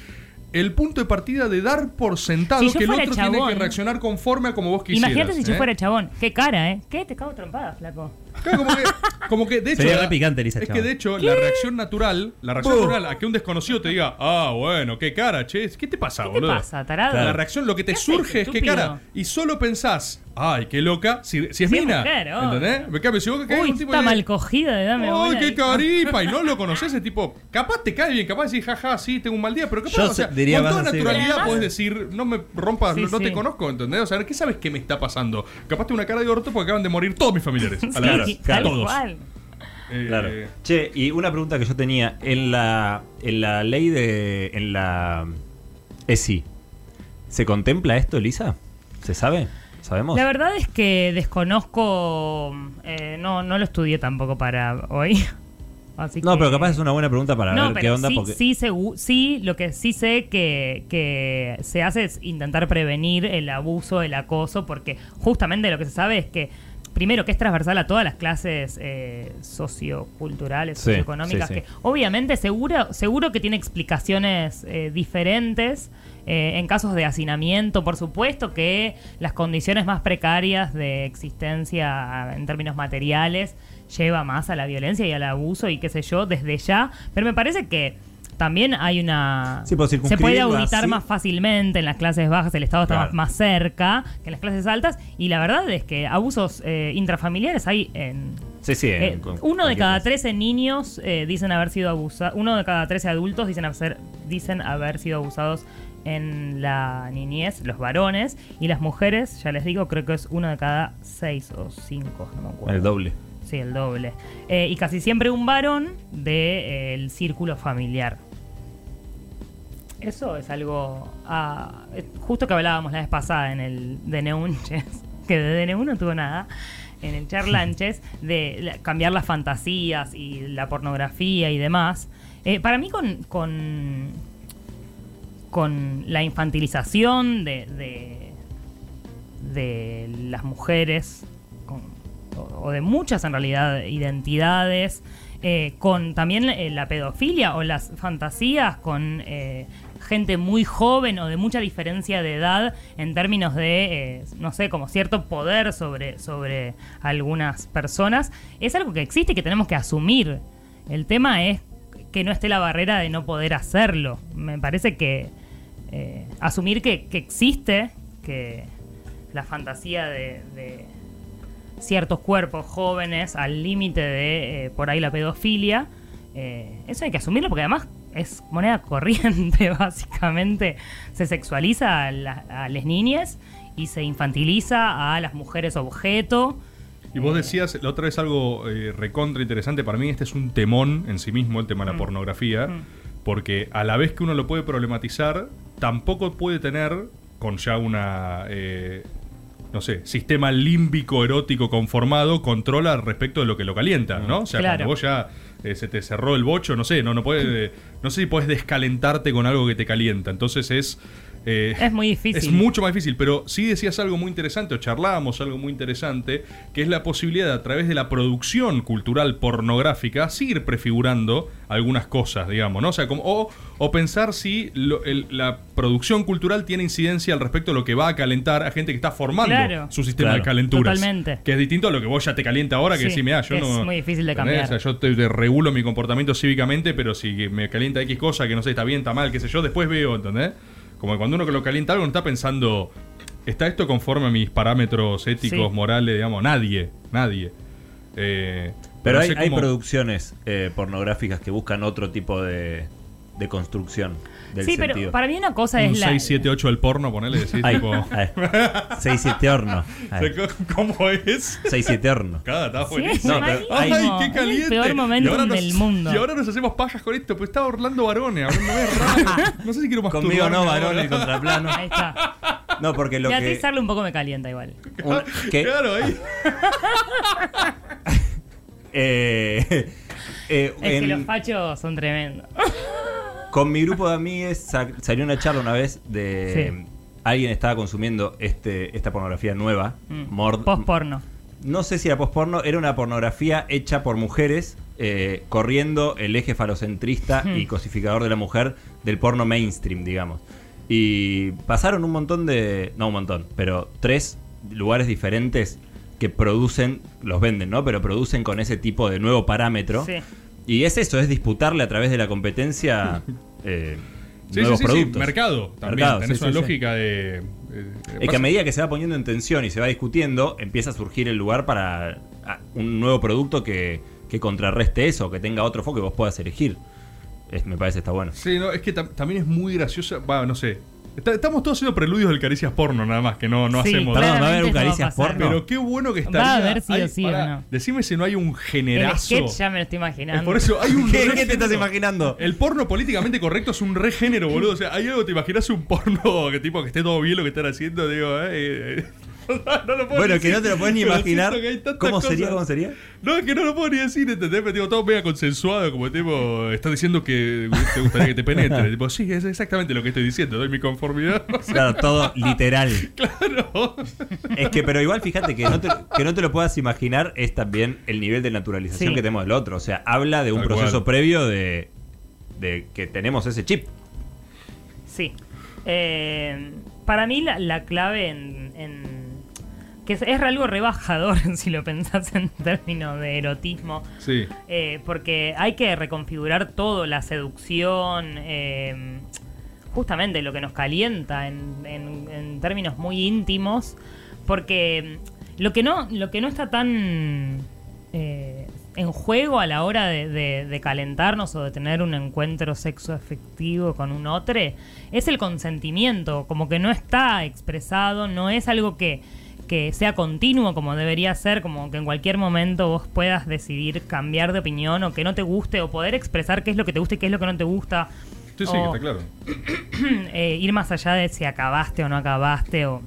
Speaker 5: el punto de partida de dar por sentado
Speaker 1: Si yo
Speaker 5: que el
Speaker 1: fuera
Speaker 5: otro tiene
Speaker 1: chabón-
Speaker 5: que reaccionar conforme a como vos quisieras.
Speaker 1: Imagínate si yo
Speaker 5: ¿eh?
Speaker 1: fuera chabón. Qué cara, ¿eh? ¿Qué? Te cago trompada, flaco.
Speaker 5: Como que, de hecho,
Speaker 10: Sería
Speaker 5: la-
Speaker 10: re picante, Lisa,
Speaker 5: Es que
Speaker 10: chabón.
Speaker 5: de hecho, la reacción natural, la reacción
Speaker 10: Buh.
Speaker 5: natural a que un desconocido te diga, ah, bueno, qué cara, che, ¿qué te pasa, boludo?
Speaker 1: pasa, tarado?
Speaker 5: La reacción, lo que te surge es qué
Speaker 1: estúpido?
Speaker 5: cara. Y solo pensás, ay, qué loca, si, si es
Speaker 1: Si es
Speaker 5: mina.
Speaker 1: mujer, oh.
Speaker 5: ¿Entendés? Me cambio, si vos caes
Speaker 1: Uy,
Speaker 5: un tipo
Speaker 1: está
Speaker 5: y-
Speaker 1: mal cogida de dame
Speaker 5: Ay,
Speaker 1: bola
Speaker 5: qué
Speaker 1: ahí.
Speaker 5: caripa, y no lo conoces, ese tipo. Capaz te cae bien, capaz decís, jaja, sí, tengo un mal día, pero capaz,
Speaker 10: Yo
Speaker 5: o sea,
Speaker 10: se- diría
Speaker 5: con
Speaker 10: más
Speaker 5: toda
Speaker 10: así,
Speaker 5: naturalidad
Speaker 10: además-
Speaker 5: podés decir, no me rompas,
Speaker 1: Sí,
Speaker 5: no, no te
Speaker 1: sí.
Speaker 5: conozco, ¿entendés? O sea, ¿qué sabes que me está pasando? Capaz tengo una cara de orto porque acaban de morir todos mis familiares. A la
Speaker 1: Sí,
Speaker 5: vez.
Speaker 1: tal
Speaker 5: todos.
Speaker 1: cual.
Speaker 5: Eh,
Speaker 10: Claro. Che, y una pregunta que yo tenía. En la, en la ley de. En la. ESI, ¿se contempla esto, Lisa? ¿Se sabe? ¿Sabemos?
Speaker 1: La verdad es que desconozco. eh, no, no lo estudié tampoco para hoy. Así
Speaker 10: no,
Speaker 1: que-
Speaker 10: pero capaz es una buena pregunta para
Speaker 1: No,
Speaker 10: ver qué
Speaker 1: pero
Speaker 10: onda.
Speaker 1: sí,
Speaker 10: porque...
Speaker 1: sí, segu- sí, lo que sí sé que, que se hace es intentar prevenir el abuso, el acoso, porque justamente lo que se sabe es que primero que es transversal a todas las clases eh, socioculturales,
Speaker 4: Sí,
Speaker 1: socioeconómicas,
Speaker 4: sí, sí.
Speaker 1: que obviamente seguro, seguro que tiene explicaciones eh, diferentes. eh, en casos de hacinamiento, por supuesto que las condiciones más precarias de existencia en términos materiales lleva más a la violencia y al abuso y qué sé yo, desde ya. Pero me parece que también hay una...
Speaker 10: Sí, pero
Speaker 1: se puede
Speaker 10: circunscribirlo
Speaker 1: auditar
Speaker 10: así-
Speaker 1: más fácilmente en las clases bajas, el Estado está
Speaker 10: Claro.
Speaker 1: más cerca que en las clases altas. Y la verdad es que abusos eh, intrafamiliares hay en...
Speaker 4: Sí, sí. en-
Speaker 1: eh,
Speaker 4: con-
Speaker 1: uno de
Speaker 4: cualquier
Speaker 1: cada
Speaker 4: cosa.
Speaker 1: 13 niños eh, dicen haber sido abusados, uno de cada 13 adultos dicen haber, dicen haber sido abusados en la niñez, los varones, y las mujeres, ya les digo, creo que es uno de cada 6 o 5, no me acuerdo.
Speaker 4: El doble.
Speaker 1: Sí, el doble. Eh, y casi siempre un varón del círculo familiar. Eso es algo. ah, eh, justo que hablábamos la vez pasada en el DN1, que de DN1 no tuvo nada, en el Charlanches, de la- cambiar las fantasías y la pornografía y demás. Eh, para mí, con, con, con la infantilización de, de, de las mujeres, con- o, o de muchas en realidad identidades, eh, con también eh, la pedofilia o las fantasías con eh, gente muy joven o de mucha diferencia de edad en términos de, eh, no sé, como cierto poder sobre, sobre algunas personas, es algo que existe y que tenemos que asumir. El tema es que no esté la barrera de no poder hacerlo. Me parece que eh, asumir que, que existe, que la fantasía de, de ciertos cuerpos jóvenes al límite de eh, por ahí la pedofilia, eh, eso hay que asumirlo porque además es moneda corriente básicamente. Se sexualiza a, la- a las niñas y se infantiliza a las mujeres objeto.
Speaker 5: Y vos decías la otra vez algo eh, recontra interesante. Para mí, este es un temón en sí mismo, el tema de la pornografía. Porque a la vez que uno lo puede problematizar, tampoco puede tener con ya una. eh, no sé, sistema límbico erótico conformado controla respecto de lo que lo calienta, ¿no? O sea,
Speaker 1: Claro.
Speaker 5: cuando vos ya eh, se te cerró el bocho, no sé, no, no puede, no sé si podés descalentarte con algo que te calienta. Entonces es. eh,
Speaker 1: Es muy difícil.
Speaker 5: es mucho más difícil, pero sí decías algo muy interesante, o charlábamos algo muy interesante, que es la posibilidad de, a través de la producción cultural pornográfica, seguir prefigurando algunas cosas, digamos, ¿no? O sea, como, o, o pensar si lo- el- la producción cultural tiene incidencia al respecto de lo que va a calentar a gente que está formando
Speaker 1: Claro.
Speaker 5: su sistema
Speaker 1: Claro.
Speaker 5: de calenturas.
Speaker 1: Totalmente.
Speaker 5: Que es distinto a lo que vos ya te calienta ahora, que
Speaker 1: Sí,
Speaker 5: sí, me yo
Speaker 1: que
Speaker 5: no.
Speaker 1: es muy difícil de
Speaker 5: ¿entendés?
Speaker 1: cambiar.
Speaker 5: O sea, yo te, te regulo mi comportamiento cívicamente, pero si me calienta X cosa que no sé, está bien, está mal, qué sé yo, después veo, ¿entendés? Como que cuando uno que lo calienta algo no está pensando, ¿está esto conforme a mis parámetros éticos,
Speaker 4: Sí.
Speaker 5: morales, digamos? Nadie, nadie. Eh,
Speaker 4: Pero
Speaker 5: no
Speaker 4: hay,
Speaker 5: sé
Speaker 4: hay
Speaker 5: cómo-
Speaker 4: producciones eh, pornográficas que buscan otro tipo de, de construcción del
Speaker 1: sí,
Speaker 4: sentido.
Speaker 1: pero para mí una cosa es
Speaker 5: un
Speaker 1: la...
Speaker 5: 678 del porno, ponele, decís,
Speaker 4: Ay,
Speaker 5: tipo...
Speaker 4: ay. 6-7 horno. Ay.
Speaker 5: ¿Cómo es?
Speaker 4: 6-7 horno.
Speaker 5: Cada, está
Speaker 4: Sí,
Speaker 5: buenísimo.
Speaker 4: es
Speaker 5: Ay,
Speaker 4: malísimo.
Speaker 5: qué
Speaker 4: Es el
Speaker 5: caliente.
Speaker 4: peor
Speaker 5: Y
Speaker 4: momento
Speaker 5: ahora nos-
Speaker 4: del mundo.
Speaker 5: Y ahora nos hacemos pajas con esto, pues está Orlando Barone, hablando de raro. No sé si quiero más
Speaker 4: Conmigo no, varón, el contraplano.
Speaker 1: Ahí está.
Speaker 4: No, porque lo que.
Speaker 1: Beatriz Arlo un poco me calienta igual.
Speaker 4: un- que- Eh, eh,
Speaker 1: Es que
Speaker 4: en-
Speaker 1: los fachos son tremendos.
Speaker 4: Con mi grupo de amigues sa- salió una charla una vez de alguien estaba consumiendo este, esta pornografía nueva.
Speaker 1: Mm.
Speaker 4: mord-
Speaker 1: Post-porno.
Speaker 4: no sé si era posporno, era una pornografía hecha por mujeres, eh, corriendo el eje falocentrista
Speaker 1: Hmm.
Speaker 4: y cosificador de la mujer del porno mainstream, digamos. Y pasaron un montón de. No un montón, pero tres lugares diferentes que producen, los venden, ¿no? Pero producen con ese tipo de nuevo parámetro.
Speaker 1: Sí.
Speaker 4: Y es eso, es disputarle a través de la competencia. eh,
Speaker 5: Sí,
Speaker 4: nuevos
Speaker 5: sí, sí, sí,
Speaker 4: productos.
Speaker 5: mercado también, tenés una lógica de. eh,
Speaker 4: Es que a medida que se va poniendo en tensión y se va discutiendo, empieza a surgir el lugar para ah, un nuevo producto que, que contrarreste eso, que tenga otro foco que vos puedas elegir. Es- me parece está bueno.
Speaker 5: Sí, no, es que tam- también es muy graciosa. Va, no sé. Está- estamos todos haciendo preludios del caricias porno, nada más, que no, no
Speaker 4: Sí,
Speaker 5: hacemos.
Speaker 4: Perdón, ¿va a haber un claramente eso va a caricias pasar. porno?
Speaker 5: Pero qué bueno que
Speaker 1: Va a
Speaker 5: estaría.
Speaker 1: haber sí o
Speaker 5: Ay,
Speaker 1: sí,
Speaker 5: pará,
Speaker 1: ¿o no?
Speaker 5: Decime si no hay un
Speaker 1: El
Speaker 5: generazo.
Speaker 1: sketch ya me lo estoy imaginando.
Speaker 5: Es por eso hay un
Speaker 4: ¿Qué-
Speaker 5: re
Speaker 4: qué te estás
Speaker 5: género.
Speaker 4: imaginando?
Speaker 5: El porno políticamente correcto es un regénero, boludo. O sea, hay algo, te imaginas un porno que tipo que esté todo bien lo que están haciendo, digo, eh, eh,
Speaker 6: no lo puedo
Speaker 4: Bueno,
Speaker 6: decir.
Speaker 4: que no te lo puedes ni
Speaker 6: Pero
Speaker 4: imaginar.
Speaker 6: siento que hay tantas
Speaker 4: ¿Cómo
Speaker 6: cosas.
Speaker 4: sería? ¿Cómo sería?
Speaker 5: No, es que no lo puedo ni decir, ¿entendés? Pero tipo, todo mega consensuado, como tipo, estás diciendo que te gustaría que te penetre. tipo, sí, es exactamente lo que estoy diciendo, doy mi conformidad. no sé.
Speaker 4: Claro, todo literal. Es que, pero igual fíjate que no, te, que no te lo puedas imaginar es también el nivel de naturalización
Speaker 5: Sí.
Speaker 4: que tenemos del otro. O sea, habla de un
Speaker 5: Tal
Speaker 4: proceso
Speaker 5: cual.
Speaker 4: previo de, de que tenemos ese chip.
Speaker 1: Sí. Eh, para mí la, la clave en, en- que es, es algo rebajador si lo pensás en términos de erotismo.
Speaker 5: Sí.
Speaker 1: Eh, porque hay que reconfigurar todo, la seducción, eh, justamente lo que nos calienta en, en- en términos muy íntimos. Porque mm, lo que no, lo que no está tan eh, en juego a la hora de, de- de calentarnos o de tener un encuentro sexo efectivo con un otro es el consentimiento, como que no está expresado, no es algo que, que sea continuo como debería ser, como que en cualquier momento vos puedas decidir cambiar de opinión o que no te guste o poder expresar qué es lo que te gusta y qué es lo que no te gusta.
Speaker 5: Sí, sí,
Speaker 1: o,
Speaker 5: está claro.
Speaker 1: eh, ir más allá de si acabaste o no acabaste o...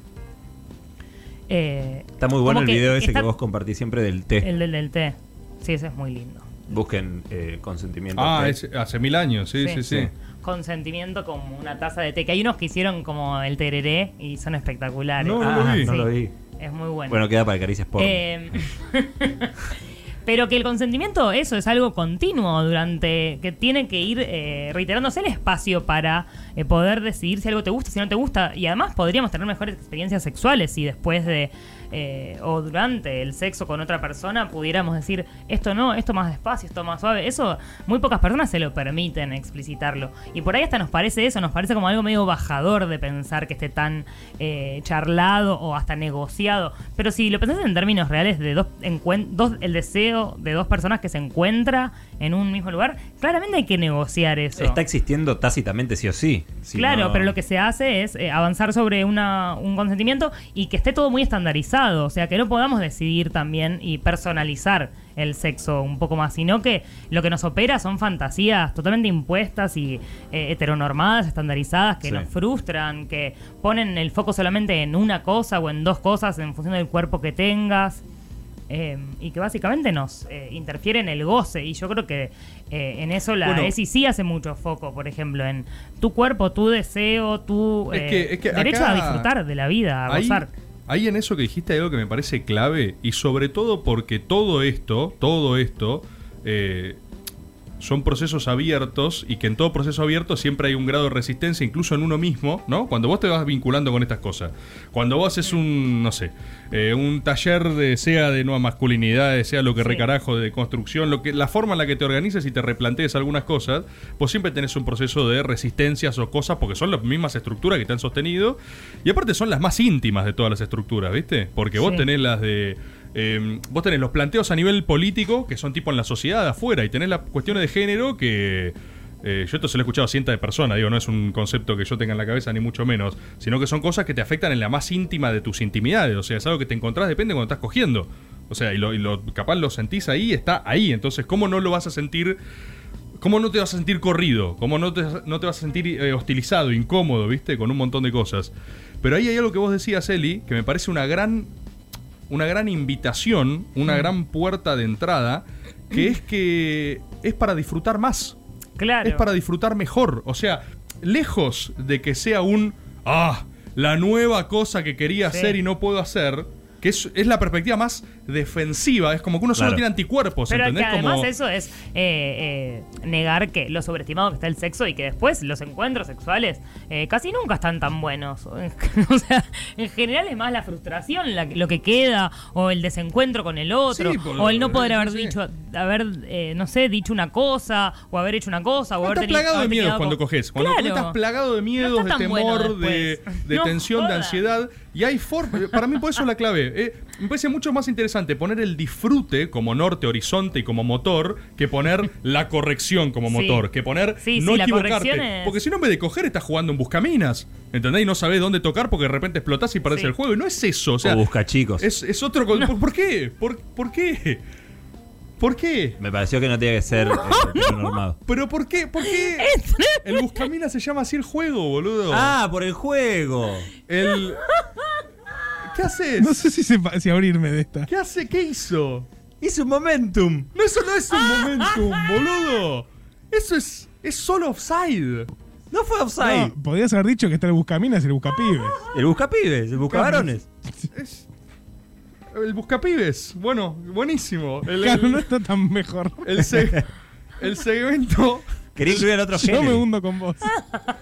Speaker 1: eh,
Speaker 4: Está muy bueno
Speaker 1: como
Speaker 4: el
Speaker 1: que
Speaker 4: video ese
Speaker 1: está- Eh.
Speaker 4: que vos compartís siempre del té.
Speaker 1: El del, del té. Sí, ese es muy lindo.
Speaker 4: Busquen eh, consentimiento.
Speaker 5: Ah,
Speaker 4: té.
Speaker 5: es- hace mil años, sí, sí, sí.
Speaker 1: Consentimiento como una taza de té. Que hay unos que hicieron como el tereré y son espectaculares.
Speaker 4: No, no lo Ah, vi. no lo vi.
Speaker 1: Es muy bueno.
Speaker 4: Bueno, queda para Caricias Porno.
Speaker 1: Eh, pero que el consentimiento, eso es algo continuo durante. que tiene que ir eh, reiterándose el espacio para eh, poder decidir si algo te gusta, si no te gusta. Y además podríamos tener mejores experiencias sexuales si después de. eh, o durante el sexo con otra persona pudiéramos decir esto no, esto más despacio, esto más suave. Eso muy pocas personas se lo permiten explicitarlo. Y por ahí hasta nos parece eso, nos parece como algo medio bajador de pensar que esté tan eh, charlado o hasta negociado. Pero si lo pensás en términos reales de dos, encuen- dos el deseo de dos personas que se encuentra en un mismo lugar, claramente hay que negociar eso.
Speaker 4: Está existiendo tácitamente sí o sí. Si
Speaker 1: claro,
Speaker 4: no-
Speaker 1: pero lo que se hace es eh, avanzar sobre una, un consentimiento y que esté todo muy estandarizado, o sea, que no podamos decidir también y personalizar el sexo un poco más, sino que lo que nos opera son fantasías totalmente impuestas y eh, heteronormadas, estandarizadas, que
Speaker 15: Sí.
Speaker 1: nos frustran, que ponen el foco solamente en una cosa o en dos cosas en función del cuerpo que tengas. eh, y que básicamente nos eh, interfiere en el goce. Y yo creo que eh, en eso la
Speaker 5: Bueno.
Speaker 1: ESI sí hace mucho foco, por ejemplo, en tu cuerpo, tu deseo, tu
Speaker 5: Es
Speaker 1: eh,
Speaker 5: que- es que
Speaker 1: derecho
Speaker 5: acá-
Speaker 1: a disfrutar de la vida, a
Speaker 5: Ahí,
Speaker 1: gozar.
Speaker 5: ahí en eso que dijiste hay algo que me parece clave y sobre todo porque todo esto, todo esto, eh, son procesos abiertos y que en todo proceso abierto siempre hay un grado de resistencia, incluso en uno mismo, ¿no? Cuando vos te vas vinculando con estas cosas, cuando vos haces un, no sé, eh, un taller de sea de nueva masculinidad, sea lo que recarajo de construcción, lo que, la forma en la que te organizas y te replantees algunas cosas, vos siempre tenés un proceso de resistencias o cosas porque son las mismas estructuras que te han sostenido y aparte son las más íntimas de todas las estructuras, ¿viste? Porque vos
Speaker 2: Sí.
Speaker 5: tenés las de eh, vos tenés los planteos a nivel político, que son tipo en la sociedad de afuera, y tenés las cuestiones de género que. eh, yo esto se lo he escuchado a cientos de personas, digo, no es un concepto que yo tenga en la cabeza, ni mucho menos, sino que son cosas que te afectan en la más íntima de tus intimidades, o sea, es algo que te encontrás, depende cuando estás cogiendo. O sea, y lo, y lo- capaz lo sentís ahí, está ahí, entonces, ¿cómo no lo vas a sentir? ¿Cómo no te vas a sentir corrido? ¿Cómo no te, no te vas a sentir eh, hostilizado, incómodo, viste? Con un montón de cosas. Pero ahí hay algo que vos decías, Eli, que me parece una gran una gran invitación, una gran puerta de entrada, que es que es para disfrutar más.
Speaker 1: Claro.
Speaker 5: Es para disfrutar mejor. O sea, lejos de que sea un. ¡Ah! La nueva cosa que quería
Speaker 1: Sí.
Speaker 5: hacer y no puedo hacer. Que es, es la perspectiva más defensiva. Es como que uno solo
Speaker 1: Claro.
Speaker 5: tiene anticuerpos,
Speaker 1: Pero
Speaker 5: ¿entendés?
Speaker 1: que además
Speaker 5: Pues Como-
Speaker 1: eso es eh, eh, negar que lo sobreestimado que está el sexo y que después los encuentros sexuales eh, casi nunca están tan buenos. o sea, en general es más la frustración la- lo que queda o el desencuentro con el otro
Speaker 5: Sí, por-
Speaker 1: o el no poder
Speaker 5: sí,
Speaker 1: haber
Speaker 5: sí.
Speaker 1: dicho, haber, eh, no sé, dicho una cosa o haber hecho una cosa o haber
Speaker 5: Estás
Speaker 1: tenido-
Speaker 5: plagado de
Speaker 1: haber
Speaker 5: miedos
Speaker 1: tenido
Speaker 5: cuando
Speaker 1: co-
Speaker 5: coges. Cuando
Speaker 1: Claro.
Speaker 5: estás plagado de miedos,
Speaker 1: está
Speaker 5: de
Speaker 1: tan bueno
Speaker 5: temor, de,
Speaker 1: después.
Speaker 5: de
Speaker 1: No
Speaker 5: tensión, de
Speaker 1: jodas.
Speaker 5: ansiedad. Y hay forma. Para mí, por eso es la clave. Eh, me parece mucho más interesante poner el disfrute como norte, horizonte y como motor que poner la corrección como
Speaker 1: Sí.
Speaker 5: motor. Que poner
Speaker 1: Sí,
Speaker 5: no
Speaker 1: sí, la corrección
Speaker 5: equivocarte.
Speaker 1: es-
Speaker 5: Porque si no, en vez de coger, estás jugando en buscaminas. ¿Entendés? Y no sabés dónde tocar porque de repente explotás y perdés el juego. Y no es eso. O sea,
Speaker 4: O busca chicos.
Speaker 5: Es, es otro. con- ¿Por, por qué? ¿Por, por qué? ¿Por qué?
Speaker 4: Me pareció que no tenía que ser eh, normado.
Speaker 5: ¿Pero por qué? ¿Por qué? El Buscamina se llama así el juego, boludo.
Speaker 4: Ah, por el juego.
Speaker 5: El. ¿Qué haces?
Speaker 12: No sé si, sepa- si abrirme de esta.
Speaker 5: ¿Qué hace? ¿Qué hizo?
Speaker 10: Hizo un momentum.
Speaker 5: No, eso no es un momentum, boludo. Eso es, es solo offside.
Speaker 10: No fue offside.
Speaker 12: No, podrías haber dicho que está el buscaminas y el buscapibes.
Speaker 10: El buscapibes, el buscavarones.
Speaker 5: El buscapibes. Bueno, buenísimo. El,
Speaker 12: Claro,
Speaker 5: el-
Speaker 12: no está tan mejor.
Speaker 5: el se- el segmento.
Speaker 10: Quería incluir al otro
Speaker 12: Yo me
Speaker 10: género.
Speaker 12: hundo con vos.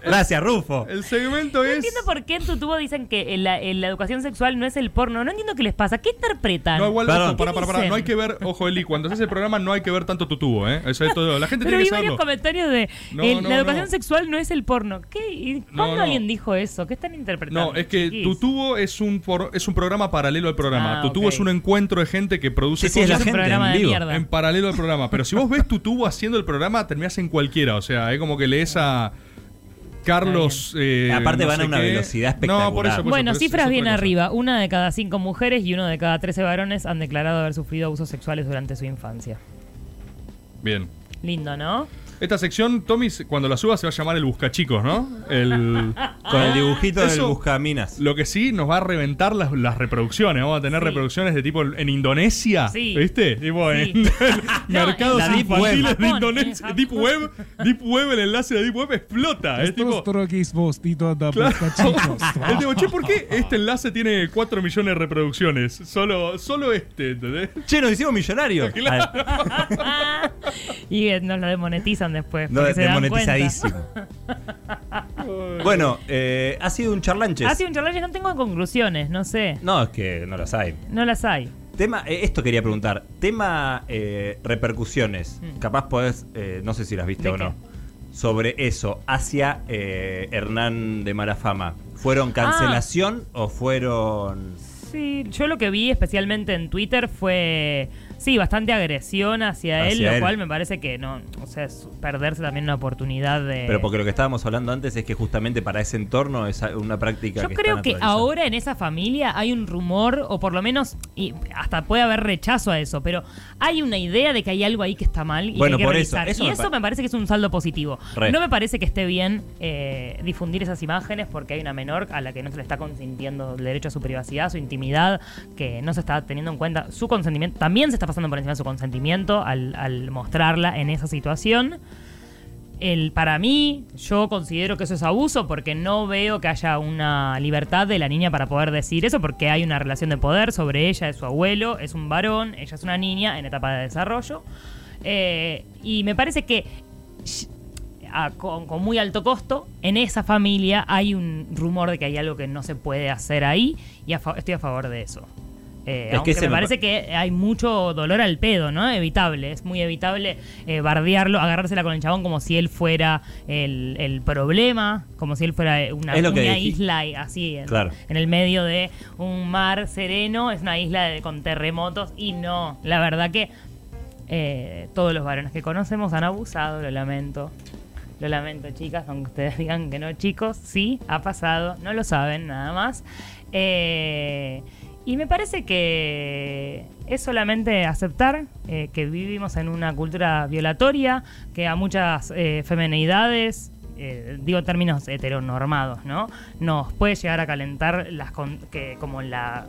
Speaker 10: Gracias, Rufo.
Speaker 5: El segmento
Speaker 1: No
Speaker 5: es.
Speaker 1: entiendo por qué en tu tubo dicen que en la, en la educación sexual no es el porno. No entiendo qué les pasa. ¿Qué interpretan?
Speaker 5: No, igual, ojo,
Speaker 1: ¿Qué
Speaker 5: para, para, para.
Speaker 1: dicen?
Speaker 5: No hay que ver, ojo, Eli, cuando haces el programa no hay que ver tanto tu tubo, ¿eh? Eso es todo. La gente
Speaker 1: Pero
Speaker 5: tiene
Speaker 1: vi
Speaker 5: que saberlo.
Speaker 1: varios comentarios de
Speaker 5: No,
Speaker 1: el-
Speaker 5: no,
Speaker 1: la educación
Speaker 5: no.
Speaker 1: sexual no es el porno. ¿Qué? ¿Y
Speaker 5: No,
Speaker 1: ¿Cuándo
Speaker 5: no.
Speaker 1: alguien dijo eso? ¿Qué están interpretando?
Speaker 5: No, es que
Speaker 1: chiquis?
Speaker 5: tu tubo es un, por- es un programa paralelo al programa.
Speaker 1: Ah,
Speaker 5: tu tubo
Speaker 1: ok.
Speaker 5: es un encuentro de gente que produce
Speaker 10: Sí, sí, es la
Speaker 5: cosas
Speaker 10: Es un gente, programa en de vivo. mierda.
Speaker 5: en paralelo al programa. Pero si vos ves tu tubo haciendo el programa, terminás en cualquiera. O sea, es como que lees a Carlos. eh,
Speaker 4: Aparte
Speaker 5: no
Speaker 4: van a
Speaker 5: sé
Speaker 4: una
Speaker 5: qué.
Speaker 4: velocidad
Speaker 5: No, por eso, por eso,
Speaker 1: bueno,
Speaker 5: por eso,
Speaker 1: cifras
Speaker 5: es
Speaker 1: bien
Speaker 5: otra cosa.
Speaker 1: arriba. Una de cada cinco mujeres y uno de cada trece varones han declarado haber sufrido abusos sexuales durante su infancia.
Speaker 5: Bien.
Speaker 1: Lindo, ¿no?
Speaker 5: Esta sección, Tommy, se- cuando la suba se va a llamar el Buscachicos, ¿no? El,
Speaker 4: Con el dibujito del
Speaker 5: Buscaminas. Lo que sí nos va a reventar las, las reproducciones. Vamos a tener reproducciones de tipo en Indonesia.
Speaker 1: Sí.
Speaker 5: ¿Viste? Tipo
Speaker 1: Sí.
Speaker 5: en mercados
Speaker 1: en- La Deep
Speaker 5: infantiles
Speaker 1: Web.
Speaker 5: de
Speaker 1: Japón,
Speaker 5: Indonesia. Deep Web, Deep Web, el enlace de Deep Web explota. Es tipo.
Speaker 12: Estos troquis vos, Tito, anda, busca chicos.
Speaker 5: Es tipo, che, ¿por qué este enlace tiene 4 millones de reproducciones? Solo, solo este, ¿entendés?
Speaker 10: Che, nos hicimos millonarios.
Speaker 5: Claro.
Speaker 1: Y eh, nos lo demonetizan después.
Speaker 10: No,
Speaker 1: porque se dan
Speaker 10: demonetizadísimo.
Speaker 1: cuenta.
Speaker 10: Bueno, eh, ha sido un charlanches.
Speaker 1: Ha sido un charlaje, no tengo conclusiones, no sé.
Speaker 4: No, es que no las hay.
Speaker 1: No las hay.
Speaker 4: Tema, eh, esto quería preguntar. Tema eh, repercusiones. Capaz podés, eh, no sé si las viste
Speaker 1: Mm. ¿De
Speaker 4: o no. Sobre eso, hacia eh, Hernán de Malafama.
Speaker 1: Ah.
Speaker 4: ¿Fueron cancelación o fueron.?
Speaker 1: Sí, yo lo que vi especialmente en Twitter fue, sí, bastante agresión hacia,
Speaker 4: Hacia
Speaker 1: él, lo
Speaker 4: él.
Speaker 1: cual me parece que no, o sea, es perderse también una oportunidad de...
Speaker 4: Pero porque lo que estábamos hablando antes es que justamente para ese entorno es a- una práctica
Speaker 1: yo
Speaker 4: que
Speaker 1: creo
Speaker 4: está
Speaker 1: que
Speaker 4: naturalizada.
Speaker 1: ahora en esa familia hay un rumor, o por lo menos, y hasta puede haber rechazo a eso, pero hay una idea de que hay algo ahí que está mal y
Speaker 4: Bueno,
Speaker 1: que hay que
Speaker 4: por eso,
Speaker 1: revisar.
Speaker 4: eso
Speaker 1: y
Speaker 4: me
Speaker 1: eso
Speaker 4: pa-
Speaker 1: me parece que es un saldo positivo.
Speaker 4: Re.
Speaker 1: No me parece que esté bien eh, difundir esas imágenes porque hay una menor a la que no se le está consintiendo el derecho a su privacidad, su intimidad, que no se está teniendo en cuenta su consentimiento. También se está pasando por encima de su consentimiento al, al mostrarla en esa situación. El, para mí, yo considero que eso es abuso porque no veo que haya una libertad de la niña para poder decir eso, porque hay una relación de poder sobre ella, es su abuelo, es un varón, ella es una niña en etapa de desarrollo. Eh, y me parece que sh- a- con, con muy alto costo, en esa familia hay un rumor de que hay algo que no se puede hacer ahí y a fa- estoy a favor de eso. Eh,
Speaker 4: Es que
Speaker 1: aunque
Speaker 4: ese
Speaker 1: me
Speaker 4: me pa-
Speaker 1: parece que hay mucho dolor al pedo, ¿no? Evitable, es muy evitable eh, bardearlo, agarrársela con el chabón como si él fuera el, el problema, como si él fuera eh, una,
Speaker 4: Es lo que
Speaker 1: una
Speaker 4: dijiste.
Speaker 1: isla y- así, en,
Speaker 4: Claro.
Speaker 1: en el medio de un mar sereno, es una isla de- con terremotos y no, la verdad que eh, todos los varones que conocemos han abusado, lo lamento. Lo lamento, chicas, aunque ustedes digan que no, chicos, sí, ha pasado, no lo saben nada más. Eh, y me parece que es solamente aceptar eh, que vivimos en una cultura violatoria, que a muchas eh, femenidades, eh, digo en términos heteronormados, ¿no? Nos puede llegar a calentar las con- que, como la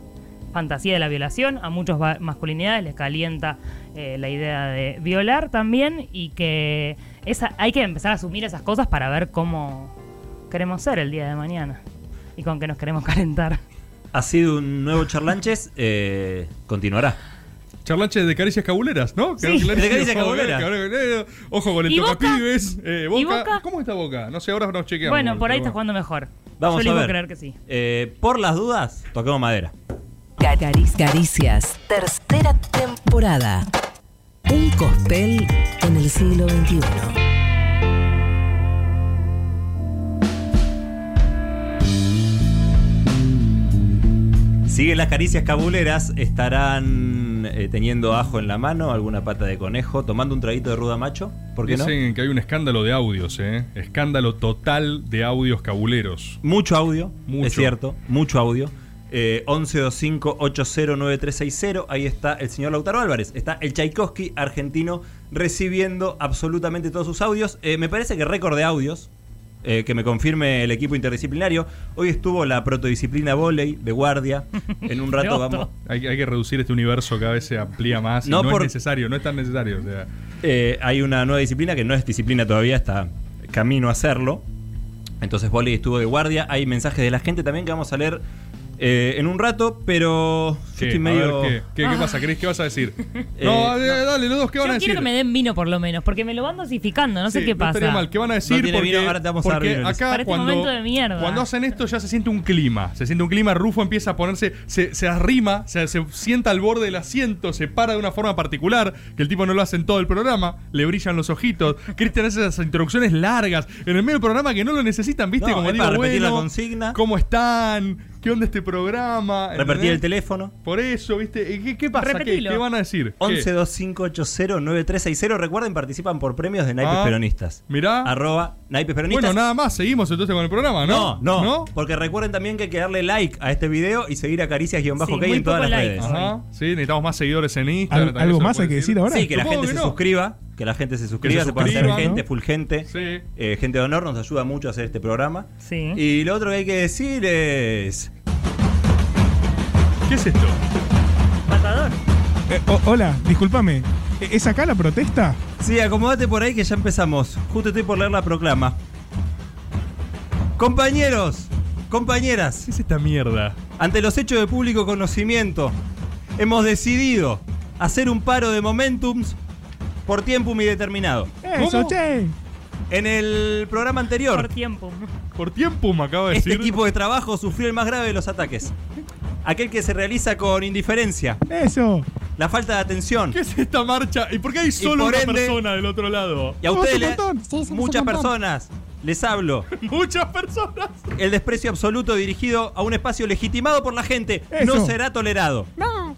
Speaker 1: fantasía de la violación, a muchas va- masculinidades les calienta eh, la idea de violar también y que esa, hay que empezar a asumir esas cosas para ver cómo queremos ser el día de mañana y con qué nos queremos calentar.
Speaker 4: Ha sido un nuevo charlanches, eh, continuará.
Speaker 5: Charlanches de caricias cabuleras, ¿no? Quedó
Speaker 4: Sí.
Speaker 5: clarísimo.
Speaker 4: De caricias
Speaker 5: Ojo,
Speaker 4: cabuleras.
Speaker 5: eh, Ojo con el
Speaker 1: ¿Y Boca?
Speaker 5: tocapibes. Eh,
Speaker 1: ¿Y
Speaker 5: Boca.
Speaker 1: Boca?
Speaker 5: ¿Cómo está Boca? No sé, ahora nos chequeamos.
Speaker 1: Bueno, por ahí
Speaker 5: pero
Speaker 1: está jugando mejor.
Speaker 4: Vamos
Speaker 1: Yo
Speaker 4: a
Speaker 1: le
Speaker 4: ver.
Speaker 1: digo creer que sí.
Speaker 4: Eh, por las dudas, toquemos madera.
Speaker 13: Cari- Caricias, tercera temporada. Un cospel en el siglo XXI.
Speaker 4: Siguen las caricias cabuleras, estarán eh, teniendo ajo en la mano, alguna pata de conejo, tomando un traguito de ruda macho, ¿por qué no?
Speaker 5: Dicen que hay un escándalo de audios, ¿eh? Escándalo total de audios cabuleros.
Speaker 4: Mucho audio,
Speaker 5: Mucho.
Speaker 4: es cierto, mucho audio. Eh, 1125809360, ahí está el señor Lautaro Álvarez, está el Tchaikovsky argentino recibiendo absolutamente todos sus audios. Eh, me parece que récord de audios eh, que me confirme el equipo interdisciplinario. Hoy estuvo la protodisciplina volei de guardia. En un rato vamos.
Speaker 5: Hay, hay que reducir este universo, cada vez se amplía más. y No,
Speaker 4: No por-
Speaker 5: es necesario, no es tan necesario. o sea.
Speaker 4: Eh, hay una nueva disciplina que no es disciplina todavía, está camino a hacerlo. Entonces Voley estuvo de guardia. Hay mensajes de la gente también que vamos a leer eh, en un rato, pero yo
Speaker 5: ¿Qué?
Speaker 4: estoy
Speaker 5: A
Speaker 4: medio.
Speaker 5: ver, ¿qué? ¿Qué- qué pasa, Cris? ¿Qué vas a decir? No, eh, dale, los dos, ¿qué van
Speaker 1: Yo
Speaker 5: a decir?
Speaker 1: quiero que me den vino por lo menos, porque me lo van dosificando, no sé
Speaker 5: Sí,
Speaker 1: qué
Speaker 5: no
Speaker 1: pasa.
Speaker 5: estaría mal. ¿Qué van a decir? porque porque acá
Speaker 1: Para este
Speaker 5: cuando,
Speaker 1: momento de mierda.
Speaker 5: cuando hacen esto ya se siente un clima. Se siente un clima. Rufo empieza a ponerse, se, se arrima, se, se sienta al borde del asiento, se para de una forma particular, que el tipo no lo hace en todo el programa, le brillan los ojitos. Cristian hace esas introducciones largas en el medio del programa que no lo necesitan, ¿viste?
Speaker 4: No,
Speaker 5: Como
Speaker 4: es
Speaker 5: digo,
Speaker 4: para repetir la
Speaker 5: bueno,
Speaker 4: consigna.
Speaker 5: ¿cómo están? ¿Qué onda este programa?
Speaker 4: Repartir
Speaker 5: ¿Entendés?
Speaker 4: el teléfono.
Speaker 5: Por eso, ¿viste? ¿Y ¿Qué, qué pasa? ¿Qué- ¿Qué,
Speaker 4: Repetilo.
Speaker 5: van a decir? ¿Qué?
Speaker 4: 1125809360. Recuerden, participan por premios de naipes
Speaker 5: Ah,
Speaker 4: peronistas.
Speaker 5: Mirá.
Speaker 4: Arroba naipes peronistas.
Speaker 5: Bueno, nada más, seguimos entonces con el programa, ¿no?
Speaker 4: No, no, Porque recuerden también que hay que darle like a este video y seguir a caricias-k en todas las redes.
Speaker 5: Ajá. Sí, necesitamos más seguidores en
Speaker 2: Al-
Speaker 5: Instagram. también
Speaker 2: ¿Algo
Speaker 5: se
Speaker 2: más
Speaker 5: puede
Speaker 2: hay que decir ahora?
Speaker 4: Sí, que la
Speaker 5: Supongo
Speaker 4: gente
Speaker 5: que
Speaker 4: se
Speaker 5: no.
Speaker 4: suscriba, que la gente se suscriba,
Speaker 5: Que se
Speaker 4: se, pueda hacer
Speaker 5: suscriba,
Speaker 4: gente,
Speaker 5: ¿no?
Speaker 4: full gente, eh, gente de honor, nos ayuda mucho a hacer este programa.
Speaker 1: Sí.
Speaker 4: Y lo otro que hay que decir es...
Speaker 5: ¿Qué es esto?
Speaker 1: Matador.
Speaker 2: Eh, o- hola, discúlpame. ¿E- ¿Es acá la protesta?
Speaker 4: Sí, acomódate por ahí que ya empezamos. Justo estoy por leer la proclama. Compañeros, compañeras.
Speaker 5: es esta mierda?
Speaker 4: Ante los hechos de público conocimiento, hemos decidido hacer un paro de momentums por tiempo indeterminado.
Speaker 2: Eso, che.
Speaker 4: En el programa anterior. Por
Speaker 1: tiempo.
Speaker 5: Por tiempo me acaba de
Speaker 4: Este
Speaker 5: decir.
Speaker 4: equipo de trabajo sufrió el más grave de los ataques. Aquel que se realiza con indiferencia,
Speaker 2: Eso.
Speaker 4: la falta de atención.
Speaker 5: ¿Qué es esta marcha? ¿Y por qué hay solo
Speaker 4: por
Speaker 5: una
Speaker 4: ende-
Speaker 5: persona del otro lado?
Speaker 4: Y a ustedes, le- muchas personas, les hablo.
Speaker 5: Muchas personas.
Speaker 4: El desprecio absoluto dirigido a un espacio legitimado por la gente no
Speaker 5: Eso.
Speaker 4: será tolerado.
Speaker 16: No.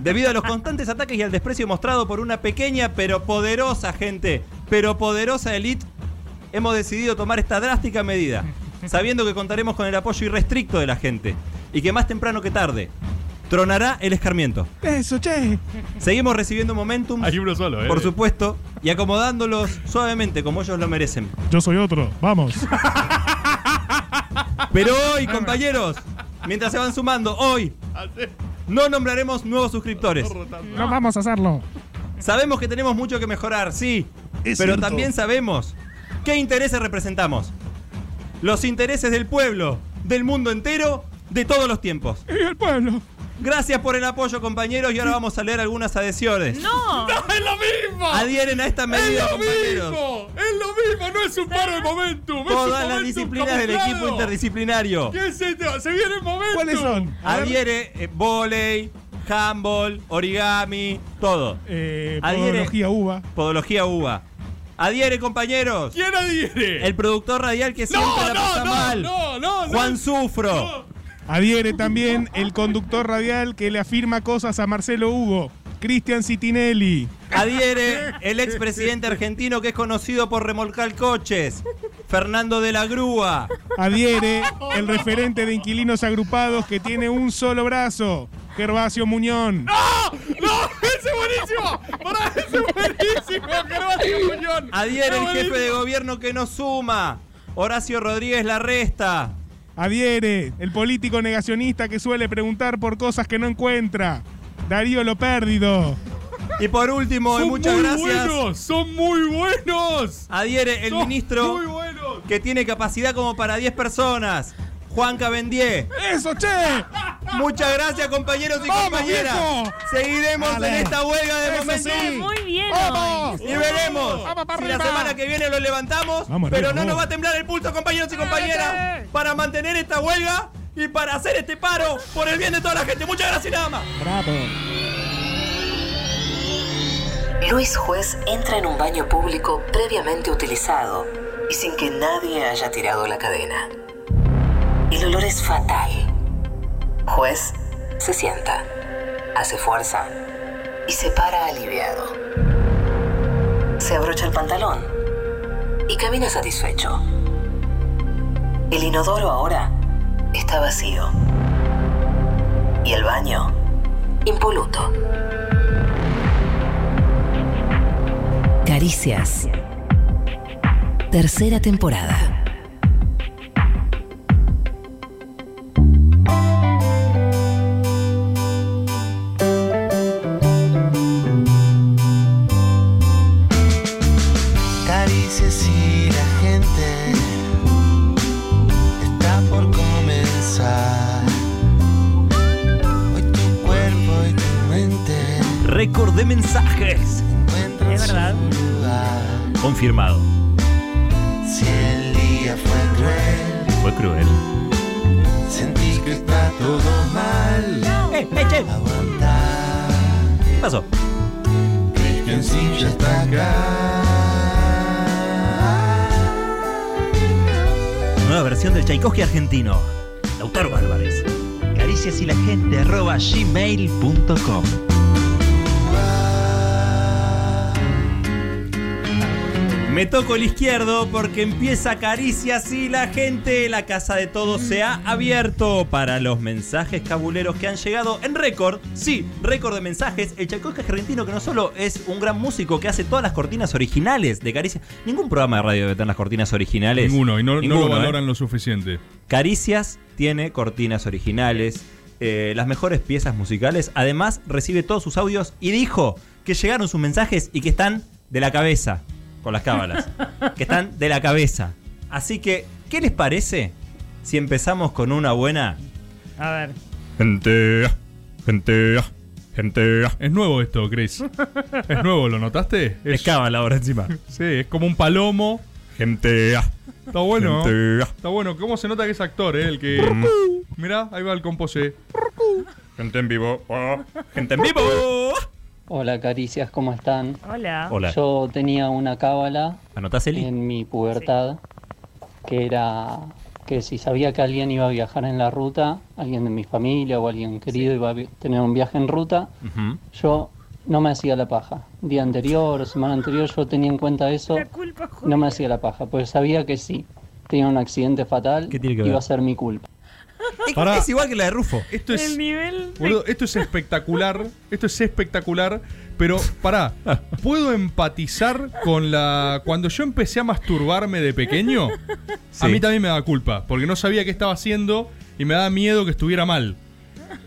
Speaker 4: Debido a los constantes ataques y al desprecio mostrado por una pequeña pero poderosa gente, pero poderosa elite, hemos decidido tomar esta drástica medida, sabiendo que contaremos con el apoyo irrestricto de la gente y que más temprano que tarde tronará el escarmiento.
Speaker 2: Eso, che.
Speaker 4: Seguimos recibiendo momentum,
Speaker 2: ¿eh?
Speaker 5: solo,
Speaker 4: por supuesto, y acomodándolos suavemente como ellos lo merecen.
Speaker 2: Yo soy otro. Vamos.
Speaker 4: Pero hoy, compañeros, mientras se van sumando, hoy no nombraremos nuevos suscriptores.
Speaker 2: Ah, No vamos a hacerlo.
Speaker 4: Sabemos que tenemos mucho que mejorar, sí.
Speaker 2: Es
Speaker 4: pero
Speaker 2: cierto.
Speaker 4: también sabemos qué intereses representamos. Los intereses del pueblo, del mundo entero, de todos los tiempos.
Speaker 2: Y el pueblo.
Speaker 4: Gracias por el apoyo, compañeros, y ahora vamos a leer algunas adhesiones.
Speaker 1: ¡No!
Speaker 5: ¡Es lo mismo!
Speaker 4: Adhieren a esta medida,
Speaker 5: ¡Es lo
Speaker 4: compañeros.
Speaker 5: mismo! ¡Es lo mismo! ¡No es un paro de momentum! es un
Speaker 4: Todas las
Speaker 5: momentum
Speaker 4: disciplinas del
Speaker 5: camuflado.
Speaker 4: equipo interdisciplinario.
Speaker 5: ¿Qué es esto? ¡Se viene el momento!
Speaker 2: ¿Cuáles son?
Speaker 4: Adhiere eh, volei, handball, origami, todo.
Speaker 2: Eh,
Speaker 4: Adhiere-
Speaker 2: podología uva.
Speaker 4: Podología uva. Adhiere, compañeros.
Speaker 5: ¿Quién adhiere?
Speaker 4: El productor radial que siempre la pasa mal.
Speaker 5: no, no, no.
Speaker 4: Juan Sufro.
Speaker 2: Adhiere también el conductor radial que le afirma cosas a Marcelo Hugo. Cristian Citinelli.
Speaker 4: Adhiere el expresidente argentino que es conocido por remolcar coches. Fernando de la Grúa.
Speaker 2: Adhiere el referente de inquilinos agrupados que tiene un solo brazo. Gervasio Muñón.
Speaker 5: ¡Ah! ¡No! ¡Ese es buenísimo! ¡Pará, ese es buenísimo! ¡Gervasio Muñón!
Speaker 4: Adhiere el jefe de gobierno que no suma. Horacio Rodríguez Larresta.
Speaker 2: Adhiere el político negacionista que suele preguntar por cosas que no encuentra. Darío lo perdido.
Speaker 4: Y por último, y
Speaker 2: Son
Speaker 4: muchas
Speaker 2: muy
Speaker 4: gracias.
Speaker 2: buenos,
Speaker 5: ¡Son muy buenos!
Speaker 4: Adhiere el
Speaker 5: Son
Speaker 4: ministro
Speaker 5: muy buenos.
Speaker 4: que tiene capacidad como para 10 personas. Juan Cabendier.
Speaker 2: ¡Eso, che!
Speaker 4: Muchas gracias, compañeros y
Speaker 2: ¡Vamos,
Speaker 4: compañeras.
Speaker 2: viejo!
Speaker 4: Seguiremos en
Speaker 2: Dale.
Speaker 4: esta huelga de
Speaker 2: Eso
Speaker 4: momento.
Speaker 2: sí.
Speaker 1: Muy bien.
Speaker 2: ¡Vamos!
Speaker 4: Y veremos
Speaker 2: Vamos para
Speaker 4: si la
Speaker 2: arriba.
Speaker 4: semana que viene lo levantamos,
Speaker 2: Vamos
Speaker 4: pero
Speaker 2: arriba,
Speaker 4: no nos
Speaker 2: vamos.
Speaker 4: va a temblar el pulso, compañeros y compañeras, para mantener esta huelga y para hacer este paro por el bien de toda la gente. Muchas gracias y nada más.
Speaker 2: Bravo.
Speaker 9: Luis Juez entra en un baño público previamente utilizado y sin que nadie haya tirado la cadena. El olor es fatal. Juez se sienta, hace fuerza y se para aliviado. Se abrocha el pantalón y camina satisfecho. El inodoro ahora está vacío y el baño impoluto.
Speaker 17: Caricias. Tercera temporada.
Speaker 4: de mensajes.
Speaker 1: Es verdad.
Speaker 4: Confirmado.
Speaker 15: Si el día fue cruel,
Speaker 4: Fue cruel.
Speaker 15: sentí que está todo mal.
Speaker 4: ¡Eh, eh, che! ¿Qué pasó?
Speaker 15: Cristiancín ya está acá.
Speaker 4: Nueva versión del Tchaikovsky argentino. Lautaro Álvarez. Caricias y la gente arroba gmail.com.
Speaker 10: Me toco el izquierdo porque empieza caricias y la gente, la casa de todos se ha abierto para los mensajes cabuleros que han llegado en récord. Sí, récord de mensajes. El Tchaikovsky argentino que no solo es un gran músico que hace todas las cortinas originales de caricias. Ningún programa de radio debe tener las cortinas originales.
Speaker 5: Ninguno, y no, no
Speaker 10: Ninguno,
Speaker 5: lo
Speaker 10: ¿eh?
Speaker 5: valoran lo suficiente.
Speaker 10: Caricias tiene cortinas originales, eh, las mejores piezas musicales. Además, recibe todos sus audios y dijo que llegaron sus mensajes y que están de la cabeza con las cábalas. que están de la cabeza. Así que, ¿qué les parece si empezamos con una buena?
Speaker 1: A ver.
Speaker 5: Gente, gente, gente. Es nuevo esto, Chris. Es nuevo, ¿lo notaste? Es
Speaker 10: cábala ahora encima.
Speaker 5: Sí, es como un palomo. Gente. Está bueno.
Speaker 10: Gente.
Speaker 5: Está bueno. ¿Cómo se nota que es actor, eh? El que. Mirá, ahí va el composé. Gente en vivo. Oh.
Speaker 10: Gente en vivo.
Speaker 18: Hola caricias, ¿cómo están?
Speaker 1: Hola.
Speaker 4: Hola.
Speaker 18: Yo tenía una cábala
Speaker 4: ¿Anotás, Eli?
Speaker 18: en mi pubertad que era que si sabía que alguien iba a viajar en la ruta, alguien de mi familia o alguien querido iba a vi- tener un viaje en ruta, yo no me hacía la paja. Día anterior, semana anterior, yo tenía en cuenta eso, no me hacía la paja, pues sabía que sí. Tenía un accidente fatal,
Speaker 4: que
Speaker 18: iba
Speaker 4: ver?
Speaker 18: a ser mi culpa.
Speaker 10: Es igual que la de Rufo.
Speaker 5: Esto es.
Speaker 1: nivel.
Speaker 5: Boludo, esto es espectacular. Esto es espectacular. Pero, pará, puedo empatizar con la. Cuando yo empecé a masturbarme de pequeño,
Speaker 4: Sí.
Speaker 5: a mí también me daba culpa. Porque no sabía qué estaba haciendo y me daba miedo que estuviera mal.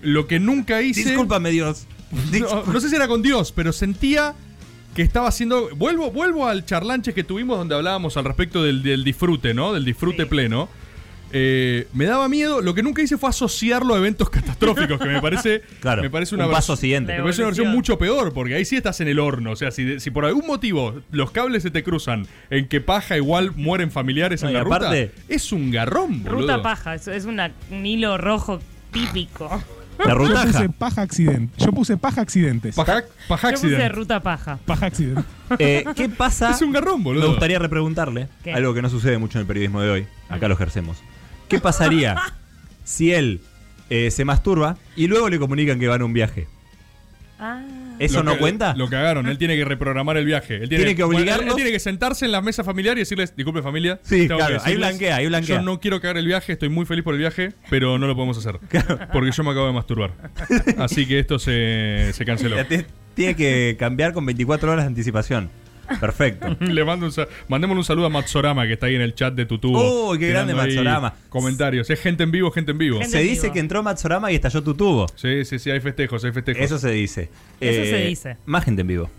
Speaker 5: Lo que nunca hice.
Speaker 10: Discúlpame, Dios.
Speaker 5: No, no sé si era con Dios, pero sentía que estaba haciendo. Vuelvo, vuelvo al charlanche que tuvimos donde hablábamos al respecto del, del disfrute, ¿no? Del disfrute pleno. Eh, me daba miedo. Lo que nunca hice fue asociarlo a eventos catastróficos, que me parece.
Speaker 4: Claro,
Speaker 5: me parece una
Speaker 4: un
Speaker 5: vers-
Speaker 4: paso siguiente.
Speaker 5: Me parece una versión
Speaker 4: Evolución.
Speaker 5: mucho peor, porque ahí sí estás en el horno. O sea, si, de- si por algún motivo los cables se te cruzan en que paja igual mueren familiares
Speaker 4: No,
Speaker 5: en
Speaker 4: y
Speaker 5: la
Speaker 4: aparte-
Speaker 5: ruta, es un garrón, boludo.
Speaker 1: Ruta paja, es, es una, un hilo rojo típico.
Speaker 12: Yo puse paja accidente. Yo puse paja accidentes.
Speaker 5: Paja,
Speaker 1: Yo puse ruta paja.
Speaker 12: Paja accidente.
Speaker 4: Eh, ¿Qué pasa?
Speaker 5: Es un garrón, boludo.
Speaker 4: Me gustaría repreguntarle
Speaker 1: ¿Qué? Mm.
Speaker 4: algo que no sucede mucho en el periodismo de hoy. Acá lo ejercemos. ¿Qué pasaría si él eh, se masturba y luego le comunican que van a un viaje?
Speaker 1: Ah.
Speaker 4: ¿Eso
Speaker 5: Lo
Speaker 4: no
Speaker 5: que-
Speaker 4: cuenta?
Speaker 5: Lo cagaron, él tiene que reprogramar el viaje. Él tiene,
Speaker 4: Tiene que
Speaker 5: obligarlo
Speaker 4: obligarlos.
Speaker 5: tiene que sentarse en la mesa familiar y decirles, disculpe familia.
Speaker 4: Sí,
Speaker 5: tengo
Speaker 4: claro, ahí
Speaker 5: que decirles,
Speaker 4: blanquea, ahí blanquea.
Speaker 5: Yo no quiero cagar el viaje, estoy muy feliz por el viaje, pero no lo podemos hacer. Porque yo me acabo de masturbar. Así que esto se, se canceló.
Speaker 4: Ya te- Tiene que cambiar con 24 horas de anticipación. Perfecto.
Speaker 5: Le mando un, sa- mandémosle un saludo a Matsorama que está ahí en el chat de tu tubo.
Speaker 4: Uy, qué grande
Speaker 5: tirando ahí
Speaker 4: Matsorama.
Speaker 5: Comentarios. Es gente en vivo, gente en vivo.
Speaker 4: Se dice que entró Matsorama y estalló tu tubo.
Speaker 5: Sí, sí, sí, hay festejos, hay festejos.
Speaker 4: Eso se dice.
Speaker 1: Eso se dice.
Speaker 4: Más gente en vivo.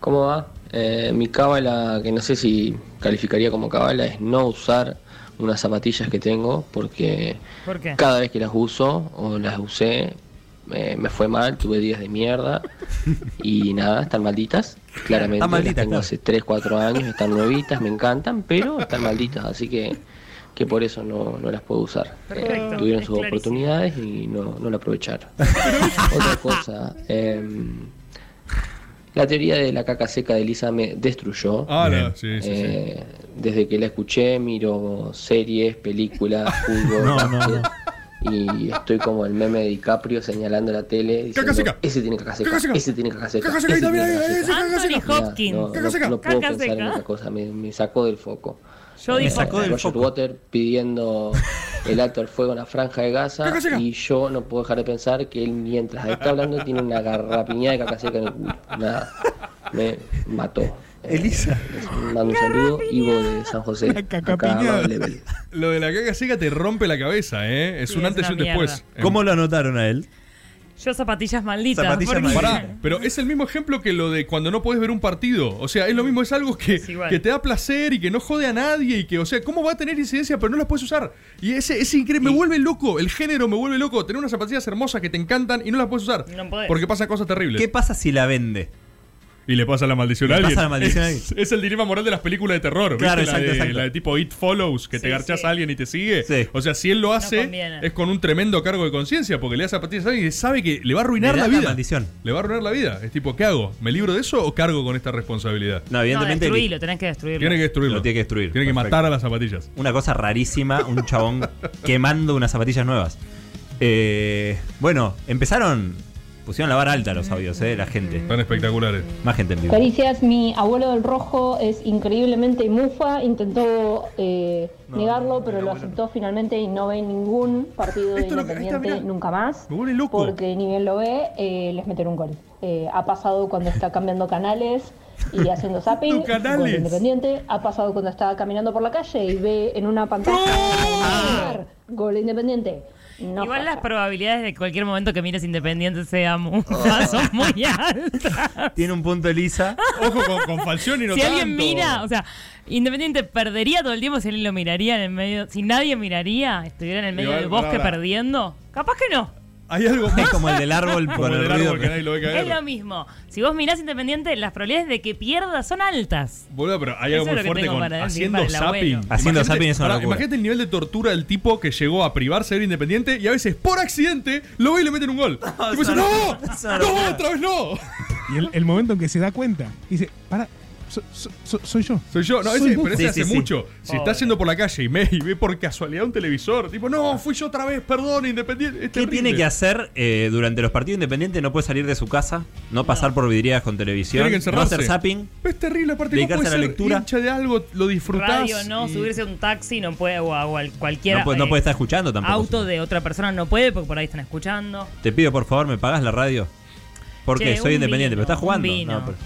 Speaker 19: ¿Cómo va? Eh, mi cábala, que no sé si calificaría como cábala, es no usar unas zapatillas que tengo porque
Speaker 1: ¿Por qué?
Speaker 19: cada vez que las uso o las usé eh, me fue mal, tuve días de mierda y nada, están malditas. Claramente
Speaker 4: Están malditas,
Speaker 19: las tengo
Speaker 4: claro.
Speaker 19: hace 3, 4 años, están nuevitas, me encantan, pero están malditas, así que, que por eso no, no las puedo usar. Eh,
Speaker 1: Perfecto,
Speaker 19: tuvieron
Speaker 1: es
Speaker 19: sus
Speaker 1: clarísimo.
Speaker 19: oportunidades y no, no la aprovecharon. Otra cosa, em, la teoría de la caca seca de Lisa me destruyó.
Speaker 5: Ah, la- Bien. sí, sí, sí.
Speaker 19: Eh, Desde que la escuché, miro series, películas, fútbol.
Speaker 4: No, no,
Speaker 19: básquet, Y estoy como el meme de DiCaprio señalando la tele. Diciendo,
Speaker 4: Caca seca.
Speaker 19: Ese tiene caca seca.
Speaker 4: Caca seca.
Speaker 19: Ese tiene caca seca.
Speaker 4: Caca seca,
Speaker 19: ese
Speaker 4: ahí
Speaker 19: tiene
Speaker 4: también,
Speaker 19: caca
Speaker 4: ahí,
Speaker 19: seca".
Speaker 4: ahí, ahí,
Speaker 1: Anthony
Speaker 19: Mirá,
Speaker 1: Hopkins.
Speaker 19: No,
Speaker 1: Caca
Speaker 19: no-
Speaker 1: seca.
Speaker 19: no puedo
Speaker 1: Caca
Speaker 19: pensar en
Speaker 1: seca.
Speaker 19: otra cosa. Me, me sacó del foco.
Speaker 1: Yo
Speaker 19: Me
Speaker 1: digo-
Speaker 19: sacó del Roger Water pidiendo el alto al fuego en la franja de Gaza
Speaker 1: Caca seca.
Speaker 19: y yo no puedo dejar de pensar que él mientras está hablando tiene una garrapiñada de caca seca en el culo. Nada, me mató. Elisa. mando un saludo, Ivo de San José.
Speaker 5: Una
Speaker 19: acá
Speaker 5: cacapiñada.
Speaker 19: Bad Level.
Speaker 5: Lo de la caga seca te rompe la cabeza, ¿eh? Es
Speaker 1: Sí,
Speaker 5: un
Speaker 1: es
Speaker 5: antes y
Speaker 1: una
Speaker 5: un después. Em,
Speaker 1: mierda.
Speaker 4: ¿Cómo lo anotaron a él?
Speaker 1: Yo zapatillas malditas. porque-
Speaker 5: Pará, pero es el mismo ejemplo que lo de cuando no puedes ver un partido. O sea, es lo mismo, es algo que,
Speaker 1: igual.
Speaker 5: que te da placer y que no jode a nadie y que, o sea, ¿cómo va a tener incidencia pero no las puedes usar? Y ese es increíble, me vuelve loco, el género me vuelve loco, tener unas zapatillas hermosas que te encantan y no las puedes usar.
Speaker 1: No podés.
Speaker 5: Porque pasan cosas terribles.
Speaker 4: ¿Qué pasa si la vende?
Speaker 5: Y le pasa la maldición
Speaker 4: Le
Speaker 5: a alguien.
Speaker 4: pasa la maldición a
Speaker 5: es, es el dilema moral de las películas de terror.
Speaker 4: Claro,
Speaker 5: ¿viste? La
Speaker 4: exacto,
Speaker 5: de-
Speaker 4: exacto.
Speaker 5: la de tipo It Follows, que te
Speaker 4: Sí,
Speaker 5: garchas
Speaker 4: sí.
Speaker 5: a alguien y te sigue. O sea, si él lo hace, es con un tremendo cargo de conciencia, porque le da zapatillas a alguien y sabe que le va a arruinar
Speaker 4: Le
Speaker 5: la
Speaker 4: da la
Speaker 5: vida.
Speaker 4: maldición.
Speaker 5: Le va a arruinar la vida. Es tipo, ¿qué hago? ¿Me libro de eso o cargo con esta responsabilidad?
Speaker 4: No,
Speaker 1: No,
Speaker 4: evidentemente.
Speaker 1: destruílo, tenés que destruirlo.
Speaker 5: Tiene que destruirlo.
Speaker 4: Lo tiene que destruir.
Speaker 5: Tiene que matar a las zapatillas.
Speaker 4: Una cosa rarísima, un chabón quemando unas zapatillas nuevas. Eh, bueno, empezaron. Pusieron la vara alta los audios, eh, la gente. Están
Speaker 5: espectaculares.
Speaker 4: Más gente en vivo.
Speaker 20: Caricias, mi abuelo del rojo es increíblemente mufa, intentó eh,
Speaker 4: No,
Speaker 20: negarlo, pero lo aceptó finalmente y no ve ningún partido
Speaker 5: Esto lo que- ahí está,
Speaker 20: independiente
Speaker 5: mirá.
Speaker 20: nunca más.
Speaker 5: loco.
Speaker 20: Porque ni bien lo ve, eh, les meten un gol. Eh, ha pasado cuando está cambiando canales y haciendo zapping,
Speaker 15: Los canales.
Speaker 20: gol de independiente. Ha pasado cuando está caminando por la calle y ve en una pantalla ¡Ah! gol de independiente. No
Speaker 1: Igual las probabilidades de que cualquier momento que mires Independiente sea mufa son muy altas.
Speaker 4: Tiene un punto Elisa.
Speaker 5: Ojo con, con Falcioni, no
Speaker 1: si
Speaker 5: tanto.
Speaker 1: alguien mira, o sea, Independiente perdería todo el tiempo si alguien lo miraría en el medio. Si nadie miraría, estuviera en el medio
Speaker 5: Igual,
Speaker 1: del bosque
Speaker 5: pará, pará.
Speaker 1: perdiendo. Capaz que no.
Speaker 5: Hay algo más.
Speaker 4: como el del árbol
Speaker 5: Como
Speaker 4: con
Speaker 5: el
Speaker 4: el
Speaker 5: del
Speaker 4: ruido,
Speaker 5: árbol que
Speaker 4: pero-
Speaker 5: nadie lo ve caer.
Speaker 1: Es lo mismo. Si vos mirás Independiente, las probabilidades de que pierda son altas.
Speaker 5: Boludo, pero hay algo
Speaker 1: Eso es lo
Speaker 5: muy
Speaker 1: que
Speaker 5: fuerte
Speaker 1: tengo
Speaker 5: con
Speaker 1: para decir
Speaker 5: haciendo
Speaker 1: para el abuelo.
Speaker 5: zapping.
Speaker 4: Haciendo
Speaker 5: Imagínate-
Speaker 4: zapping es una
Speaker 5: pará,
Speaker 4: locura.
Speaker 5: Imagínate el nivel de tortura del tipo que llegó a privarse de ser independiente y a veces por accidente lo ve y le meten un gol.
Speaker 4: No,
Speaker 5: Tipo, dice, ¡No!
Speaker 4: es
Speaker 5: ¡No!
Speaker 4: una locura.
Speaker 5: ¡Otra vez no!
Speaker 12: Y el, el momento en que se da cuenta, dice, para, so- so- so- soy yo.
Speaker 5: Soy yo, no, ese, pero ese
Speaker 12: vos".
Speaker 5: hace mucho. Si
Speaker 4: Oh.
Speaker 5: está yendo por la calle y, me, y ve por casualidad un televisor, tipo, no, fui yo otra vez, perdón, independiente. Es
Speaker 4: ¿Qué
Speaker 5: terrible.
Speaker 4: tiene que hacer eh, durante los partidos independientes? No puede salir de su casa, no pasar por vidrieras con televisión,
Speaker 5: Tiene
Speaker 4: no
Speaker 5: que encerrarse.
Speaker 4: hacer zapping.
Speaker 5: Es terrible, aparte no
Speaker 4: Dedicarse
Speaker 5: puede
Speaker 4: a la
Speaker 5: ser
Speaker 4: lectura.
Speaker 5: hincha de algo, lo disfrutás.
Speaker 1: Radio no,
Speaker 5: y-
Speaker 1: subirse a un taxi no puede, o a cual- cualquiera.
Speaker 4: No puede, no
Speaker 1: eh,
Speaker 4: puede estar escuchando tampoco.
Speaker 1: Auto de otra persona no puede porque por ahí están escuchando.
Speaker 4: Te pido por favor, ¿me pagas la radio? Porque
Speaker 1: Che,
Speaker 4: soy
Speaker 1: un
Speaker 4: independiente,
Speaker 1: vino,
Speaker 4: pero estás jugando.
Speaker 1: un vino.
Speaker 4: No, pero-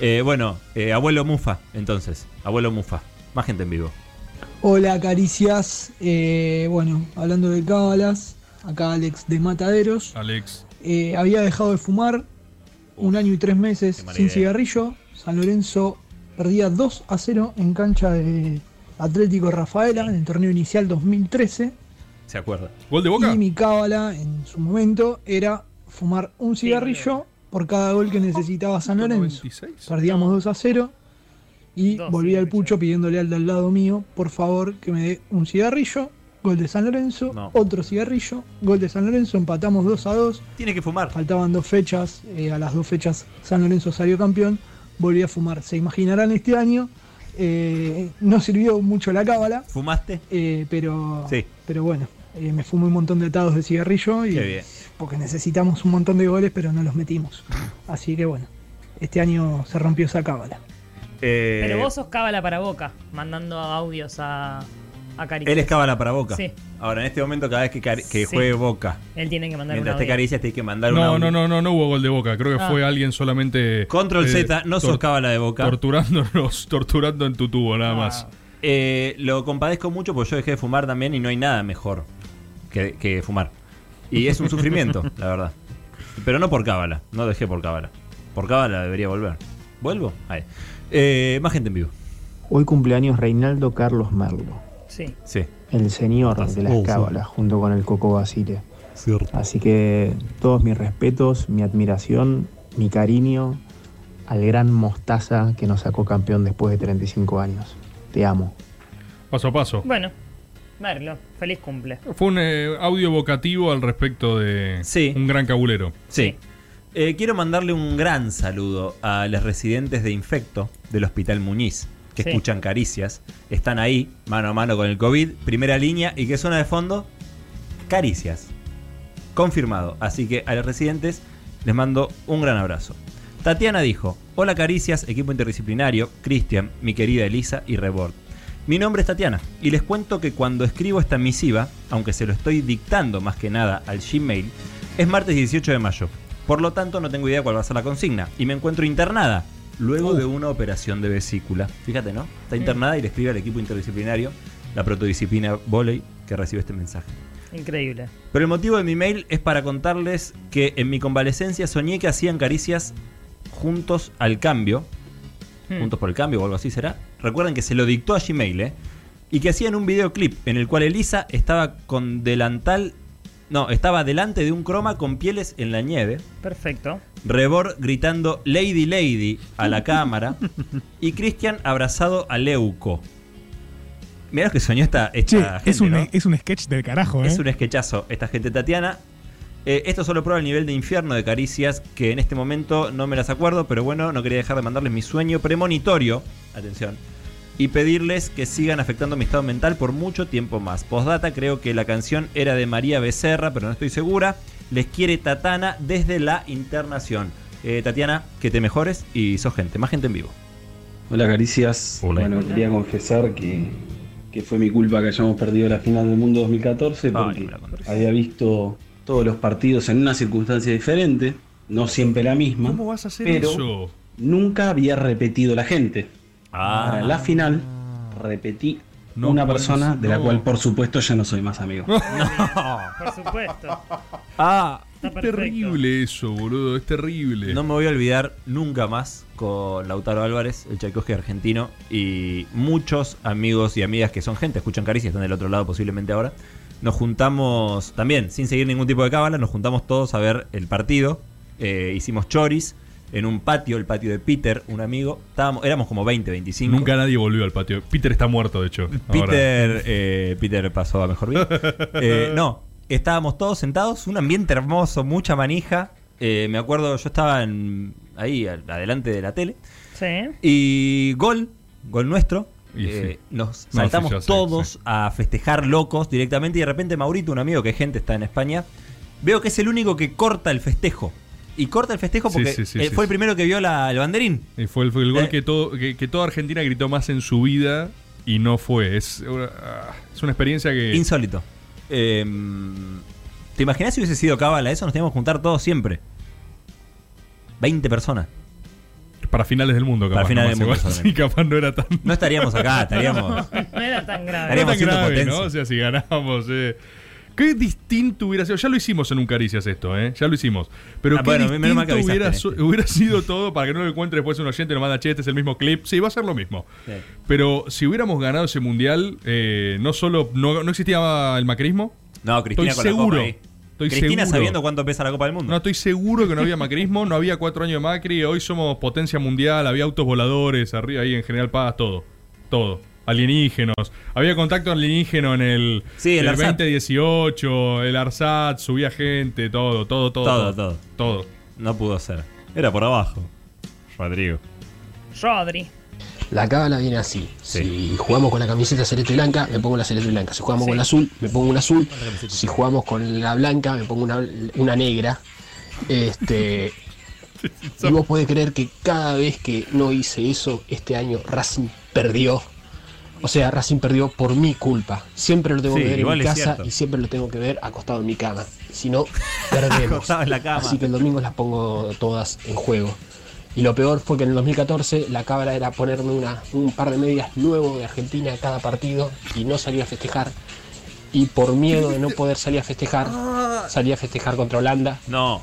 Speaker 4: Eh, bueno, eh, abuelo Mufa, entonces. Abuelo Mufa. Más gente en vivo.
Speaker 21: Hola caricias, Eh, bueno, hablando de cábalas, acá Alex de Mataderos.
Speaker 5: Alex.
Speaker 21: Eh, había dejado de fumar un año y tres meses sin
Speaker 5: mala idea.
Speaker 21: cigarrillo. San Lorenzo perdía 2 a 0 en cancha de Atlético Rafaela en el torneo inicial 2013.
Speaker 4: ¿Se acuerda?
Speaker 5: ¿Gol de
Speaker 21: Y mi cábala en su momento era fumar un cigarrillo por cada gol que necesitaba San Lorenzo. Perdíamos 2 a 0 y volví al pucho pidiéndole al de al lado mío, por favor, que me dé un cigarrillo. Gol de San Lorenzo,
Speaker 4: No.
Speaker 21: otro cigarrillo, gol de San Lorenzo, empatamos 2 a 2.
Speaker 4: Tiene que fumar.
Speaker 21: Faltaban dos fechas, eh, a las dos fechas San Lorenzo salió campeón, volví a fumar. Se imaginarán este año, eh, no sirvió mucho la cábala,
Speaker 4: ¿Fumaste?
Speaker 21: eh, pero,
Speaker 4: Sí.
Speaker 21: pero bueno, eh, me fumé un montón de atados de cigarrillo y
Speaker 4: Qué bien.
Speaker 21: porque necesitamos un montón de goles, pero no los metimos. Así que bueno, este año se rompió esa cábala.
Speaker 4: Eh,
Speaker 1: Pero vos sos cábala para boca, mandando audios a, a Caricia.
Speaker 4: Él es cábala para boca.
Speaker 1: Sí.
Speaker 4: Ahora, en este momento, cada vez que, cari- que
Speaker 1: Sí.
Speaker 4: juegue boca,
Speaker 1: Él tiene que mandar
Speaker 4: mientras
Speaker 1: un
Speaker 4: te
Speaker 1: audio.
Speaker 4: caricias, te hay que mandar un
Speaker 5: No,
Speaker 4: audio.
Speaker 5: no, no, no, no hubo gol de boca. Creo que
Speaker 1: Ah.
Speaker 5: fue alguien solamente. eh,
Speaker 4: Control Z, no sos
Speaker 5: tor-
Speaker 4: cábala de Boca.
Speaker 5: Torturándonos, torturando en tu tubo,
Speaker 1: Ah.
Speaker 5: nada más.
Speaker 4: Eh, lo compadezco mucho porque yo dejé de fumar también y no hay nada mejor que, que fumar. Y es un sufrimiento, la verdad. Pero no por cábala, no dejé por cábala. Por cábala debería volver. ¿Vuelvo? Ahí. Eh, más gente en vivo.
Speaker 22: Hoy cumpleaños Reinaldo Carlos Merlo,
Speaker 1: Sí.
Speaker 4: Sí.
Speaker 22: el señor de las
Speaker 4: Oh, sí.
Speaker 22: cábalas, junto con el Coco Basile. Así que todos mis respetos, mi admiración, mi cariño al gran Mostaza que nos sacó campeón después de 35 años. Te amo.
Speaker 5: Paso a paso.
Speaker 1: Bueno, Merlo, feliz cumple.
Speaker 5: Fue un eh, audio evocativo al respecto de un gran cabulero.
Speaker 4: Sí. Eh, quiero mandarle un gran saludo a los residentes de infecto del Hospital Muñiz, que
Speaker 1: Sí.
Speaker 4: escuchan caricias, están ahí, mano a mano con el COVID, primera línea, y que suena de fondo, caricias. Confirmado. Así que a los residentes les mando un gran abrazo. Tatiana dijo, hola caricias, equipo interdisciplinario, Cristian, mi querida Elisa y Rebord. Mi nombre es Tatiana y les cuento que cuando escribo esta misiva, aunque se lo estoy dictando más que nada al Gmail, es martes 18 de mayo. Por lo tanto, no tengo idea cuál va a ser la consigna y me encuentro internada luego de una operación de vesícula. Fíjate, ¿no? Está internada y le escribe al equipo interdisciplinario, la protodisciplina Volley, que recibe este mensaje.
Speaker 1: Increíble.
Speaker 4: Pero el motivo de mi mail es para contarles que en mi convalecencia soñé que hacían caricias juntos al cambio.
Speaker 23: Mm.
Speaker 1: Hmm.
Speaker 4: Juntos por el cambio o algo así será. Recuerden que se lo dictó a Gmail, ¿eh? Y que hacían un videoclip en el cual Elisa estaba con delantal. No, estaba delante de un croma con pieles en la nieve.
Speaker 1: Perfecto.
Speaker 4: Rebor gritando Lady Lady a la cámara. y Cristian abrazado a Leuco. Mirá lo que soñó esta, esta
Speaker 12: Che,
Speaker 4: gente,
Speaker 12: es, un,
Speaker 4: ¿no?
Speaker 12: es un sketch del carajo, ¿eh?
Speaker 4: Es un sketchazo esta gente Tatiana. Eh, esto solo prueba el nivel de infierno de caricias que en este momento no me las acuerdo, pero bueno, no quería dejar de mandarles mi sueño premonitorio. Atención. Y pedirles que sigan afectando mi estado mental por mucho tiempo más. Postdata, creo que la canción era de María Becerra, pero no estoy segura. Les quiere Tatana desde la internación. Eh, Tatiana, que te mejores y sos gente, más gente en vivo.
Speaker 5: Hmm.
Speaker 24: Hola Caricias. Bueno, quería confesar que, que fue mi culpa que hayamos perdido la final del mundo 2014 porque había visto todos los partidos en una circunstancia diferente, no siempre la misma.
Speaker 5: ¿Cómo vas a hacer
Speaker 24: pero
Speaker 5: eso?
Speaker 24: Nunca había repetido la gente.
Speaker 4: Ah.
Speaker 24: Para la final repetí
Speaker 5: No
Speaker 24: una
Speaker 5: puedes,
Speaker 24: persona de la
Speaker 5: no.
Speaker 24: cual por supuesto ya no soy más amigo.
Speaker 1: Por supuesto.
Speaker 4: Ah,
Speaker 1: Está perfecto.
Speaker 4: terrible eso, boludo, es terrible. No me voy a olvidar nunca más con Lautaro Álvarez, el Tchaikovsky argentino, y muchos amigos y amigas que son gente, escuchan caricias, están del otro lado posiblemente ahora. Nos juntamos también, sin seguir ningún tipo de cábala, nos juntamos todos a ver el partido. Eh, hicimos choris en un patio, el patio de Peter, un amigo. Estábamos, éramos como 20, 25.
Speaker 5: Nunca nadie volvió al patio. Peter está muerto, de hecho.
Speaker 4: Peter, eh, Peter pasó a mejor vida. Eh, no, estábamos todos sentados, un ambiente hermoso, mucha manija. Eh, me acuerdo, yo estaba en- ahí, al- adelante de la tele.
Speaker 1: Sí.
Speaker 4: Y gol, gol nuestro.
Speaker 5: Y
Speaker 4: Eh,
Speaker 5: sí.
Speaker 4: Nos
Speaker 5: No,
Speaker 4: saltamos
Speaker 5: sí, ya sé,
Speaker 4: todos a festejar locos directamente. Y de repente, Maurito, un amigo que es gente está en España, veo que es el único que corta el festejo. Y corta el festejo
Speaker 5: Sí,
Speaker 4: porque
Speaker 5: sí, sí,
Speaker 4: eh,
Speaker 5: sí,
Speaker 4: fue
Speaker 5: sí.
Speaker 4: el primero que vio la- el banderín.
Speaker 5: Y fue el, fue el gol
Speaker 4: Eh.
Speaker 5: que, todo, que, que toda Argentina gritó más en su vida y no fue. Es, una- ah, es una experiencia que.
Speaker 4: Insólito. Eh, ¿Te imaginas si hubiese sido cábala eso? Nos teníamos que juntar todos siempre. 20 personas.
Speaker 5: Para finales del mundo, capaz.
Speaker 4: Para finales
Speaker 5: nomás,
Speaker 4: del mundo
Speaker 5: igual.
Speaker 4: solamente.
Speaker 5: Sí, capaz no era tan.
Speaker 4: No estaríamos acá, estaríamos.
Speaker 1: No era tan grave.
Speaker 5: No era tan
Speaker 4: siendo
Speaker 5: grave, ¿no?
Speaker 4: potencia.
Speaker 5: O sea, si ganábamos. eh. Qué distinto hubiera sido. Ya lo hicimos en un Caricias esto, ¿eh? Ya lo hicimos. Pero
Speaker 4: Ah,
Speaker 5: qué
Speaker 4: bueno, menos
Speaker 5: distinto
Speaker 4: mal que avisaste
Speaker 5: hubiera,
Speaker 4: en este.
Speaker 5: su- hubiera sido todo para que no lo encuentre después un oyente, lo manda, che, este es el mismo clip. Sí, va a ser lo mismo. Pero si hubiéramos ganado ese mundial, eh, no solo no, no existía el macrismo.
Speaker 4: No, Cristina
Speaker 5: estoy
Speaker 4: con la copa
Speaker 5: seguro.
Speaker 4: ahí.
Speaker 5: Estoy
Speaker 4: Cristina
Speaker 5: seguro.
Speaker 4: sabiendo cuánto pesa la Copa del Mundo.
Speaker 5: No estoy seguro que no había macrismo, no había cuatro años de Macri, hoy somos potencia mundial, había autos voladores, arriba ahí en General Paz, todo, todo. Alienígenos. Había contacto alienígeno en el,
Speaker 4: Sí, el
Speaker 5: el
Speaker 4: ARSAT.
Speaker 5: 2018, el ARSAT, subía gente, todo, todo, todo.
Speaker 4: Todo, todo.
Speaker 5: Todo.
Speaker 4: No pudo ser. Era por abajo. Rodrigo.
Speaker 1: Rodri.
Speaker 25: La cábala viene así. Si jugamos con la camiseta celeste y blanca, me pongo la celeste y blanca. Si jugamos
Speaker 1: Sí.
Speaker 25: con la azul, me pongo una azul. Si jugamos con la blanca, me pongo una, una negra. Este. Y vos podés creer que cada vez que no hice eso, este año Racing perdió. O sea, Racing perdió por mi culpa. Siempre lo tengo
Speaker 4: Sí,
Speaker 25: que ver en
Speaker 4: igual
Speaker 25: mi
Speaker 4: es
Speaker 25: casa
Speaker 4: cierto.
Speaker 25: y siempre lo tengo que ver acostado en mi cama. Si no, perdemos.
Speaker 4: Acostado en la cama.
Speaker 25: Así que el domingo las pongo todas en juego. Y lo peor fue que en el 2014 la cábala era ponerme una, un par de medias nuevo de Argentina a cada partido y no salir a festejar. Y por miedo de no poder salir a festejar, salí a festejar contra Holanda.
Speaker 4: Ah. No.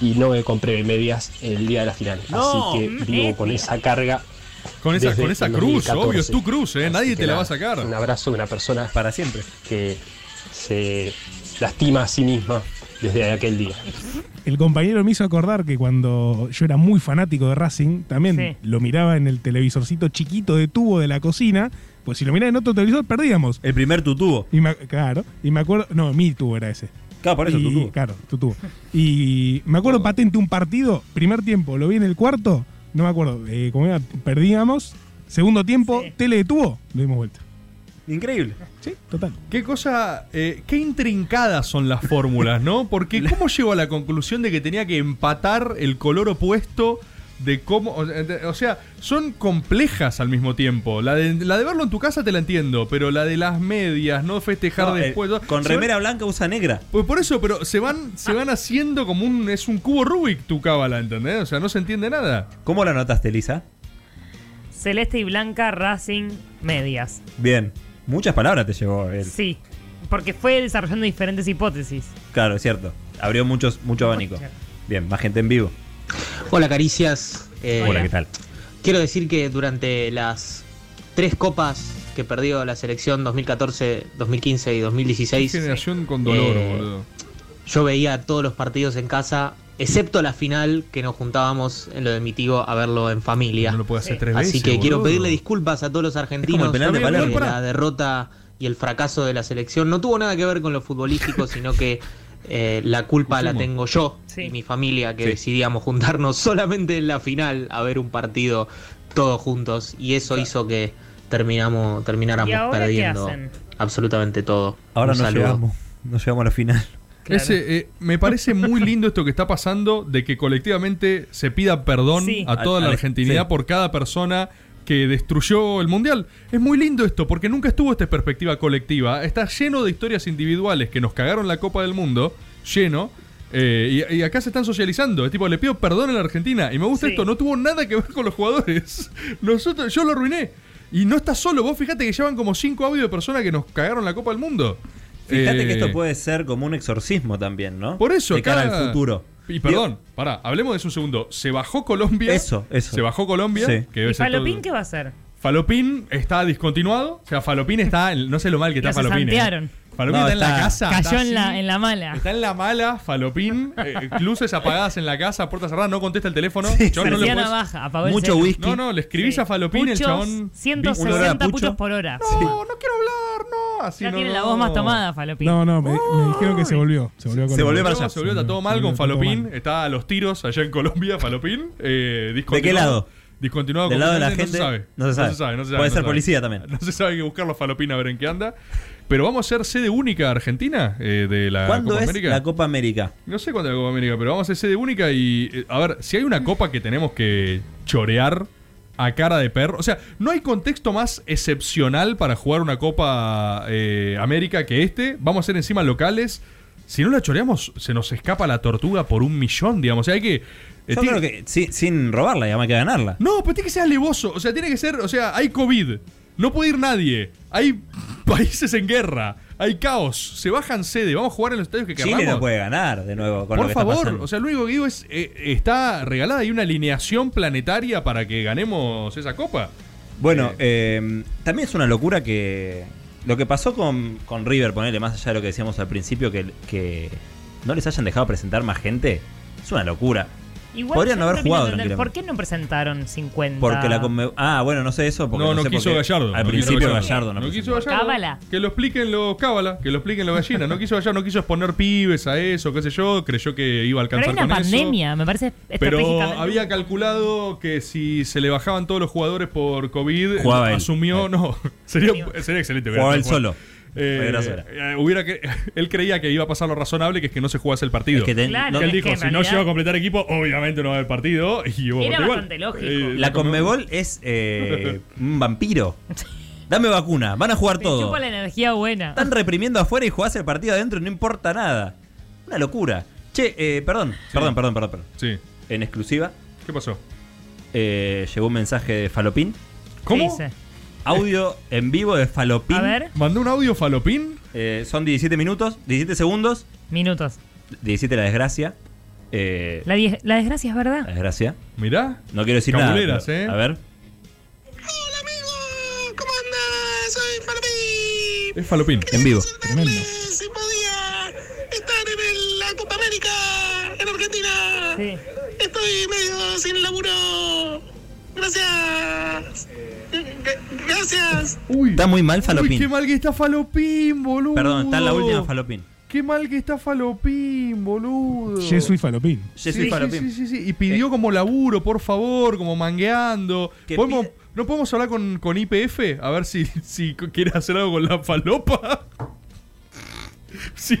Speaker 25: Y no me compré medias el día de la final.
Speaker 5: No,
Speaker 25: Así que vivo con esa carga.
Speaker 5: Con esa,
Speaker 25: desde
Speaker 5: con esa
Speaker 25: el
Speaker 5: cruz,
Speaker 25: 2014.
Speaker 5: obvio, es tu cruz, ¿eh?
Speaker 25: Así
Speaker 5: Nadie
Speaker 25: que
Speaker 5: te la va
Speaker 25: nada,
Speaker 5: a sacar.
Speaker 25: Un abrazo de una persona
Speaker 4: para siempre
Speaker 25: que se lastima a sí misma desde aquel día.
Speaker 12: El compañero me hizo acordar que cuando yo era muy fanático de Racing, también
Speaker 25: Sí.
Speaker 12: lo miraba en el televisorcito chiquito de tubo de la cocina, pues si lo miraba en otro televisor perdíamos.
Speaker 4: El primer tu tubo.
Speaker 12: Y me ac- claro, y me acuerdo, no, mi tubo era ese.
Speaker 4: Claro, por eso,
Speaker 12: Y-
Speaker 4: tu tubo.
Speaker 12: Claro, tu tubo. Y me acuerdo patente un partido, primer tiempo, lo vi en el cuarto, no me acuerdo, eh, como era, perdíamos, segundo tiempo, tele de tubo, lo dimos vuelta.
Speaker 4: Increíble.
Speaker 12: Sí, total.
Speaker 5: Qué cosa, eh, qué intrincadas son las fórmulas, ¿no? Porque cómo llegó a la conclusión de que tenía que empatar el color opuesto de cómo, o sea, o sea, son complejas al mismo tiempo. La de, la de verlo en tu casa te la entiendo, pero la de las medias, no festejar
Speaker 4: No, eh,
Speaker 5: después.
Speaker 4: con
Speaker 5: Se van-
Speaker 4: remera blanca usa negra. Ah.
Speaker 5: Pues por eso, pero se van, se van haciendo como un, es un cubo Rubik tu cábala, ¿entendés? O sea, no se entiende nada.
Speaker 4: ¿Cómo la notaste, Lisa?
Speaker 1: Celeste y blanca, Racing, medias.
Speaker 4: Bien. Muchas palabras te llevó él.
Speaker 1: Sí. porque fue desarrollando diferentes hipótesis.
Speaker 4: Claro, es cierto. Abrió muchos, mucho abanico. Bien, más gente en vivo.
Speaker 3: Hola, caricias. Eh,
Speaker 4: Hola, ¿qué tal?
Speaker 3: Quiero decir que durante las tres copas que perdió la selección 2014, 2015 y 2016.
Speaker 5: Generación con dolor,
Speaker 3: eh,
Speaker 5: boludo.
Speaker 3: Yo veía todos los partidos en casa, excepto la final que nos juntábamos en lo de mi tío a verlo en familia.
Speaker 5: hacer tres
Speaker 3: Así
Speaker 5: veces,
Speaker 3: que quiero
Speaker 5: boludo.
Speaker 3: pedirle disculpas a todos los
Speaker 5: como
Speaker 3: argentinos
Speaker 5: el penal de
Speaker 3: porque
Speaker 5: Palermo.
Speaker 3: la derrota y el fracaso de la selección. No tuvo nada que ver con lo futbolístico, sino que eh, la culpa la tengo yo y mi familia que decidíamos juntarnos solamente en la final a ver un partido todos juntos y eso hizo que terminamos termináramos
Speaker 1: ¿Y ahora qué
Speaker 3: perdiendo
Speaker 1: hacen?
Speaker 3: absolutamente todo.
Speaker 4: Ahora
Speaker 3: Un
Speaker 4: no
Speaker 3: saludo.
Speaker 4: llegamos. No llegamos a la final.
Speaker 5: Ese, eh, me parece muy lindo esto que está pasando de que colectivamente se pida perdón
Speaker 4: Sí.
Speaker 5: a toda
Speaker 4: Al-
Speaker 5: la
Speaker 4: al-
Speaker 5: argentinidad
Speaker 4: sí.
Speaker 5: por cada persona que destruyó el mundial. Es muy lindo esto porque nunca estuvo esta perspectiva colectiva. Está lleno de historias individuales que nos cagaron la Copa del Mundo, lleno. eh, y, y acá se están socializando. Es tipo, le pido perdón a la Argentina. Y me gusta esto, no tuvo nada que ver con los jugadores. Nosotros, yo lo arruiné. Y no estás solo, vos fíjate que llevan como cinco audios de personas que nos cagaron la Copa del Mundo.
Speaker 4: Fíjate que
Speaker 5: Eh,
Speaker 4: esto puede ser como un exorcismo también, ¿no?
Speaker 5: por eso,
Speaker 4: De cara
Speaker 5: acá-
Speaker 4: al futuro.
Speaker 5: Y perdón, pará, hablemos de eso un segundo. Se bajó Colombia.
Speaker 4: Eso, eso.
Speaker 5: Se bajó Colombia.
Speaker 4: Sí.
Speaker 5: que debe
Speaker 1: ¿Y
Speaker 5: ser
Speaker 1: Palopín
Speaker 5: todo-
Speaker 1: qué va a hacer?
Speaker 5: Falopín está discontinuado. O sea, Falopín está. en- no sé lo mal que está
Speaker 1: Los
Speaker 5: Falopín. eh.
Speaker 1: santearon.
Speaker 5: Falopín
Speaker 1: No,
Speaker 5: está, en la
Speaker 1: está-
Speaker 5: casa.
Speaker 1: Cayó
Speaker 5: está
Speaker 1: en la-
Speaker 5: así.
Speaker 1: en la mala.
Speaker 5: Está en la mala, Falopín. eh, luces apagadas en la casa, puerta cerrada, no contesta el teléfono. chabón, no le
Speaker 1: Persiana
Speaker 5: podés-
Speaker 1: baja, apagó el Mucho celular. whisky.
Speaker 5: No, no, le escribís a Falopín, el
Speaker 1: Puchos,
Speaker 5: chabón.
Speaker 1: 160 puchos por hora. No,
Speaker 5: no quiero hablar, no. Así
Speaker 1: ya
Speaker 5: no,
Speaker 1: tiene la
Speaker 5: no.
Speaker 1: voz más tomada, Falopín.
Speaker 12: No, no, me, me dijeron que se volvió. Se volvió, a
Speaker 5: Se
Speaker 12: Colombia.
Speaker 5: volvió para allá. Se volvió, está todo mal con
Speaker 12: Volvió, está todo
Speaker 5: Falopín. Está a los tiros allá en Colombia, Falopín. Eh,
Speaker 4: ¿De qué
Speaker 5: discontinuado-
Speaker 4: lado?
Speaker 5: Discontinuado
Speaker 4: ¿Del lado de la
Speaker 5: completamente,
Speaker 4: gente? No se
Speaker 5: No se
Speaker 4: sabe.
Speaker 5: sabe. no se sabe,
Speaker 4: Puede
Speaker 5: no
Speaker 4: ser
Speaker 5: se
Speaker 4: policía
Speaker 5: sabe.
Speaker 4: también.
Speaker 5: No se sabe hay que buscar los Falopín a ver en qué anda. Pero vamos a ser sede única argentina eh, de la
Speaker 4: ¿Cuándo
Speaker 5: Copa
Speaker 4: es
Speaker 5: América.
Speaker 4: la Copa América?
Speaker 5: No sé cuándo es la Copa América, pero vamos a ser sede única y. eh, a ver, si hay una copa que tenemos que chorear a cara de perro. O sea, no hay contexto más excepcional para jugar una Copa eh, América que este. Vamos a ser encima locales. Si no la choreamos, se nos escapa la tortuga por un millón, digamos. O sea, hay que. eh,
Speaker 4: Yo
Speaker 5: tiene-
Speaker 4: creo que sin, sin robarla, digamos, hay que ganarla.
Speaker 5: no, pero tiene que ser alevoso. O sea, tiene que ser. O sea, hay COVID. No puede ir nadie. Hay países en guerra. Hay caos. Se bajan sede. Vamos a jugar en los estadios que
Speaker 4: Chile
Speaker 5: querramos.
Speaker 4: no puede ganar de nuevo con lo
Speaker 5: Por
Speaker 4: que está
Speaker 5: favor,
Speaker 4: pasando.
Speaker 5: o sea, lo único que digo es, eh, está regalada hay una alineación planetaria para que ganemos esa copa.
Speaker 4: Bueno, eh, también es una locura que lo que pasó con, con River, ponerle más allá de lo que decíamos al principio, que, que no les hayan dejado presentar más gente, es una locura.
Speaker 1: Igual
Speaker 4: Podrían
Speaker 1: yo
Speaker 4: haber
Speaker 1: termino
Speaker 4: jugado
Speaker 1: de entender, ¿Por
Speaker 4: tranquilamente.
Speaker 1: qué no presentaron 50?
Speaker 4: Porque la Conmebol- Ah, bueno, no sé eso. Porque
Speaker 5: No,
Speaker 4: sé
Speaker 5: no
Speaker 4: por
Speaker 5: quiso
Speaker 4: qué. Al
Speaker 5: Gallardo. No quiso
Speaker 4: principio
Speaker 5: Gallardo.
Speaker 4: Gallardo. no
Speaker 5: No
Speaker 4: presentó.
Speaker 5: quiso Gallardo.
Speaker 1: Cábala.
Speaker 5: Que lo expliquen los cábala, que lo expliquen los gallinas. No quiso Gallardo, no quiso exponer pibes a eso, qué sé yo. Creyó que iba a
Speaker 1: Pero hay
Speaker 5: alcanzar
Speaker 1: una
Speaker 5: con eso.
Speaker 1: pandemia, me parece
Speaker 5: Pero
Speaker 1: estratégicamente.
Speaker 5: había calculado que si se le bajaban todos los jugadores por COVID, eh,
Speaker 4: Jugaba él.
Speaker 5: asumió. No, sería, eh, sería excelente.
Speaker 4: Jugaba él
Speaker 5: hubiera-
Speaker 4: solo.
Speaker 5: Eh,
Speaker 4: Era grosera.
Speaker 5: eh, hubiera que, él creía que iba a pasar lo razonable, que es que no se jugase el partido.
Speaker 4: Es que ten- Claro,
Speaker 5: Que él
Speaker 4: es
Speaker 5: dijo:
Speaker 4: que en
Speaker 5: si no
Speaker 4: realidad-
Speaker 5: llego a completar equipo, obviamente no va a haber partido. Y hubo
Speaker 1: Era
Speaker 5: partido igual.
Speaker 1: bastante lógico.
Speaker 5: Eh,
Speaker 4: La Conmebol es eh, un vampiro. Dame vacuna, van a jugar
Speaker 1: Te
Speaker 4: todo.
Speaker 1: chupa la energía buena.
Speaker 4: Están reprimiendo afuera y jugás el partido adentro y no importa nada. Una locura. Che, eh, perdón, perdón, perdón, perdón, perdón.
Speaker 5: Sí.
Speaker 4: En exclusiva. Eh,
Speaker 5: ¿Qué pasó?
Speaker 4: llegó un mensaje de Falopín.
Speaker 5: ¿Cómo?
Speaker 1: ¿Qué dice?
Speaker 4: Audio en vivo de Falopín. Eh,
Speaker 1: A ver.
Speaker 5: ¿Mandó un audio Falopín?
Speaker 4: son 17 minutos, 17 segundos.
Speaker 1: Minutos.
Speaker 4: 17 la desgracia. Eh,
Speaker 1: La, die- la desgracia es verdad.
Speaker 4: la desgracia.
Speaker 5: Mirá.
Speaker 4: No quiero decir
Speaker 5: Cabuleras,
Speaker 4: nada.
Speaker 5: eh.
Speaker 4: A ver.
Speaker 5: Es Falopín.
Speaker 4: En vivo.
Speaker 5: Tremendo.
Speaker 15: la Copa América en Argentina. Estoy medio sin laburo. Gracias. Gracias.
Speaker 4: Está muy mal Falopín.
Speaker 5: Uy, qué mal que está Falopín, boludo.
Speaker 4: Perdón, está en la última Falopín.
Speaker 5: Qué mal que está Falopín, boludo.
Speaker 12: Yesu y Falopín.
Speaker 4: Yesu y
Speaker 5: Sí,
Speaker 4: Falopín.
Speaker 5: Sí, sí, sí, sí. Y pidió como laburo, por favor, como mangueando.
Speaker 4: Que
Speaker 5: ¿Podemos- ¿No podemos hablar con IPF? a ver si, si quiere hacer algo con la falopa. sí.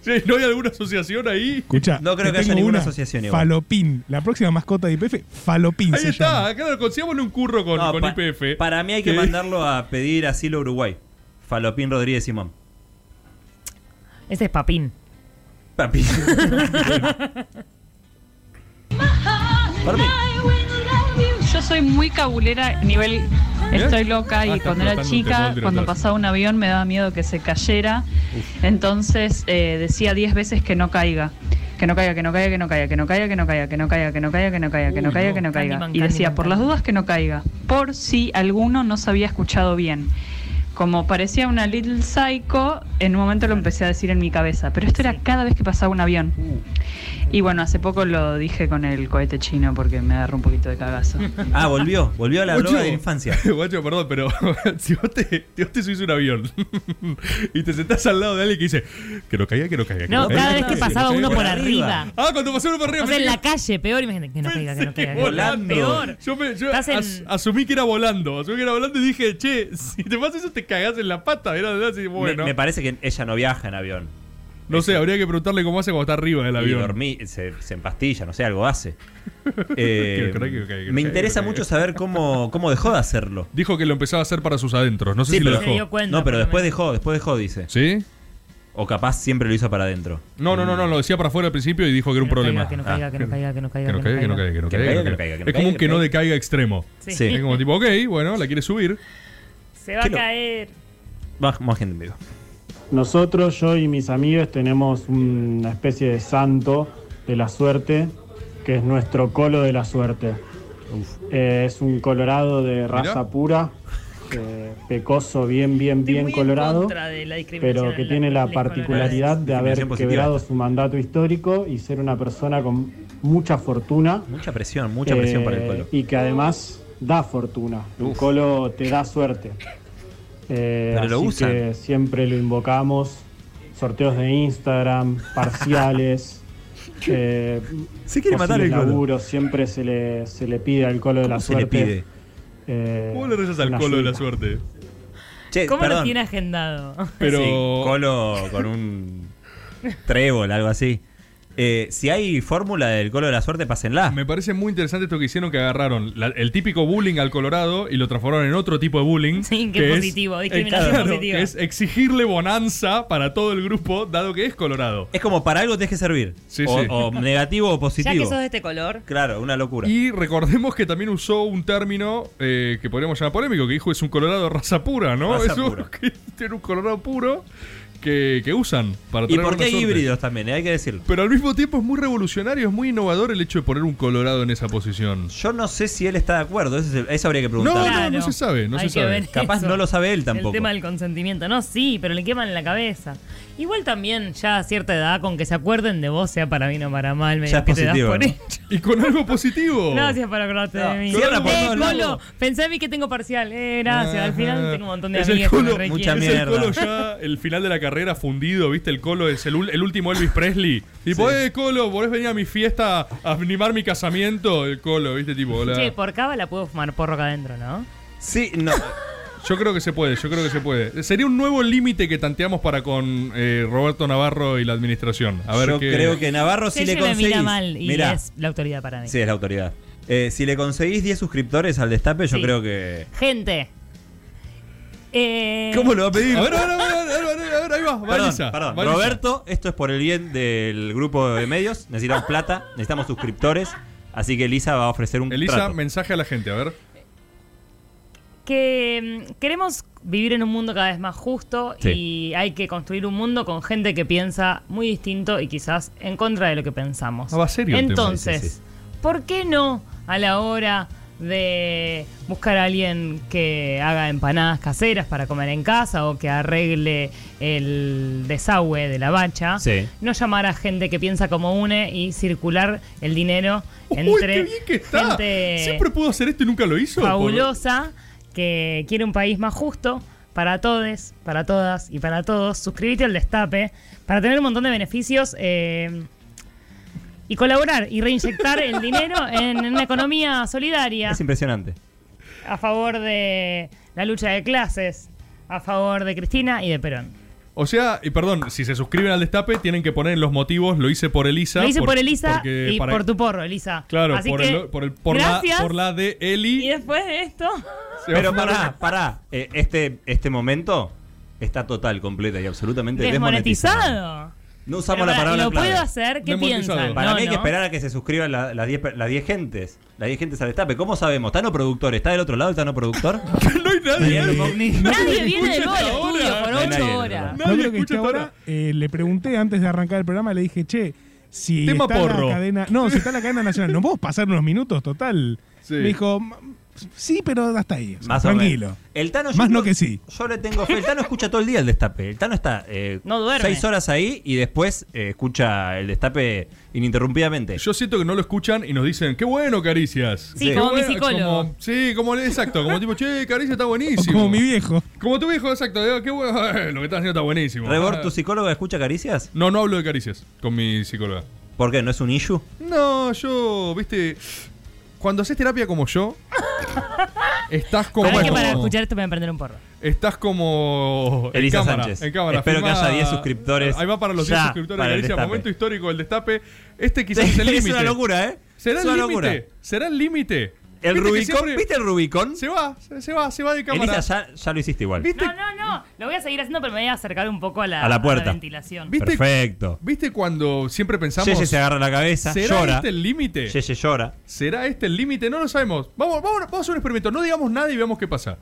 Speaker 5: Sí, ¿No hay alguna asociación ahí?
Speaker 12: Escucha, te tengo una. Falopín. La próxima mascota de IPF, Falopín.
Speaker 5: Ahí
Speaker 12: se
Speaker 5: está,
Speaker 12: llama.
Speaker 5: claro, consigámosle un curro con,
Speaker 4: No,
Speaker 5: con
Speaker 4: pa-
Speaker 5: IPF.
Speaker 4: Para mí hay que
Speaker 5: Sí.
Speaker 4: mandarlo a pedir asilo a Uruguay. Falopín Rodríguez Simón.
Speaker 1: Ese es Papín.
Speaker 4: Papi.
Speaker 26: Yo soy muy cabulera a nivel
Speaker 5: ¿Eh?
Speaker 7: Estoy loca y
Speaker 26: Ah, está
Speaker 7: cuando era
Speaker 26: flotando un
Speaker 7: chica,
Speaker 26: termómetro
Speaker 7: cuando
Speaker 26: atrás.
Speaker 7: pasaba un avión me daba miedo que se cayera. Entonces eh, decía 10 veces que no caiga. Que no caiga, que no caiga, que no caiga, que no caiga, que no caiga, que no caiga, que no caiga, que no caiga, que no
Speaker 27: Uy,
Speaker 7: caiga,
Speaker 27: no.
Speaker 7: que no caiga.
Speaker 27: Candyman,
Speaker 7: Y decía,
Speaker 27: Candyman,
Speaker 7: por las dudas que no caiga, por si alguno no se había escuchado bien. Como parecía una little psycho, en un momento lo empecé a decir en mi cabeza, pero esto era cada vez que pasaba un avión. Y bueno, hace poco lo dije con el cohete chino porque me agarró un poquito de cagazo.
Speaker 6: Ah, volvió, volvió a la
Speaker 5: Guacho,
Speaker 6: droga de la infancia.
Speaker 5: Guacho, perdón, pero si vos te, si vos te subís a un avión y te sentás al lado de alguien que dice que no caiga, que no caiga. que
Speaker 1: No,
Speaker 5: caiga,
Speaker 1: cada vez
Speaker 5: no
Speaker 1: que
Speaker 5: caiga,
Speaker 1: pasaba
Speaker 5: que no
Speaker 1: uno
Speaker 5: caiga".
Speaker 1: por arriba.
Speaker 5: Ah, cuando pasaba uno por arriba.
Speaker 1: O sea, en
Speaker 5: pensé
Speaker 1: la calle, peor, imagínate que no caiga, que no
Speaker 5: que-
Speaker 1: caiga. que no caiga.
Speaker 5: volando.
Speaker 1: Peor.
Speaker 5: Yo, me- yo
Speaker 1: Estás en-
Speaker 5: as- asumí que era volando. Asumí que era volando y dije, che, si te pasa eso te cagás en la pata. Era, era así, bueno.
Speaker 4: Me, me parece que ella no viaja en avión.
Speaker 5: no sé, habría que preguntarle cómo hace cuando está arriba del
Speaker 4: Y
Speaker 5: avión.
Speaker 4: dormí, se, se empastilla, no sé, algo hace. Eh,
Speaker 5: Creo, creo que- creo que-
Speaker 4: me
Speaker 5: creo
Speaker 4: interesa
Speaker 5: que-
Speaker 4: mucho saber cómo, cómo dejó de hacerlo.
Speaker 5: Dijo que lo empezaba a hacer para sus adentros. No sé si lo dejó.
Speaker 4: no, pero después dejó, después dejó, dice.
Speaker 5: ¿Sí?
Speaker 4: O capaz siempre lo hizo para adentro.
Speaker 5: No, no, no, no, lo decía para afuera al principio y dijo que era un problema. Ah.
Speaker 1: Que no caiga, que no caiga, que no
Speaker 5: Que
Speaker 1: caiga,
Speaker 5: no caiga, que no caiga, que no caiga, que no caiga. Es como un que no decaiga extremo.
Speaker 1: Sí.
Speaker 4: Sí.
Speaker 5: Es como tipo, ok, bueno, la quiere subir.
Speaker 1: Se va a
Speaker 4: Qué lo-
Speaker 1: caer.
Speaker 4: Más, más gente en vivo.
Speaker 23: Nosotros, yo y mis amigos tenemos una especie de santo de la suerte, que es nuestro colo de la suerte. Eh, es un colorado de raza pura, eh, pecoso, bien, bien, bien colorado,
Speaker 1: Contra de la discriminación.
Speaker 23: pero que tiene la particularidad de haber
Speaker 4: Discriminación positiva.
Speaker 23: quebrado su mandato histórico y ser una persona con mucha fortuna.
Speaker 4: Mucha presión, mucha presión
Speaker 23: Eh,
Speaker 4: para el colo.
Speaker 23: Y que además da fortuna. El colo te da suerte. Eh,
Speaker 4: Pero lo
Speaker 23: así
Speaker 4: usan.
Speaker 23: que siempre lo invocamos. Sorteos de Instagram, parciales. eh,
Speaker 4: Se quiere matar
Speaker 23: posibles
Speaker 4: el colo.
Speaker 23: laburos, siempre se le, se le pide al colo de la
Speaker 4: ¿Cómo se le
Speaker 23: suerte.
Speaker 4: pide?
Speaker 23: eh,
Speaker 5: ¿Cómo le rezas al
Speaker 23: una
Speaker 5: colo de la
Speaker 23: ayuda.
Speaker 5: suerte?
Speaker 4: Che,
Speaker 1: ¿Cómo lo
Speaker 4: perdón,
Speaker 1: tiene agendado?
Speaker 4: Pero. colo con un trébol, algo así. Eh, si hay fórmula del colo de la suerte, pásenla.
Speaker 5: Me parece muy interesante esto que hicieron que agarraron la- el típico bullying al Colorado y lo transformaron en otro tipo de bullying.
Speaker 1: Sí, qué
Speaker 5: que es- eh,
Speaker 1: positivo, discriminación
Speaker 5: claro,
Speaker 1: positiva.
Speaker 5: que es exigirle bonanza para todo el grupo, dado que es Colorado.
Speaker 4: Es como para algo tenés que servir.
Speaker 5: Sí,
Speaker 4: o,
Speaker 5: sí.
Speaker 4: o negativo o positivo.
Speaker 26: Ya que sos de este color,
Speaker 4: Claro, una locura.
Speaker 5: Y recordemos que también usó un término eh, que podríamos llamar polémico, que dijo es un colorado raza pura, ¿no?
Speaker 4: Raza
Speaker 5: es un,
Speaker 4: pura.
Speaker 5: que tiene un colorado puro que, que usan para
Speaker 4: ¿Y
Speaker 5: traer
Speaker 4: por
Speaker 5: buena
Speaker 4: qué hay
Speaker 5: suerte.
Speaker 4: híbridos también? eh, Hay que decirlo.
Speaker 5: Pero al mismo tiempo es muy revolucionario, es muy innovador el hecho de poner un colorado en esa posición.
Speaker 4: Yo no sé si él está de acuerdo, eso, es el- eso habría que preguntar.
Speaker 5: No, no, no Claro. se sabe, no
Speaker 1: Hay que ver
Speaker 4: Capaz
Speaker 1: eso.
Speaker 4: no lo sabe él tampoco.
Speaker 1: El tema del consentimiento. No, sí, pero le queman la cabeza. Igual también, ya a cierta edad, con que se acuerden de vos, sea para bien o para mal, medio
Speaker 4: Ya es
Speaker 1: que te das
Speaker 4: positivo,
Speaker 1: por
Speaker 4: ¿no?
Speaker 1: hecho.
Speaker 5: Y con algo positivo.
Speaker 1: Gracias por acordarte de mí.
Speaker 5: cierra por
Speaker 1: eh,
Speaker 5: todos
Speaker 1: Colo,
Speaker 5: lados.
Speaker 1: pensé a mí que tengo parcial. Eh, gracias. Al final tengo un montón de
Speaker 5: Es el
Speaker 1: amigos. que me
Speaker 5: colo,
Speaker 1: requieren.
Speaker 5: es el colo ya, el final de la carrera fundido, ¿viste? El colo es el, ul- el último Elvis Presley. Tipo, eh, colo, ¿podés venir a mi fiesta a animar mi casamiento? El colo, ¿viste? Tipo, hola.
Speaker 1: Che, por cava la puedo fumar porro acá adentro, ¿no?
Speaker 4: Sí, no.
Speaker 5: Yo creo que se puede, yo creo que se puede. Sería un nuevo límite que tanteamos para con eh, Roberto Navarro y la administración. A ver
Speaker 4: Yo
Speaker 5: qué-
Speaker 4: creo que Navarro sí
Speaker 1: Ella
Speaker 4: le
Speaker 1: me
Speaker 4: conseguís.
Speaker 1: mira mal y
Speaker 4: Mirá.
Speaker 1: es la autoridad para mí.
Speaker 4: Sí, es la autoridad. Eh, si le conseguís 10 suscriptores al destape, yo
Speaker 1: Sí.
Speaker 4: creo que.
Speaker 1: Gente. Eh,
Speaker 4: ¿Cómo lo va a pedir?
Speaker 5: A ver, a ver, a ver, a ver, a ver, a ver, ahí va, va
Speaker 4: Perdón,
Speaker 5: Elisa,
Speaker 4: perdón.
Speaker 5: va Elisa.
Speaker 4: Roberto, esto es por el bien del grupo de medios. Necesitamos plata, necesitamos suscriptores. Así que Elisa va a ofrecer un
Speaker 5: Elisa,
Speaker 4: trato.
Speaker 5: mensaje a la gente, a ver.
Speaker 1: que mm, queremos vivir en un mundo cada vez más justo y hay que construir un mundo con gente que piensa muy distinto y quizás en contra de lo que pensamos.
Speaker 5: Ah, va serio el tema.
Speaker 1: Entonces,
Speaker 5: Sí, sí, sí.
Speaker 1: ¿por qué no a la hora de buscar a alguien que haga empanadas caseras para comer en casa o que arregle el desagüe de la bacha?
Speaker 4: Sí.
Speaker 1: No llamar a gente que piensa como une y circular el dinero entre
Speaker 5: Uy, qué bien que está.
Speaker 1: gente
Speaker 5: Siempre pudo hacer esto y nunca lo hizo.
Speaker 1: fabulosa que quiere un país más justo para todos, para todas y para todos. Suscríbete al Destape para tener un montón de beneficios eh, y colaborar y reinyectar el dinero en una economía solidaria
Speaker 4: Es impresionante.
Speaker 1: a favor de la lucha de clases, a favor de Cristina y de Perón.
Speaker 5: O sea, y perdón, si se suscriben al Destape, tienen que poner en los motivos, lo hice por Elisa.
Speaker 1: Lo hice por, Elisa
Speaker 5: porque
Speaker 1: y
Speaker 5: para- e-
Speaker 1: por tu porro, Elisa.
Speaker 5: Claro,
Speaker 1: Así
Speaker 5: por,
Speaker 1: que,
Speaker 5: el, por, el- por la,
Speaker 1: gracias.
Speaker 5: por la de Eli.
Speaker 1: Y después de esto...
Speaker 5: se va a
Speaker 4: Pero
Speaker 5: formar
Speaker 4: pará,
Speaker 5: una-
Speaker 4: pará. Eh, este, este momento está total, completa y absolutamente desmonetizado.
Speaker 1: Desmonetizado.
Speaker 4: No usamos la
Speaker 1: Pero pará,
Speaker 4: palabra
Speaker 1: ¿lo
Speaker 4: clave.
Speaker 1: puedo hacer? ¿Qué Demotizado. piensan?
Speaker 4: Para
Speaker 1: No,
Speaker 4: mí hay que
Speaker 1: no.
Speaker 4: esperar a que se suscriban la- las 10 las 10 gentes. Las 10 gentes al destape. ¿Cómo sabemos? ¿Está no productor? ¿Está del otro lado el no productor?
Speaker 1: Nadie viene de nuevo al
Speaker 15: ahora.
Speaker 1: estudio por
Speaker 4: No hay nadie,
Speaker 1: ocho
Speaker 4: no,
Speaker 1: horas.
Speaker 12: No, creo que esté ahora, eh, le pregunté antes de arrancar el programa, le dije, che, si
Speaker 5: Tema
Speaker 12: está
Speaker 5: porro.
Speaker 12: la cadena. No, si está la cadena nacional, no podemos pasar unos minutos, total.
Speaker 5: Sí.
Speaker 12: Me dijo, "M- sí, pero hasta ahí. o sea,
Speaker 4: Más o
Speaker 12: tranquilo.
Speaker 4: menos. El Tano yo
Speaker 12: Más no
Speaker 4: creo-
Speaker 12: que sí.
Speaker 4: Yo le tengo fe. El Tano escucha todo el día el destape. El Tano está eh,
Speaker 1: No duerme.
Speaker 4: seis horas ahí y después eh, escucha el destape ininterrumpidamente.
Speaker 5: Yo siento que no lo escuchan y nos dicen, qué bueno, Caricias.
Speaker 1: Sí,
Speaker 5: Qué
Speaker 1: como mi
Speaker 5: bueno",
Speaker 1: psicólogo.
Speaker 5: como- sí, como exacto, como tipo, che, Caricias está buenísimo.
Speaker 12: Como mi viejo.
Speaker 5: Como tu viejo, exacto. digo, Qué bueno, lo que estás haciendo está buenísimo. Ah,
Speaker 4: Rebor, ¿tu psicóloga escucha Caricias?
Speaker 5: No, no hablo de Caricias con mi psicóloga.
Speaker 4: ¿Por qué? ¿No es un issue?
Speaker 5: No, yo, viste, cuando haces terapia como yo, estás como...
Speaker 1: Para que para escuchar esto me voy a prender un porro.
Speaker 5: Estás como. en
Speaker 4: Elisa
Speaker 5: cámara,
Speaker 4: Sánchez.
Speaker 5: En cámara,
Speaker 4: Espero que
Speaker 5: firmada.
Speaker 4: haya 10 suscriptores
Speaker 5: Ahí va para los
Speaker 4: ya
Speaker 5: 10 suscriptores
Speaker 4: para
Speaker 5: de
Speaker 4: el
Speaker 5: Alicia.
Speaker 4: Destape.
Speaker 5: Momento histórico del destape. Este quizás es el
Speaker 4: Es
Speaker 5: límite.
Speaker 4: una locura, ¿eh?
Speaker 5: ¿Será
Speaker 4: Es
Speaker 5: el
Speaker 4: una
Speaker 5: límite?
Speaker 4: locura.
Speaker 5: ¿Será el límite?
Speaker 4: El
Speaker 5: Viste que
Speaker 4: Rubicón,
Speaker 5: siempre-
Speaker 4: ¿viste el Rubicón?
Speaker 5: Se va, se, se va, se va de cámara.
Speaker 4: Elisa, ya, ya lo hiciste igual.
Speaker 1: No, no, no. Lo voy a seguir haciendo, pero me voy a acercar un poco Ah, a la,
Speaker 4: A la puerta.
Speaker 1: ventilación.
Speaker 5: ¿Viste?
Speaker 4: Perfecto.
Speaker 5: ¿Viste cuando siempre pensamos.
Speaker 4: Yeye se agarra la cabeza,
Speaker 5: ¿Será
Speaker 4: llora.
Speaker 5: este el límite?
Speaker 4: Yeye llora.
Speaker 5: ¿Será este el límite? No lo sabemos. Vamos, vamos, vamos a hacer un experimento. No digamos nada y veamos qué pasa.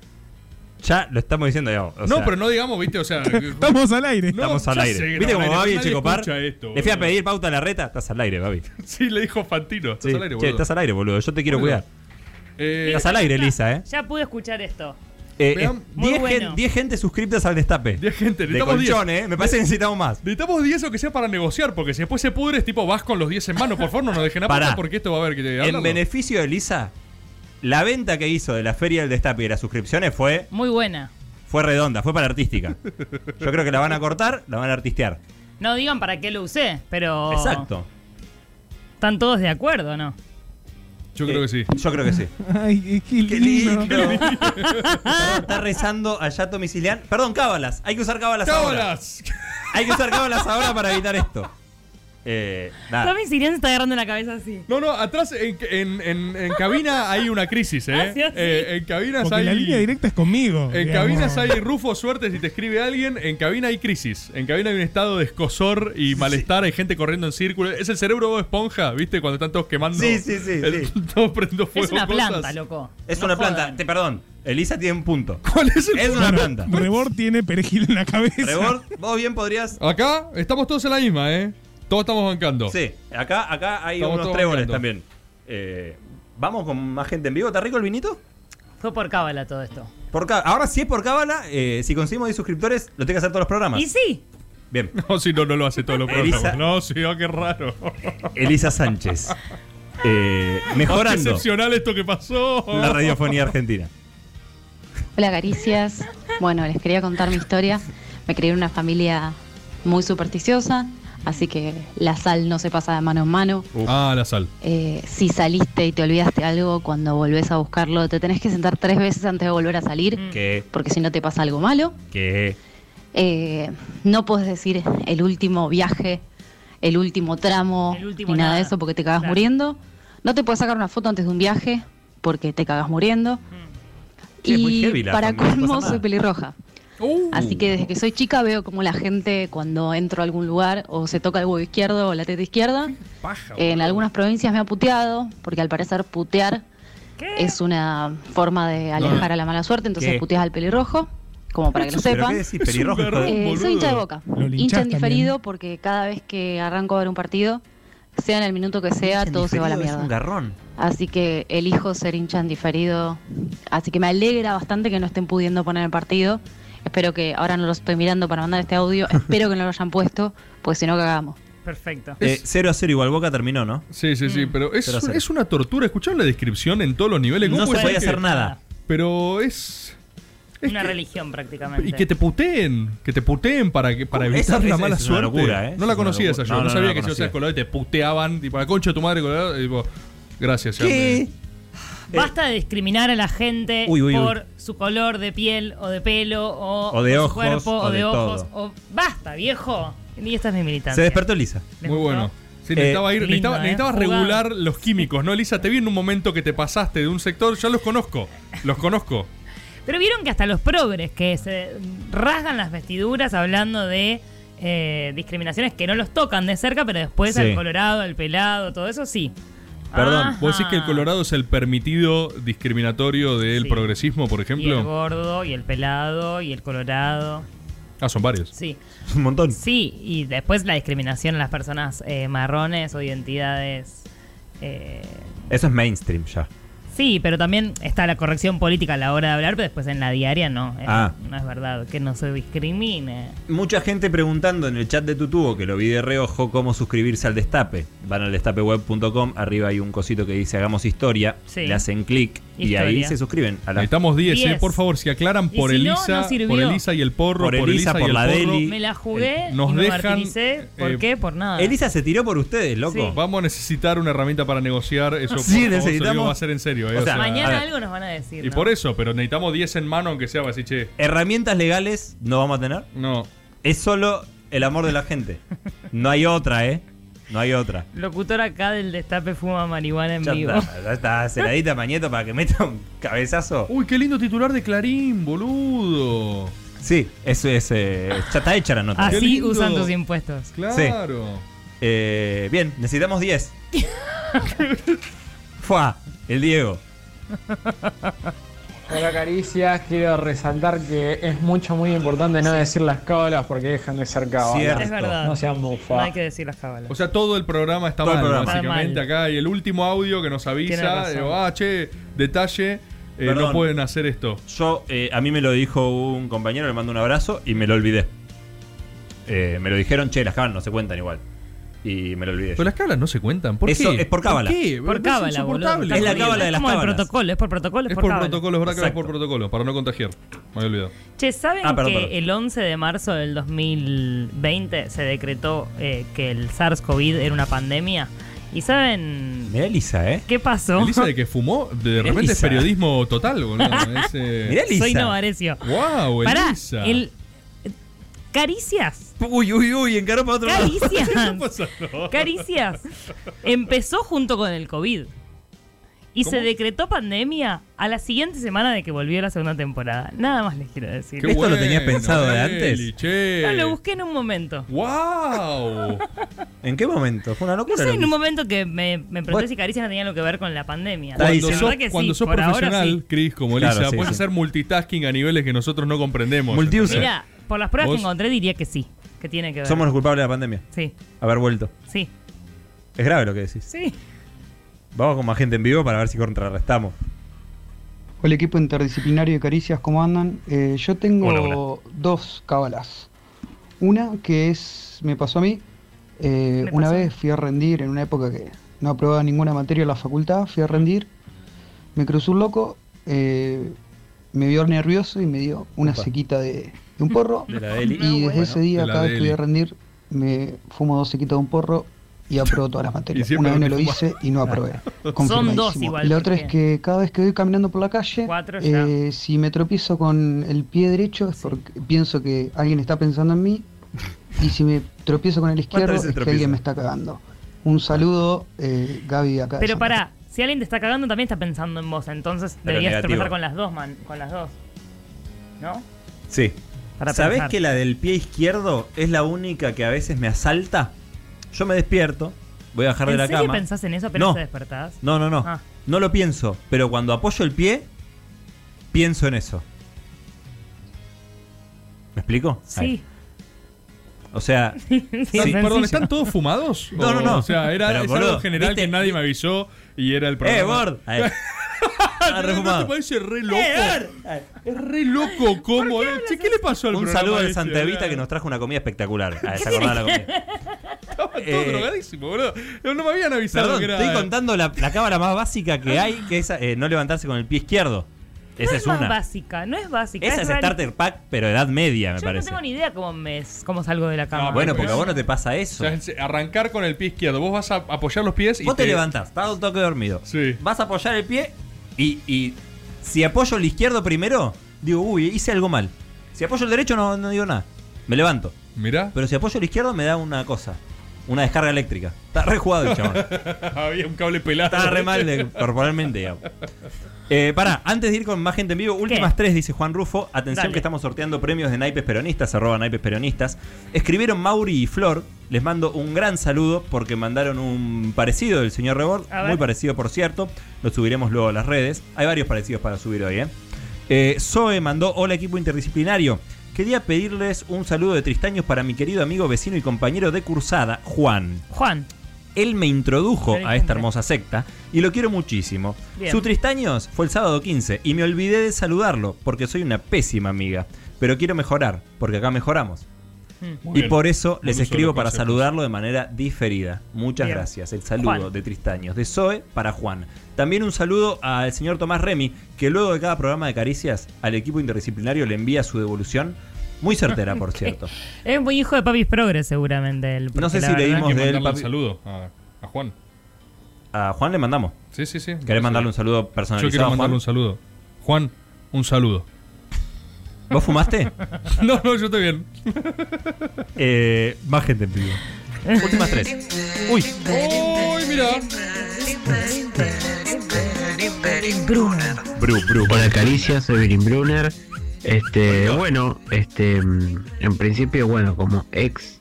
Speaker 4: Ya lo estamos diciendo, digamos. o
Speaker 5: no,
Speaker 4: sea,
Speaker 5: pero no digamos, viste, o sea.
Speaker 12: Estamos al aire.
Speaker 5: No,
Speaker 4: Estamos al
Speaker 5: ya
Speaker 4: aire.
Speaker 5: sé que
Speaker 4: ¿Viste
Speaker 5: no,
Speaker 4: cómo
Speaker 5: nadie-
Speaker 4: va bien
Speaker 5: nadie
Speaker 4: Checopar?
Speaker 5: escucha esto,
Speaker 4: Le fui a
Speaker 5: boludo.
Speaker 4: pedir pauta a la reta. Estás al aire, baby.
Speaker 5: Sí, le dijo Fantino. Estás
Speaker 4: Sí.
Speaker 5: al
Speaker 4: Che,
Speaker 5: aire, boludo.
Speaker 4: estás al aire, boludo. Yo te quiero
Speaker 5: Boludo.
Speaker 4: cuidar.
Speaker 5: Eh,
Speaker 4: Estás al aire, Elisa, ¿eh?
Speaker 1: Ya pude escuchar esto.
Speaker 4: Eh, eh,
Speaker 1: Vean-
Speaker 4: 10
Speaker 1: Muy bueno.
Speaker 4: gen- 10 gente suscriptas al destape. 10
Speaker 5: gente,
Speaker 4: De
Speaker 5: necesitamos
Speaker 4: colchón,
Speaker 5: 10.
Speaker 4: ¿eh? Me parece que necesitamos más.
Speaker 5: Necesitamos 10 o que sea para negociar, porque si después se pudre, es tipo, vas con los 10 en mano, por favor, no nos dejen
Speaker 4: Pará.
Speaker 5: apagar porque esto va a haber que
Speaker 4: En
Speaker 5: hablarlo.
Speaker 4: beneficio de Elisa, la venta que hizo de la Feria del Destape y de las suscripciones fue,
Speaker 1: Muy buena.
Speaker 4: fue redonda, fue para artística. Yo creo que la van a cortar, la van a artistear.
Speaker 1: No digan para qué lo usé, pero.
Speaker 4: Exacto.
Speaker 1: ¿Están todos de acuerdo no?
Speaker 5: Yo creo que sí.
Speaker 4: Eh, Yo creo que sí.
Speaker 12: Ay, qué lindo.
Speaker 4: Perdón, está rezando allá Tomicilian. Perdón, cábalas. Hay que usar cábalas,
Speaker 5: ¡Cábalas!
Speaker 4: ahora. Hay que usar cábalas ahora para evitar esto. Eh, nada.
Speaker 1: Tommy Sirian se está agarrando la cabeza así.
Speaker 5: No, no, atrás en, en- en- en cabina hay una crisis, ¿eh?
Speaker 1: Hacia así.
Speaker 5: Eh, en cabinas
Speaker 12: Porque
Speaker 5: hay.
Speaker 12: la línea directa es conmigo.
Speaker 5: En
Speaker 12: digamos.
Speaker 5: cabinas hay rufo suerte si te escribe alguien. En cabina hay crisis. En cabina hay un estado de escosor y malestar. Hay gente corriendo en círculo. Es el cerebro Bob esponja, ¿viste? Cuando están todos quemando.
Speaker 4: Sí, sí, sí,
Speaker 5: el-
Speaker 4: sí.
Speaker 5: Todos prendiendo fuego.
Speaker 1: Es una
Speaker 5: cosas.
Speaker 1: planta, loco.
Speaker 4: Es
Speaker 1: No
Speaker 4: una
Speaker 1: jodan.
Speaker 4: planta. Te perdón. Elisa tiene un punto.
Speaker 5: ¿Cuál es el
Speaker 4: Es una
Speaker 5: problema?
Speaker 4: planta.
Speaker 12: Rebor tiene perejil en la cabeza.
Speaker 4: Rebord, vos bien podrías.
Speaker 5: Acá estamos todos en la misma, ¿eh? Todos estamos bancando.
Speaker 4: Sí, acá, acá hay
Speaker 5: Estamos
Speaker 4: unos
Speaker 5: todos
Speaker 4: tréboles
Speaker 5: bancando.
Speaker 4: también. Eh, Vamos con más gente en vivo. ¿Está rico el vinito?
Speaker 1: Fue por cábala todo esto.
Speaker 4: Por cá- Ahora, si es por cábala, eh, si conseguimos 10 suscriptores, lo tengo que hacer todos los programas.
Speaker 1: Y sí,
Speaker 4: Bien.
Speaker 5: No, si no, no lo hace todos los programas.
Speaker 4: Elisa-
Speaker 5: No, si no, qué raro.
Speaker 4: Elisa Sánchez. Eh,
Speaker 5: Qué
Speaker 4: mejorando
Speaker 5: excepcional esto que pasó.
Speaker 4: la radiofonía argentina.
Speaker 11: Hola Caricias. Bueno, les quería contar mi historia. Me crié en una familia muy supersticiosa, así que la sal no se pasa de mano en mano.
Speaker 5: Ah, la sal.
Speaker 11: Eh, si saliste y te olvidaste algo, cuando volvés a buscarlo, te tenés que sentar tres veces antes de volver a salir,
Speaker 4: ¿Qué?
Speaker 11: porque si no te pasa algo malo.
Speaker 4: ¿Qué?
Speaker 11: Eh, no puedes decir el último viaje, el último tramo,
Speaker 1: último
Speaker 11: ni nada, de
Speaker 1: nada.
Speaker 11: eso porque te cagas
Speaker 1: Claro.
Speaker 11: muriendo. No te puedes sacar una foto antes de un viaje porque te cagas muriendo.
Speaker 4: Sí, es muy heavy
Speaker 11: Y
Speaker 4: la
Speaker 11: para
Speaker 4: familia, no
Speaker 11: colmo
Speaker 4: pasa nada.
Speaker 11: soy pelirroja.
Speaker 1: Uh.
Speaker 11: Así que desde que soy chica veo como la gente cuando entro a algún lugar o se toca el huevo izquierdo o la teta izquierda. en algunas provincias me ha puteado porque al parecer putear es una forma de alejar a la mala suerte, entonces
Speaker 4: ¿Qué?
Speaker 11: puteas al pelirrojo, como para que lo
Speaker 4: ¿Pero
Speaker 11: sepan.
Speaker 4: qué decís, pelirrojo, Es un garrón,
Speaker 11: Eh,
Speaker 4: boludo.
Speaker 11: soy hincha de boca,
Speaker 4: Lo
Speaker 11: hincha
Speaker 4: linchás
Speaker 11: en diferido porque cada vez que arranco a ver un partido, sea en el minuto que sea, todo se va a la
Speaker 4: Es un
Speaker 11: mierda.
Speaker 4: garrón.
Speaker 11: Así que elijo ser hincha en diferido. Así que me alegra bastante que no estén pudiendo poner el partido. Espero que ahora no lo estoy mirando para mandar este audio. Espero que no lo hayan puesto, pues si no cagamos.
Speaker 1: perfecto.
Speaker 4: Eh, 0 a 0 igual Boca terminó, ¿no?
Speaker 5: Sí, sí,
Speaker 1: Mm.
Speaker 5: sí, pero es,
Speaker 4: Cero a cero.
Speaker 5: es una tortura. Escucharon la descripción en todos los niveles. ¿Cómo
Speaker 4: No se
Speaker 5: puede ser
Speaker 4: podía
Speaker 5: que-
Speaker 4: hacer nada.
Speaker 5: Pero es.
Speaker 1: una religión prácticamente.
Speaker 5: Y que te puteen. Que te puteen para, que, para
Speaker 4: Uh,
Speaker 5: evitar
Speaker 4: esa-
Speaker 5: la
Speaker 4: esa-
Speaker 5: mala
Speaker 4: esa es una
Speaker 5: suerte.
Speaker 4: locura, ¿eh? Esa
Speaker 5: No
Speaker 4: es una
Speaker 5: la conocía esa
Speaker 4: locura.
Speaker 5: yo.
Speaker 4: No,
Speaker 5: No,
Speaker 4: no, no
Speaker 5: sabía
Speaker 4: la
Speaker 5: que si vos
Speaker 4: conocía.
Speaker 5: seas colorado y te puteaban. Tipo, la concha de tu madre colorado. y tipo, gracias, ya
Speaker 1: ¿Qué?
Speaker 5: me-
Speaker 1: Basta de discriminar a la gente
Speaker 5: Uy, uy, uy.
Speaker 1: por su color de piel o de pelo o,
Speaker 4: O de
Speaker 1: su
Speaker 4: ojos,
Speaker 1: cuerpo o,
Speaker 4: o
Speaker 1: de,
Speaker 4: de
Speaker 1: ojos. O, basta, viejo. Y esta es mi militancia.
Speaker 4: Se despertó Elisa.
Speaker 1: ¿Les
Speaker 5: Muy
Speaker 1: gustó?
Speaker 5: bueno. Sí, necesitaba,
Speaker 1: Eh,
Speaker 5: ir, necesitaba,
Speaker 1: lindo, ¿eh?
Speaker 5: necesitaba
Speaker 1: Jugado.
Speaker 5: regular los químicos, ¿no, Elisa? Te vi en un momento que te pasaste de un sector. Ya los conozco. Los conozco.
Speaker 1: Pero vieron que hasta los progres que se rasgan las vestiduras hablando de eh, discriminaciones que no los tocan de cerca, pero después
Speaker 5: Sí.
Speaker 1: al colorado, al pelado, todo eso sí.
Speaker 5: Perdón,
Speaker 1: Ajá.
Speaker 5: ¿vos decís que el Colorado es el permitido discriminatorio del progresismo, por
Speaker 1: Y el
Speaker 5: ejemplo?
Speaker 1: gordo, y el pelado, y el colorado.
Speaker 5: Ah, son varios.
Speaker 1: Sí.
Speaker 4: Un montón.
Speaker 1: Sí, y después la discriminación a las personas eh, marrones o de identidades. eh,
Speaker 4: Eso es mainstream ya.
Speaker 1: sí, pero también está la corrección política a la hora de hablar, pero después en la diaria no. eh,
Speaker 4: Ah.
Speaker 1: No es verdad, que no se discrimine.
Speaker 4: Mucha gente preguntando en el chat de Tutubo, que lo vi de reojo, cómo suscribirse al Destape. Van al destapeweb.com, arriba hay un cosito que dice hagamos historia,
Speaker 1: Sí.
Speaker 4: le hacen clic y
Speaker 5: Historia.
Speaker 4: ahí se suscriben. A la...
Speaker 5: Necesitamos 10, eh,
Speaker 1: Diez.
Speaker 5: por favor, si aclaran
Speaker 1: Y
Speaker 5: por
Speaker 1: si no,
Speaker 5: Elisa,
Speaker 1: no sirvió.
Speaker 5: por Elisa y el porro, por, Elisa, y el
Speaker 4: la
Speaker 5: porro.
Speaker 4: Deli.
Speaker 1: Me la jugué
Speaker 5: eh, nos
Speaker 1: y me
Speaker 5: dejan,
Speaker 1: martiricé. ¿Por
Speaker 5: eh,
Speaker 1: qué? Por nada.
Speaker 4: Elisa se tiró por ustedes, loco.
Speaker 1: Sí.
Speaker 5: Vamos a necesitar una herramienta para negociar eso.
Speaker 4: Sí,
Speaker 5: por favor, se lo digo,
Speaker 4: necesitamos-
Speaker 5: va a ser en serio. eh,
Speaker 4: O
Speaker 5: o
Speaker 4: sea,
Speaker 5: sea,
Speaker 1: Mañana algo nos van a decir.
Speaker 5: Y
Speaker 1: ¿no?
Speaker 5: por eso, pero necesitamos 10 en mano, aunque sea para decir, che.
Speaker 4: ¿Herramientas legales no vamos a tener?
Speaker 5: No.
Speaker 4: Es solo el amor de la gente. No hay otra, ¿eh? No hay otra.
Speaker 1: Locutor acá del Destape fuma marihuana en
Speaker 4: Ya
Speaker 1: vivo.
Speaker 4: está, ya está celadita Mañeto para que meta un cabezazo.
Speaker 5: Uy, qué lindo titular de Clarín, boludo.
Speaker 4: Sí, eso es. eh, ya está hecha la nota.
Speaker 1: Así usan tus impuestos.
Speaker 5: Claro.
Speaker 4: Eh, bien, necesitamos 10. Fua, el Diego.
Speaker 2: Hola caricias, quiero resaltar que es mucho muy importante no decir las cábalas porque dejan de ser cábalas.
Speaker 5: Cierto. Es verdad.
Speaker 2: No sean mufa.
Speaker 1: No hay que decir las cábalas.
Speaker 5: O sea, todo el programa está
Speaker 4: Todo el
Speaker 5: mal,
Speaker 4: programa.
Speaker 5: básicamente.
Speaker 4: Está
Speaker 5: Acá y el último audio que nos
Speaker 4: Tiene
Speaker 5: avisa,
Speaker 4: razón.
Speaker 5: eh, ah, che, detalle, eh, no
Speaker 4: Perdón.
Speaker 5: pueden hacer esto.
Speaker 4: Yo, eh, a mí me lo dijo un compañero, le mando un abrazo y me lo olvidé. Eh, me lo dijeron, che, las cábalas no se cuentan igual. Y me lo olvidé.
Speaker 5: Pero las cábalas no se cuentan. ¿Por
Speaker 4: Eso
Speaker 5: qué?
Speaker 4: es por cábala.
Speaker 5: ¿Por qué?
Speaker 1: Por
Speaker 5: Es
Speaker 1: cábala, boludo.
Speaker 5: insoportable.
Speaker 1: Está jodido. Es como el protocolo, es por protocolo, es,
Speaker 5: Es
Speaker 1: por,
Speaker 5: por
Speaker 1: cábala.
Speaker 5: protocolo, es verdad que es por protocolo, para no contagiar. Me había olvidado.
Speaker 1: Che, ¿saben
Speaker 5: Ah, perdón,
Speaker 1: que
Speaker 5: perdón.
Speaker 1: el 11 de marzo del 2020 se decretó eh, que el SARS-CoV era una pandemia? ¿Y saben
Speaker 4: Mirá Elisa, ¿eh?
Speaker 1: qué pasó?
Speaker 5: Elisa de que fumó, de
Speaker 4: Mirá,
Speaker 5: repente es
Speaker 4: Elisa.
Speaker 5: periodismo total, boludo. Es,
Speaker 1: Soy Novarecio.
Speaker 5: Eh, Wow, eh,
Speaker 1: Pará,
Speaker 5: Elisa.
Speaker 1: el... Caricias.
Speaker 4: Uy, uy, uy, encaró para otro
Speaker 1: lado.
Speaker 5: ¿Qué
Speaker 1: Caricias.
Speaker 5: pasó?
Speaker 1: Caricias. Empezó junto con el COVID. Y se
Speaker 4: ¿Cómo?
Speaker 1: decretó pandemia a la siguiente semana de que volvió la segunda temporada. Nada más les quiero decir.
Speaker 4: ¿Esto lo tenías pensado de antes?
Speaker 5: Eli,
Speaker 4: Eh.
Speaker 5: che.
Speaker 1: No, lo busqué en un momento.
Speaker 5: ¡Wow!
Speaker 4: ¿En qué momento? Fue una
Speaker 1: No
Speaker 4: locura.
Speaker 1: sé,
Speaker 4: lo
Speaker 1: en
Speaker 4: que
Speaker 1: un
Speaker 4: hizo.
Speaker 1: momento que me, me pregunté
Speaker 4: Bueno.
Speaker 1: si Caricias no tenía algo que ver con la pandemia. La
Speaker 5: Cuando
Speaker 1: verdad
Speaker 5: sos,
Speaker 1: que sí,
Speaker 5: cuando sos
Speaker 1: por ahora
Speaker 5: profesional,
Speaker 1: sí.
Speaker 5: Cris, como Elisa,
Speaker 4: Claro, sí,
Speaker 5: puedes
Speaker 4: sí.
Speaker 5: hacer multitasking a niveles que nosotros no comprendemos.
Speaker 4: Multiuso.
Speaker 5: ¿entendés?
Speaker 1: Mira, por las pruebas
Speaker 5: Vos-
Speaker 1: que encontré diría que sí, que tiene que ver.
Speaker 4: Somos los culpables de la pandemia.
Speaker 1: Sí,
Speaker 4: Haber vuelto.
Speaker 1: sí,
Speaker 4: Es grave lo que decís.
Speaker 1: sí.
Speaker 4: Vamos con más gente en vivo para ver si contrarrestamos.
Speaker 28: Hola equipo interdisciplinario de Caricias, ¿cómo andan? Eh, yo tengo
Speaker 4: Hola,
Speaker 28: dos cábalas. Una que es, me pasó a mí, eh,
Speaker 26: Me
Speaker 28: una
Speaker 26: pasó.
Speaker 28: vez fui a rendir en una época que no aprobaba ninguna materia en la facultad, fui a rendir, me cruzó un loco, eh, me vio nervioso y me dio una
Speaker 4: Upa.
Speaker 28: sequita de, de un porro.
Speaker 4: De la Deli.
Speaker 28: Y
Speaker 4: No,
Speaker 28: desde
Speaker 4: bueno.
Speaker 28: ese día,
Speaker 4: De la
Speaker 28: cada vez que voy a
Speaker 4: Deli.
Speaker 28: rendir, me fumo dos sequitas de un porro y apruebo todas las materias.
Speaker 26: siempre
Speaker 28: Una vez no lo
Speaker 26: fuma.
Speaker 28: hice y no aprobé.
Speaker 26: Son dos
Speaker 28: Confirmadísimo.
Speaker 26: igual,
Speaker 28: Y la otra es
Speaker 26: porque-
Speaker 28: que cada vez que voy caminando por la calle,
Speaker 26: Cuatro ya.
Speaker 28: eh, si me tropiezo con el pie derecho es porque pienso que alguien está pensando en mí y si me tropiezo con el izquierdo es
Speaker 26: veces
Speaker 28: que
Speaker 26: tropieza?
Speaker 28: alguien me está cagando. Un saludo, eh, Gaby acá. de
Speaker 1: Pero
Speaker 28: San
Speaker 1: pará, si alguien te está cagando también está pensando en vos, entonces
Speaker 28: Pero
Speaker 1: deberías
Speaker 28: negativo.
Speaker 1: tropezar con las dos, man, con las dos. ¿No?
Speaker 4: Sí.
Speaker 1: Para
Speaker 4: ¿Sabés
Speaker 1: pensar.
Speaker 4: que la del pie izquierdo es la única que a veces me asalta? Yo me despierto, voy a bajar de
Speaker 1: ¿En
Speaker 4: la
Speaker 1: serio
Speaker 4: cama.
Speaker 1: pensás en eso apenas
Speaker 4: no,
Speaker 1: te despertás?
Speaker 4: No, no, no.
Speaker 1: Ah.
Speaker 4: No lo pienso, pero cuando apoyo el pie, pienso en eso. ¿Me explico? Ahí.
Speaker 1: Sí.
Speaker 4: O sea,
Speaker 5: Están- Perdón, ¿están todos fumados?
Speaker 4: No, no, no.
Speaker 5: O sea, era
Speaker 4: Pero,
Speaker 5: es
Speaker 4: boludo,
Speaker 5: algo general que nadie me avisó y era el problema.
Speaker 4: ¡Eh, Bord! Ahí.
Speaker 5: Ah, ¿No te
Speaker 4: refumado.
Speaker 5: parece re loco?
Speaker 4: ¡Eh,
Speaker 5: Es re loco cómo es. Che, ¿qué le pasó al
Speaker 4: Un
Speaker 5: programa
Speaker 4: saludo de
Speaker 5: este?
Speaker 4: Santa Evita que nos trajo una comida espectacular. Ah, ¿se acordaba la comida?
Speaker 5: Estaba todo
Speaker 4: Eh,
Speaker 5: drogadísimo, boludo. No, no me habían avisado
Speaker 4: Perdón,
Speaker 5: que era.
Speaker 4: estoy contando la, la cábala más básica que hay, que es eh, no levantarse con el pie izquierdo. Esa
Speaker 1: No
Speaker 4: es
Speaker 1: es más
Speaker 4: una.
Speaker 1: básica, no es básica.
Speaker 4: Esa es
Speaker 1: rari-
Speaker 4: Starter Pack, pero de edad media, me
Speaker 1: Yo no
Speaker 4: parece.
Speaker 1: tengo ni idea cómo, me, cómo salgo de la
Speaker 5: Ah,
Speaker 1: cama.
Speaker 4: bueno, porque a vos no te pasa eso.
Speaker 5: O sea, arrancar con el pie izquierdo. Vos vas a apoyar los pies y.
Speaker 4: Vos te levantás, estás un toque dormido. Vas a apoyar el pie y, y si apoyo el izquierdo primero, digo, uy, hice algo mal. Si apoyo el derecho no, no digo nada. Me levanto.
Speaker 5: Mirá.
Speaker 4: Pero si apoyo el izquierdo me da una cosa. Una descarga eléctrica. Está re jugado el chabón.
Speaker 5: Había un cable pelado.
Speaker 4: Estaba re mal de- corporalmente, digamos. Eh, pará, antes de ir con más gente en vivo, últimas tres, dice Juan Rufo. Atención
Speaker 5: Dale.
Speaker 4: que estamos sorteando premios de naipes peronistas, arroba naipes peronistas. Escribieron Mauri y Flor. Les mando un gran saludo porque mandaron un parecido del señor Rebord.
Speaker 5: A ver.
Speaker 4: Muy parecido, por cierto. Lo subiremos luego a las redes. Hay varios parecidos para subir hoy, ¿eh? Eh, Zoe mandó, hola equipo interdisciplinario. Quería pedirles un saludo de Tristaños para mi querido amigo, vecino y compañero de cursada, Juan.
Speaker 1: Juan.
Speaker 4: Él me introdujo
Speaker 1: Feliz
Speaker 4: a esta hermosa secta y lo quiero muchísimo.
Speaker 1: Bien.
Speaker 4: Su Tristaños fue el sábado 15 y me olvidé de saludarlo porque soy una pésima amiga. Pero quiero mejorar porque acá mejoramos.
Speaker 26: Mm.
Speaker 4: y por eso les escribo para saludarlo de manera diferida. Muchas
Speaker 5: Bien.
Speaker 4: gracias. El saludo
Speaker 5: Juan.
Speaker 4: de Tristaños, de Zoe para Juan. También un saludo al señor Tomás Remy, que luego de cada programa de Caricias al equipo interdisciplinario le envía su devolución. Muy certera, por cierto.
Speaker 1: Es muy hijo de Papis Progres, seguramente. él,
Speaker 4: No
Speaker 1: porque
Speaker 4: sé
Speaker 1: la
Speaker 4: si
Speaker 1: verdad-
Speaker 4: leímos de él.
Speaker 5: mandarle un
Speaker 4: saludo a, Juan. A Juan le mandamos.
Speaker 5: Sí, sí, sí.
Speaker 4: ¿Querés mandarle un saludo personalizado?
Speaker 5: Yo quiero mandarle
Speaker 4: Juan?
Speaker 5: un saludo. Juan, un saludo.
Speaker 4: ¿Vos fumaste?
Speaker 5: no, no, yo estoy bien.
Speaker 4: Eh, más gente en vivo. Últimas tres. Uy.
Speaker 5: ¡Uy, mira!
Speaker 4: Bru, Bru.
Speaker 16: Hola Caricia, soy Birin Brunner. Este, bueno, este, mm, en principio, bueno, como ex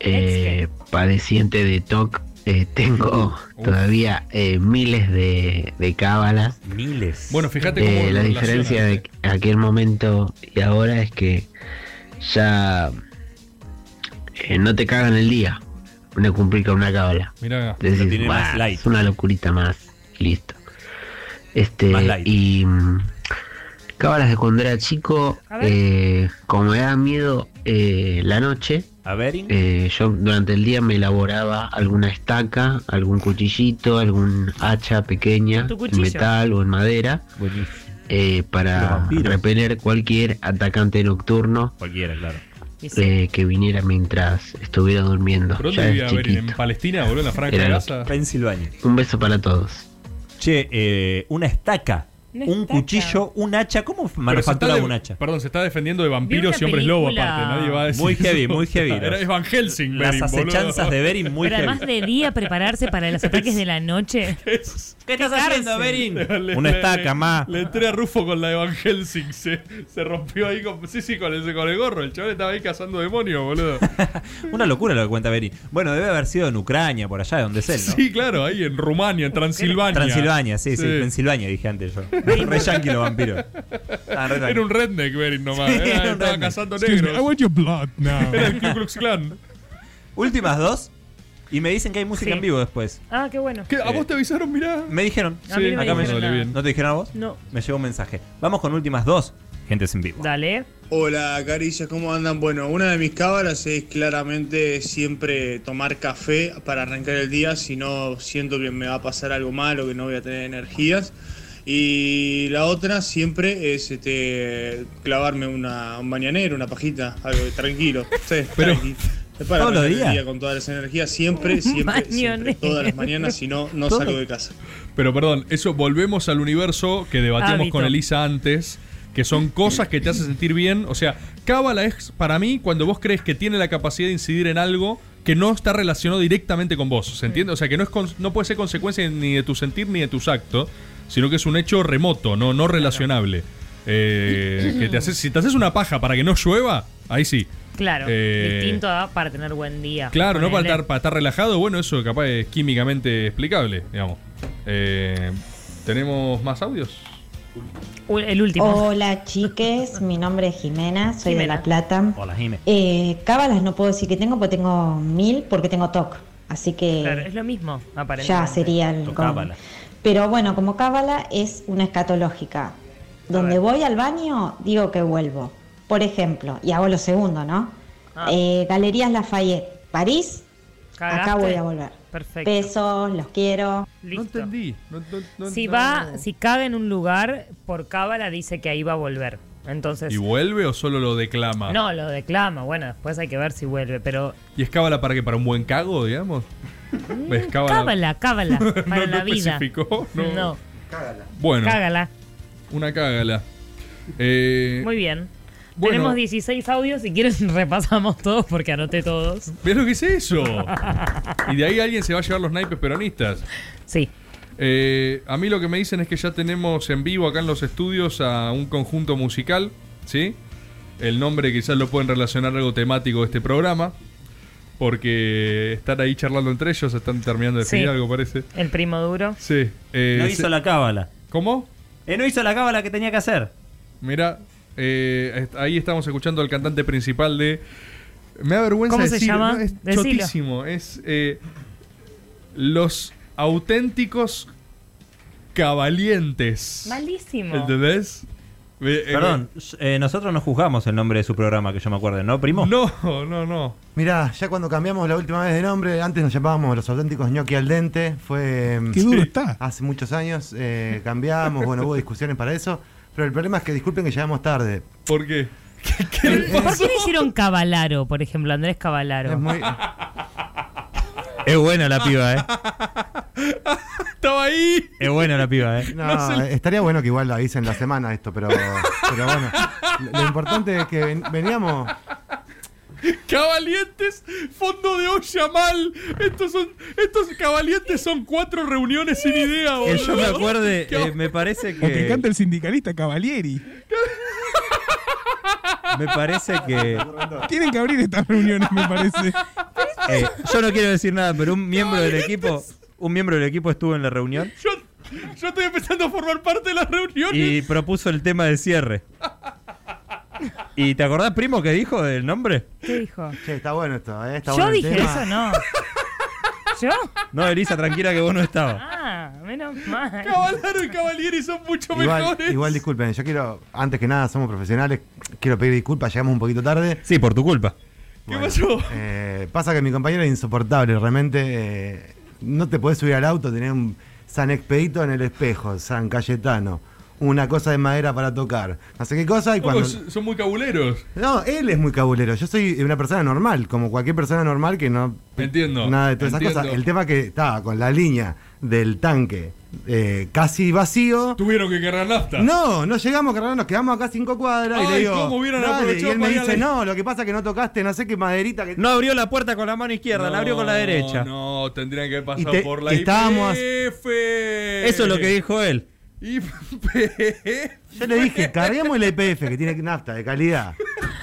Speaker 16: eh, padeciente de TOC, eh, tengo todavía eh, miles de, de cábalas.
Speaker 4: Miles.
Speaker 5: Bueno, fíjate cómo
Speaker 16: Eh,
Speaker 5: lo
Speaker 16: la
Speaker 5: relaciona,
Speaker 16: diferencia de aquel momento y ahora es que ya eh, no te cagan el día una cumplir con una cábala.
Speaker 5: Mirá.
Speaker 16: Decís,
Speaker 5: Lo tiene más
Speaker 16: "Bah,
Speaker 5: light".
Speaker 16: Es una locurita más. y Listo. Este,
Speaker 5: Más light.
Speaker 16: y mm, cábalas de cuando era chico, eh, como me daba miedo eh, la noche,
Speaker 4: A ver, In-
Speaker 16: eh, yo durante el día me elaboraba alguna estaca, algún cuchillito, algún hacha pequeña
Speaker 13: Tu
Speaker 16: en
Speaker 13: cuchillo.
Speaker 16: metal o en madera eh, para repeler cualquier atacante nocturno
Speaker 4: Cualquiera, claro.
Speaker 16: eh, que viniera mientras estuviera durmiendo.
Speaker 5: ¿Pero
Speaker 16: Ya
Speaker 5: dónde vivía
Speaker 16: es
Speaker 5: Berin?
Speaker 16: chiquito.
Speaker 5: ¿En Palestina, boludo? ¿En la franja
Speaker 16: Era
Speaker 5: de
Speaker 16: lo-
Speaker 5: Gaza?
Speaker 4: Pensilvania.
Speaker 16: Un beso para todos.
Speaker 4: Che, eh, una estaca. un cuchillo, un hacha. ¿Cómo manufactura
Speaker 5: Pero se está
Speaker 4: un
Speaker 5: de-
Speaker 4: hacha?
Speaker 5: Perdón, se está defendiendo de
Speaker 4: Vi
Speaker 5: vampiros
Speaker 4: una
Speaker 5: y hombres lobo
Speaker 4: película.
Speaker 5: aparte. Nadie va a decir
Speaker 4: Muy heavy,
Speaker 5: eso.
Speaker 4: muy heavy,
Speaker 5: Era
Speaker 4: los-
Speaker 5: es Van Helsing,
Speaker 4: las
Speaker 5: Berin, boludo.
Speaker 4: acechanzas de Berin muy
Speaker 1: Pero además debía prepararse para los ataques de la noche. ¿Qué
Speaker 4: estás
Speaker 5: haciendo,
Speaker 4: Berin?
Speaker 5: Le-
Speaker 4: Una
Speaker 5: le-
Speaker 4: estaca, ma.
Speaker 5: Le entré a Rufo con la de Van Helsing. Se, se rompió ahí con, sí, sí, con, el, con el gorro. El chaval estaba ahí cazando demonios, boludo.
Speaker 4: Una locura lo que cuenta Berin. Bueno, debe haber sido en Ucrania, por allá, donde es él, ¿no?
Speaker 5: Sí, claro, ahí en Rumania, en Transilvania.
Speaker 4: Transilvania, sí, sí, Pensilvania dije antes yo. Re yanqui los vampiros. Ah, re
Speaker 5: Era un redneck, Berin, nomás.
Speaker 4: Sí,
Speaker 5: Era-
Speaker 4: era un
Speaker 5: estaba
Speaker 4: redneck.
Speaker 5: cazando
Speaker 4: Excuse me,
Speaker 5: negros.
Speaker 4: I want
Speaker 5: your blood
Speaker 4: now.
Speaker 5: Era el Ku Klux Klan.
Speaker 4: Últimas dos. Y me dicen que hay música
Speaker 1: Sí.
Speaker 4: en vivo después.
Speaker 1: Ah, qué bueno.
Speaker 5: ¿Qué? ¿A vos te avisaron? Mirá.
Speaker 4: Me dijeron.
Speaker 1: A mí no me
Speaker 4: acá me
Speaker 1: dijeron nada.
Speaker 4: ¿No te dijeron a vos?
Speaker 1: No.
Speaker 4: Me llegó un mensaje. Vamos con últimas dos. Gentes en vivo.
Speaker 1: Dale.
Speaker 26: Hola caricias, ¿cómo andan? Bueno, una de mis cábalas es claramente siempre tomar café para arrancar el día, si no siento que me va a pasar algo malo, que no voy a tener energías. Y la otra siempre es este, clavarme una, un bañanero, una pajita, algo de tranquilo. Sí, tranqui. Es Para
Speaker 4: ¿todos los
Speaker 26: arrancar el
Speaker 4: días?
Speaker 26: día con todas las energías, siempre, siempre, siempre, todas las mañanas, si no, no
Speaker 5: Todo.
Speaker 26: salgo de casa.
Speaker 5: Pero perdón, eso volvemos al universo que debatimos
Speaker 26: Hábito.
Speaker 5: con Elisa antes, que son cosas que te hacen sentir bien. O sea, Cábala es para mí cuando vos crees que tiene la capacidad de incidir en algo que no está relacionado directamente con vos. ¿Se entiende? O sea, que no, es con- no puede ser consecuencia ni de tu sentir ni de tus actos, sino que es un hecho remoto, no, no relacionable. Eh, que te haces, si te haces una paja para que no llueva, ahí sí.
Speaker 1: Claro.
Speaker 5: Eh,
Speaker 1: distinto a para tener buen día.
Speaker 5: Claro, no para
Speaker 1: Ponele.
Speaker 5: estar, para estar relajado, bueno, eso capaz es químicamente explicable, digamos. Eh, ¿Tenemos más audios?
Speaker 1: U- El último.
Speaker 27: Hola chiques, mi nombre es Jimena, soy
Speaker 1: Jimena.
Speaker 27: de La Plata.
Speaker 4: Hola, Jimé.
Speaker 27: Eh, cábalas no puedo decir que tengo porque tengo mil, porque tengo TOC, así que
Speaker 1: Claro, es lo mismo, aparentemente.
Speaker 27: ya sería el...
Speaker 1: Tocábala.
Speaker 27: Pero bueno, como cábala es una escatológica. Donde voy al baño, digo que vuelvo. Por ejemplo, y hago lo segundo, ¿no?
Speaker 1: Ah.
Speaker 27: Eh, Galerías Lafayette, París, acá
Speaker 1: Cagaste.
Speaker 27: voy a volver.
Speaker 1: Perfecto.
Speaker 27: Besos, los quiero.
Speaker 1: Listo.
Speaker 5: entendí. No, no- no-
Speaker 1: si
Speaker 5: no-
Speaker 1: va, si caga en un lugar, por cábala dice que ahí va a volver. Entonces.
Speaker 5: ¿Y vuelve o solo lo declama?
Speaker 1: No, lo declama. Bueno, después hay que ver si vuelve, pero.
Speaker 5: ¿Y es cábala para qué? ¿Para un buen cago, digamos? ¿Ves
Speaker 1: Mm, Cábala, cábala.
Speaker 5: no,
Speaker 1: Para la
Speaker 5: no
Speaker 1: vida.
Speaker 5: especificó, no.
Speaker 1: No.
Speaker 5: Bueno,
Speaker 1: Cágala.
Speaker 5: una cágala. Eh,
Speaker 1: Muy bien.
Speaker 5: Bueno.
Speaker 1: Tenemos 16 audios. Si quieren, repasamos todos porque anoté todos.
Speaker 5: ¿Ves lo que es eso? y de ahí alguien se va a llevar los naipes peronistas. Eh,
Speaker 1: Sí.
Speaker 5: a mí lo que me dicen es que ya tenemos en vivo acá en los estudios a un conjunto musical, ¿sí? El nombre quizás lo pueden relacionar a algo temático de este programa, porque están ahí charlando entre ellos, están terminando de definir
Speaker 1: Sí.
Speaker 5: algo, parece.
Speaker 1: El primo duro.
Speaker 5: Sí. eh,
Speaker 4: No
Speaker 5: se-
Speaker 4: hizo la cábala.
Speaker 5: ¿Cómo?
Speaker 4: Eh, no hizo la cábala que tenía que hacer.
Speaker 5: Mira, eh, ahí estamos escuchando al cantante principal de. Me da vergüenza
Speaker 1: ¿Cómo se
Speaker 5: decir,
Speaker 1: llama?
Speaker 5: no, es
Speaker 1: Decilo.
Speaker 5: chotísimo. Es eh, Los Auténticos Cabalientes.
Speaker 1: Malísimo.
Speaker 5: ¿Entendés? Eh, eh,
Speaker 4: Perdón, eh, nosotros no juzgamos el nombre de su programa, que yo me acuerdo, ¿no, primo?
Speaker 5: No, no, no.
Speaker 10: Mirá, ya cuando cambiamos la última vez de nombre, antes nos llamábamos Los Auténticos Gnocchi al Dente. Fue. em,
Speaker 12: Qué duro está.
Speaker 10: Hace muchos años eh, cambiamos, bueno, hubo discusiones para eso. Pero el problema es que disculpen que llegamos tarde.
Speaker 5: ¿Por qué?
Speaker 1: ¿Por qué le hicieron Cavalaro, por ejemplo, Andrés Cavalaro?
Speaker 4: Es buena la piba, ¿eh?
Speaker 5: Estaba ahí.
Speaker 4: Es buena la piba, ¿eh?
Speaker 10: No, estaría bueno que igual lo avisen la semana esto, pero, pero bueno. Lo- Lo importante es que ven- veníamos.
Speaker 5: Cabalientes, fondo de olla mal. Estos son, estos cabalientes son cuatro reuniones sin idea,
Speaker 4: Que
Speaker 5: boludo.
Speaker 4: yo me acuerde, eh, me parece
Speaker 12: O que
Speaker 4: que.
Speaker 12: canta el sindicalista Cavalieri.
Speaker 4: Me parece que.
Speaker 12: Tienen que abrir estas reuniones, me parece.
Speaker 4: eh, yo no quiero decir nada, pero un miembro del equipo. Un miembro del equipo estuvo en la reunión
Speaker 5: Yo estoy empezando a formar parte de las reuniones.
Speaker 4: y propuso el tema de cierre. ¿Y te acordás, primo, que dijo del nombre?
Speaker 1: ¿Qué dijo?
Speaker 10: Che, está bueno esto, ¿eh? Está
Speaker 1: Yo
Speaker 10: bueno el
Speaker 1: dije
Speaker 10: tema.
Speaker 1: eso, no. ¿Yo?
Speaker 4: No, Elisa, tranquila que vos no estabas.
Speaker 1: Ah, menos mal.
Speaker 5: Cavalaro y Cavalieri son mucho
Speaker 10: Igual,
Speaker 5: mejores.
Speaker 10: igual disculpen, yo quiero, antes que nada, somos profesionales, quiero pedir disculpas, llegamos un poquito tarde.
Speaker 4: Sí, por tu culpa.
Speaker 10: ¿Qué pasó? pasa que mi compañero es insoportable, realmente eh, no te podés subir al auto, tenés un San Expedito en el espejo, San Cayetano, una cosa de madera para tocar, no sé qué cosa, y
Speaker 5: Ojo,
Speaker 10: cuando...
Speaker 5: son son muy cabuleros.
Speaker 10: No, él es muy cabulero, yo soy una persona normal, como cualquier persona normal que no...
Speaker 5: Entiendo.
Speaker 10: Nada de todas esas
Speaker 5: entiendo.
Speaker 10: cosas. El tema que estaba con la línea del tanque eh, casi vacío...
Speaker 5: Tuvieron que cargar nafta.
Speaker 10: No, no llegamos, carnal, nos quedamos acá cinco cuadras y
Speaker 5: Ay,
Speaker 10: le digo.
Speaker 5: ¿cómo hubieran
Speaker 10: dale,
Speaker 5: aprovechado
Speaker 10: y él me
Speaker 5: para ir a
Speaker 10: dice,
Speaker 5: la-
Speaker 10: no, lo que pasa es que no tocaste, no sé qué maderita que.
Speaker 4: No abrió la puerta con la mano izquierda, la abrió con la derecha.
Speaker 5: No, tendrían que haber
Speaker 4: Y
Speaker 5: pasado
Speaker 4: te-
Speaker 5: por la
Speaker 4: y estábamos-
Speaker 5: IPF.
Speaker 4: Eso es lo que dijo él.
Speaker 10: Yo le dije, carguemos el IPF que tiene nafta de calidad.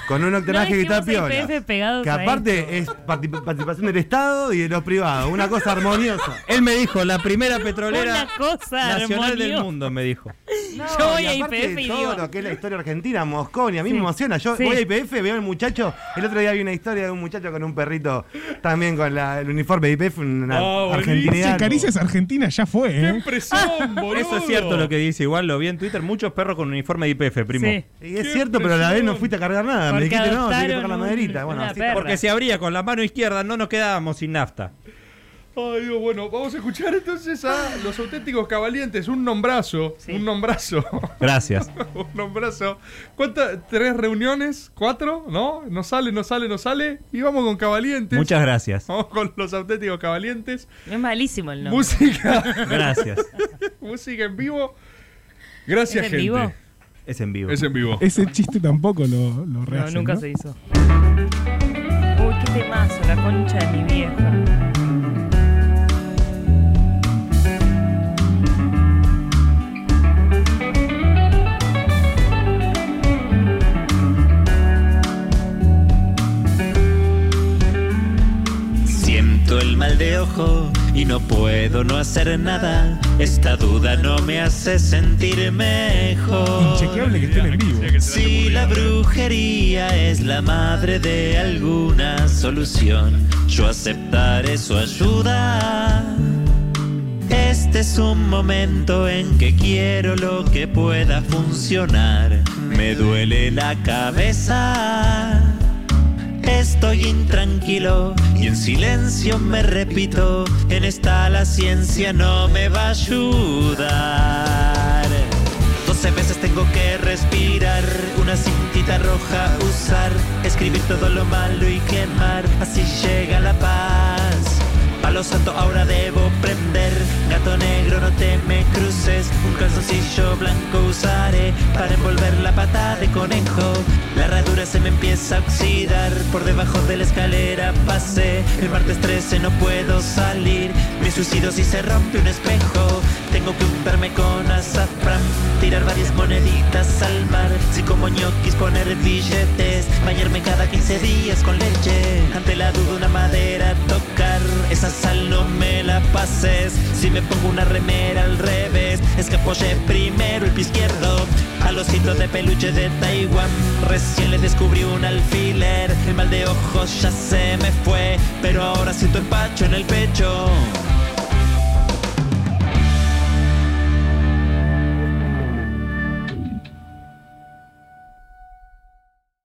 Speaker 10: Con un octanaje que está
Speaker 4: E
Speaker 1: dijimos
Speaker 10: piola.
Speaker 1: IPF pegados
Speaker 10: Que
Speaker 1: a
Speaker 10: aparte es parti- participación del Estado y de los privados. Una cosa armoniosa.
Speaker 4: Él me dijo, la primera
Speaker 1: Una cosa
Speaker 4: nacional del
Speaker 1: armoniosa.
Speaker 4: mundo, me dijo.
Speaker 1: Yo voy
Speaker 10: y
Speaker 1: a
Speaker 10: aparte
Speaker 1: IPF y
Speaker 10: todo
Speaker 1: digo-
Speaker 10: lo que es la historia argentina, Mosconi, a mí
Speaker 1: Sí.
Speaker 10: me emociona. Yo
Speaker 1: Sí.
Speaker 10: voy a IPF, veo al muchacho. El otro día vi una historia de un muchacho con un perrito también con la- el uniforme de IPF, una
Speaker 12: Ah,
Speaker 10: argentinidad.
Speaker 12: Si Caricias Argentina ya fue, ¿eh?
Speaker 5: impresión, boludo!
Speaker 4: Eso es cierto lo que dice, igual lo vi en Twitter, muchos perros con uniforme de IPF, primo.
Speaker 10: Sí. Y es cierto, pero a la vez no fuiste a cargar nada.
Speaker 4: Porque
Speaker 10: Ah, me dijiste, no, tenés que
Speaker 4: adoptaron
Speaker 10: tocar la
Speaker 4: un-
Speaker 10: maderita. Bueno,
Speaker 4: una
Speaker 10: así-
Speaker 4: perra. Porque si abría con la mano izquierda no nos quedábamos sin nafta.
Speaker 5: Ay, Dios, bueno, vamos a escuchar entonces a los auténticos cabalientes. Un nombrazo. Un nombrazo.
Speaker 4: Gracias.
Speaker 5: un nombrazo. ¿Cuántas? ¿Tres reuniones? ¿Cuatro? ¿No? No sale, no sale, no sale. Y vamos con cabalientes.
Speaker 4: Muchas gracias.
Speaker 5: Vamos con los auténticos cabalientes.
Speaker 1: Es malísimo el nombre.
Speaker 5: Música.
Speaker 4: Gracias.
Speaker 5: Música en vivo. Gracias,
Speaker 1: ¿Es
Speaker 5: gente.
Speaker 1: en vivo?
Speaker 4: Es en vivo.
Speaker 5: Es en vivo.
Speaker 12: Ese chiste tampoco lo, lo
Speaker 1: No,
Speaker 12: rehacen,
Speaker 1: nunca
Speaker 12: ¿no?
Speaker 1: se hizo. Uy, qué temazo, la concha de mi vieja.
Speaker 13: Siento el mal de ojo y no puedo no hacer nada. Esta duda no me hace sentir mejor.
Speaker 12: Inchequeable que estén en vivo.
Speaker 13: Si la brujería es la madre de alguna solución, yo aceptaré su ayuda. Este es un momento en que quiero lo que pueda funcionar. Me duele la cabeza. Estoy intranquilo y en silencio me repito, en esta la ciencia no me va a ayudar. Doce veces tengo que respirar, una cintita roja usar, escribir todo lo malo y quemar, así llega la paz. A palo santo ahora debo prender. Gato negro, no te me cruces. Un calzoncillo blanco usaré para envolver la pata de conejo. La herradura se me empieza a oxidar. Por debajo de la escalera pasé. El martes 13 no puedo salir. Me suicido si se rompe un espejo. Tengo que untarme con azafrán. Tirar varias moneditas al mar. Si como ñoquis poner billetes. Bañarme cada 15 días con leche. Ante la duda una madera tocar. Esa sal no me la pases. Si me pongo una remera al revés. Escapoye primero el pie izquierdo. A los hitos de peluche de Taiwán. Recién le descubrí un alfiler. El mal de ojos ya se me fue. Pero ahora siento empacho en el pecho.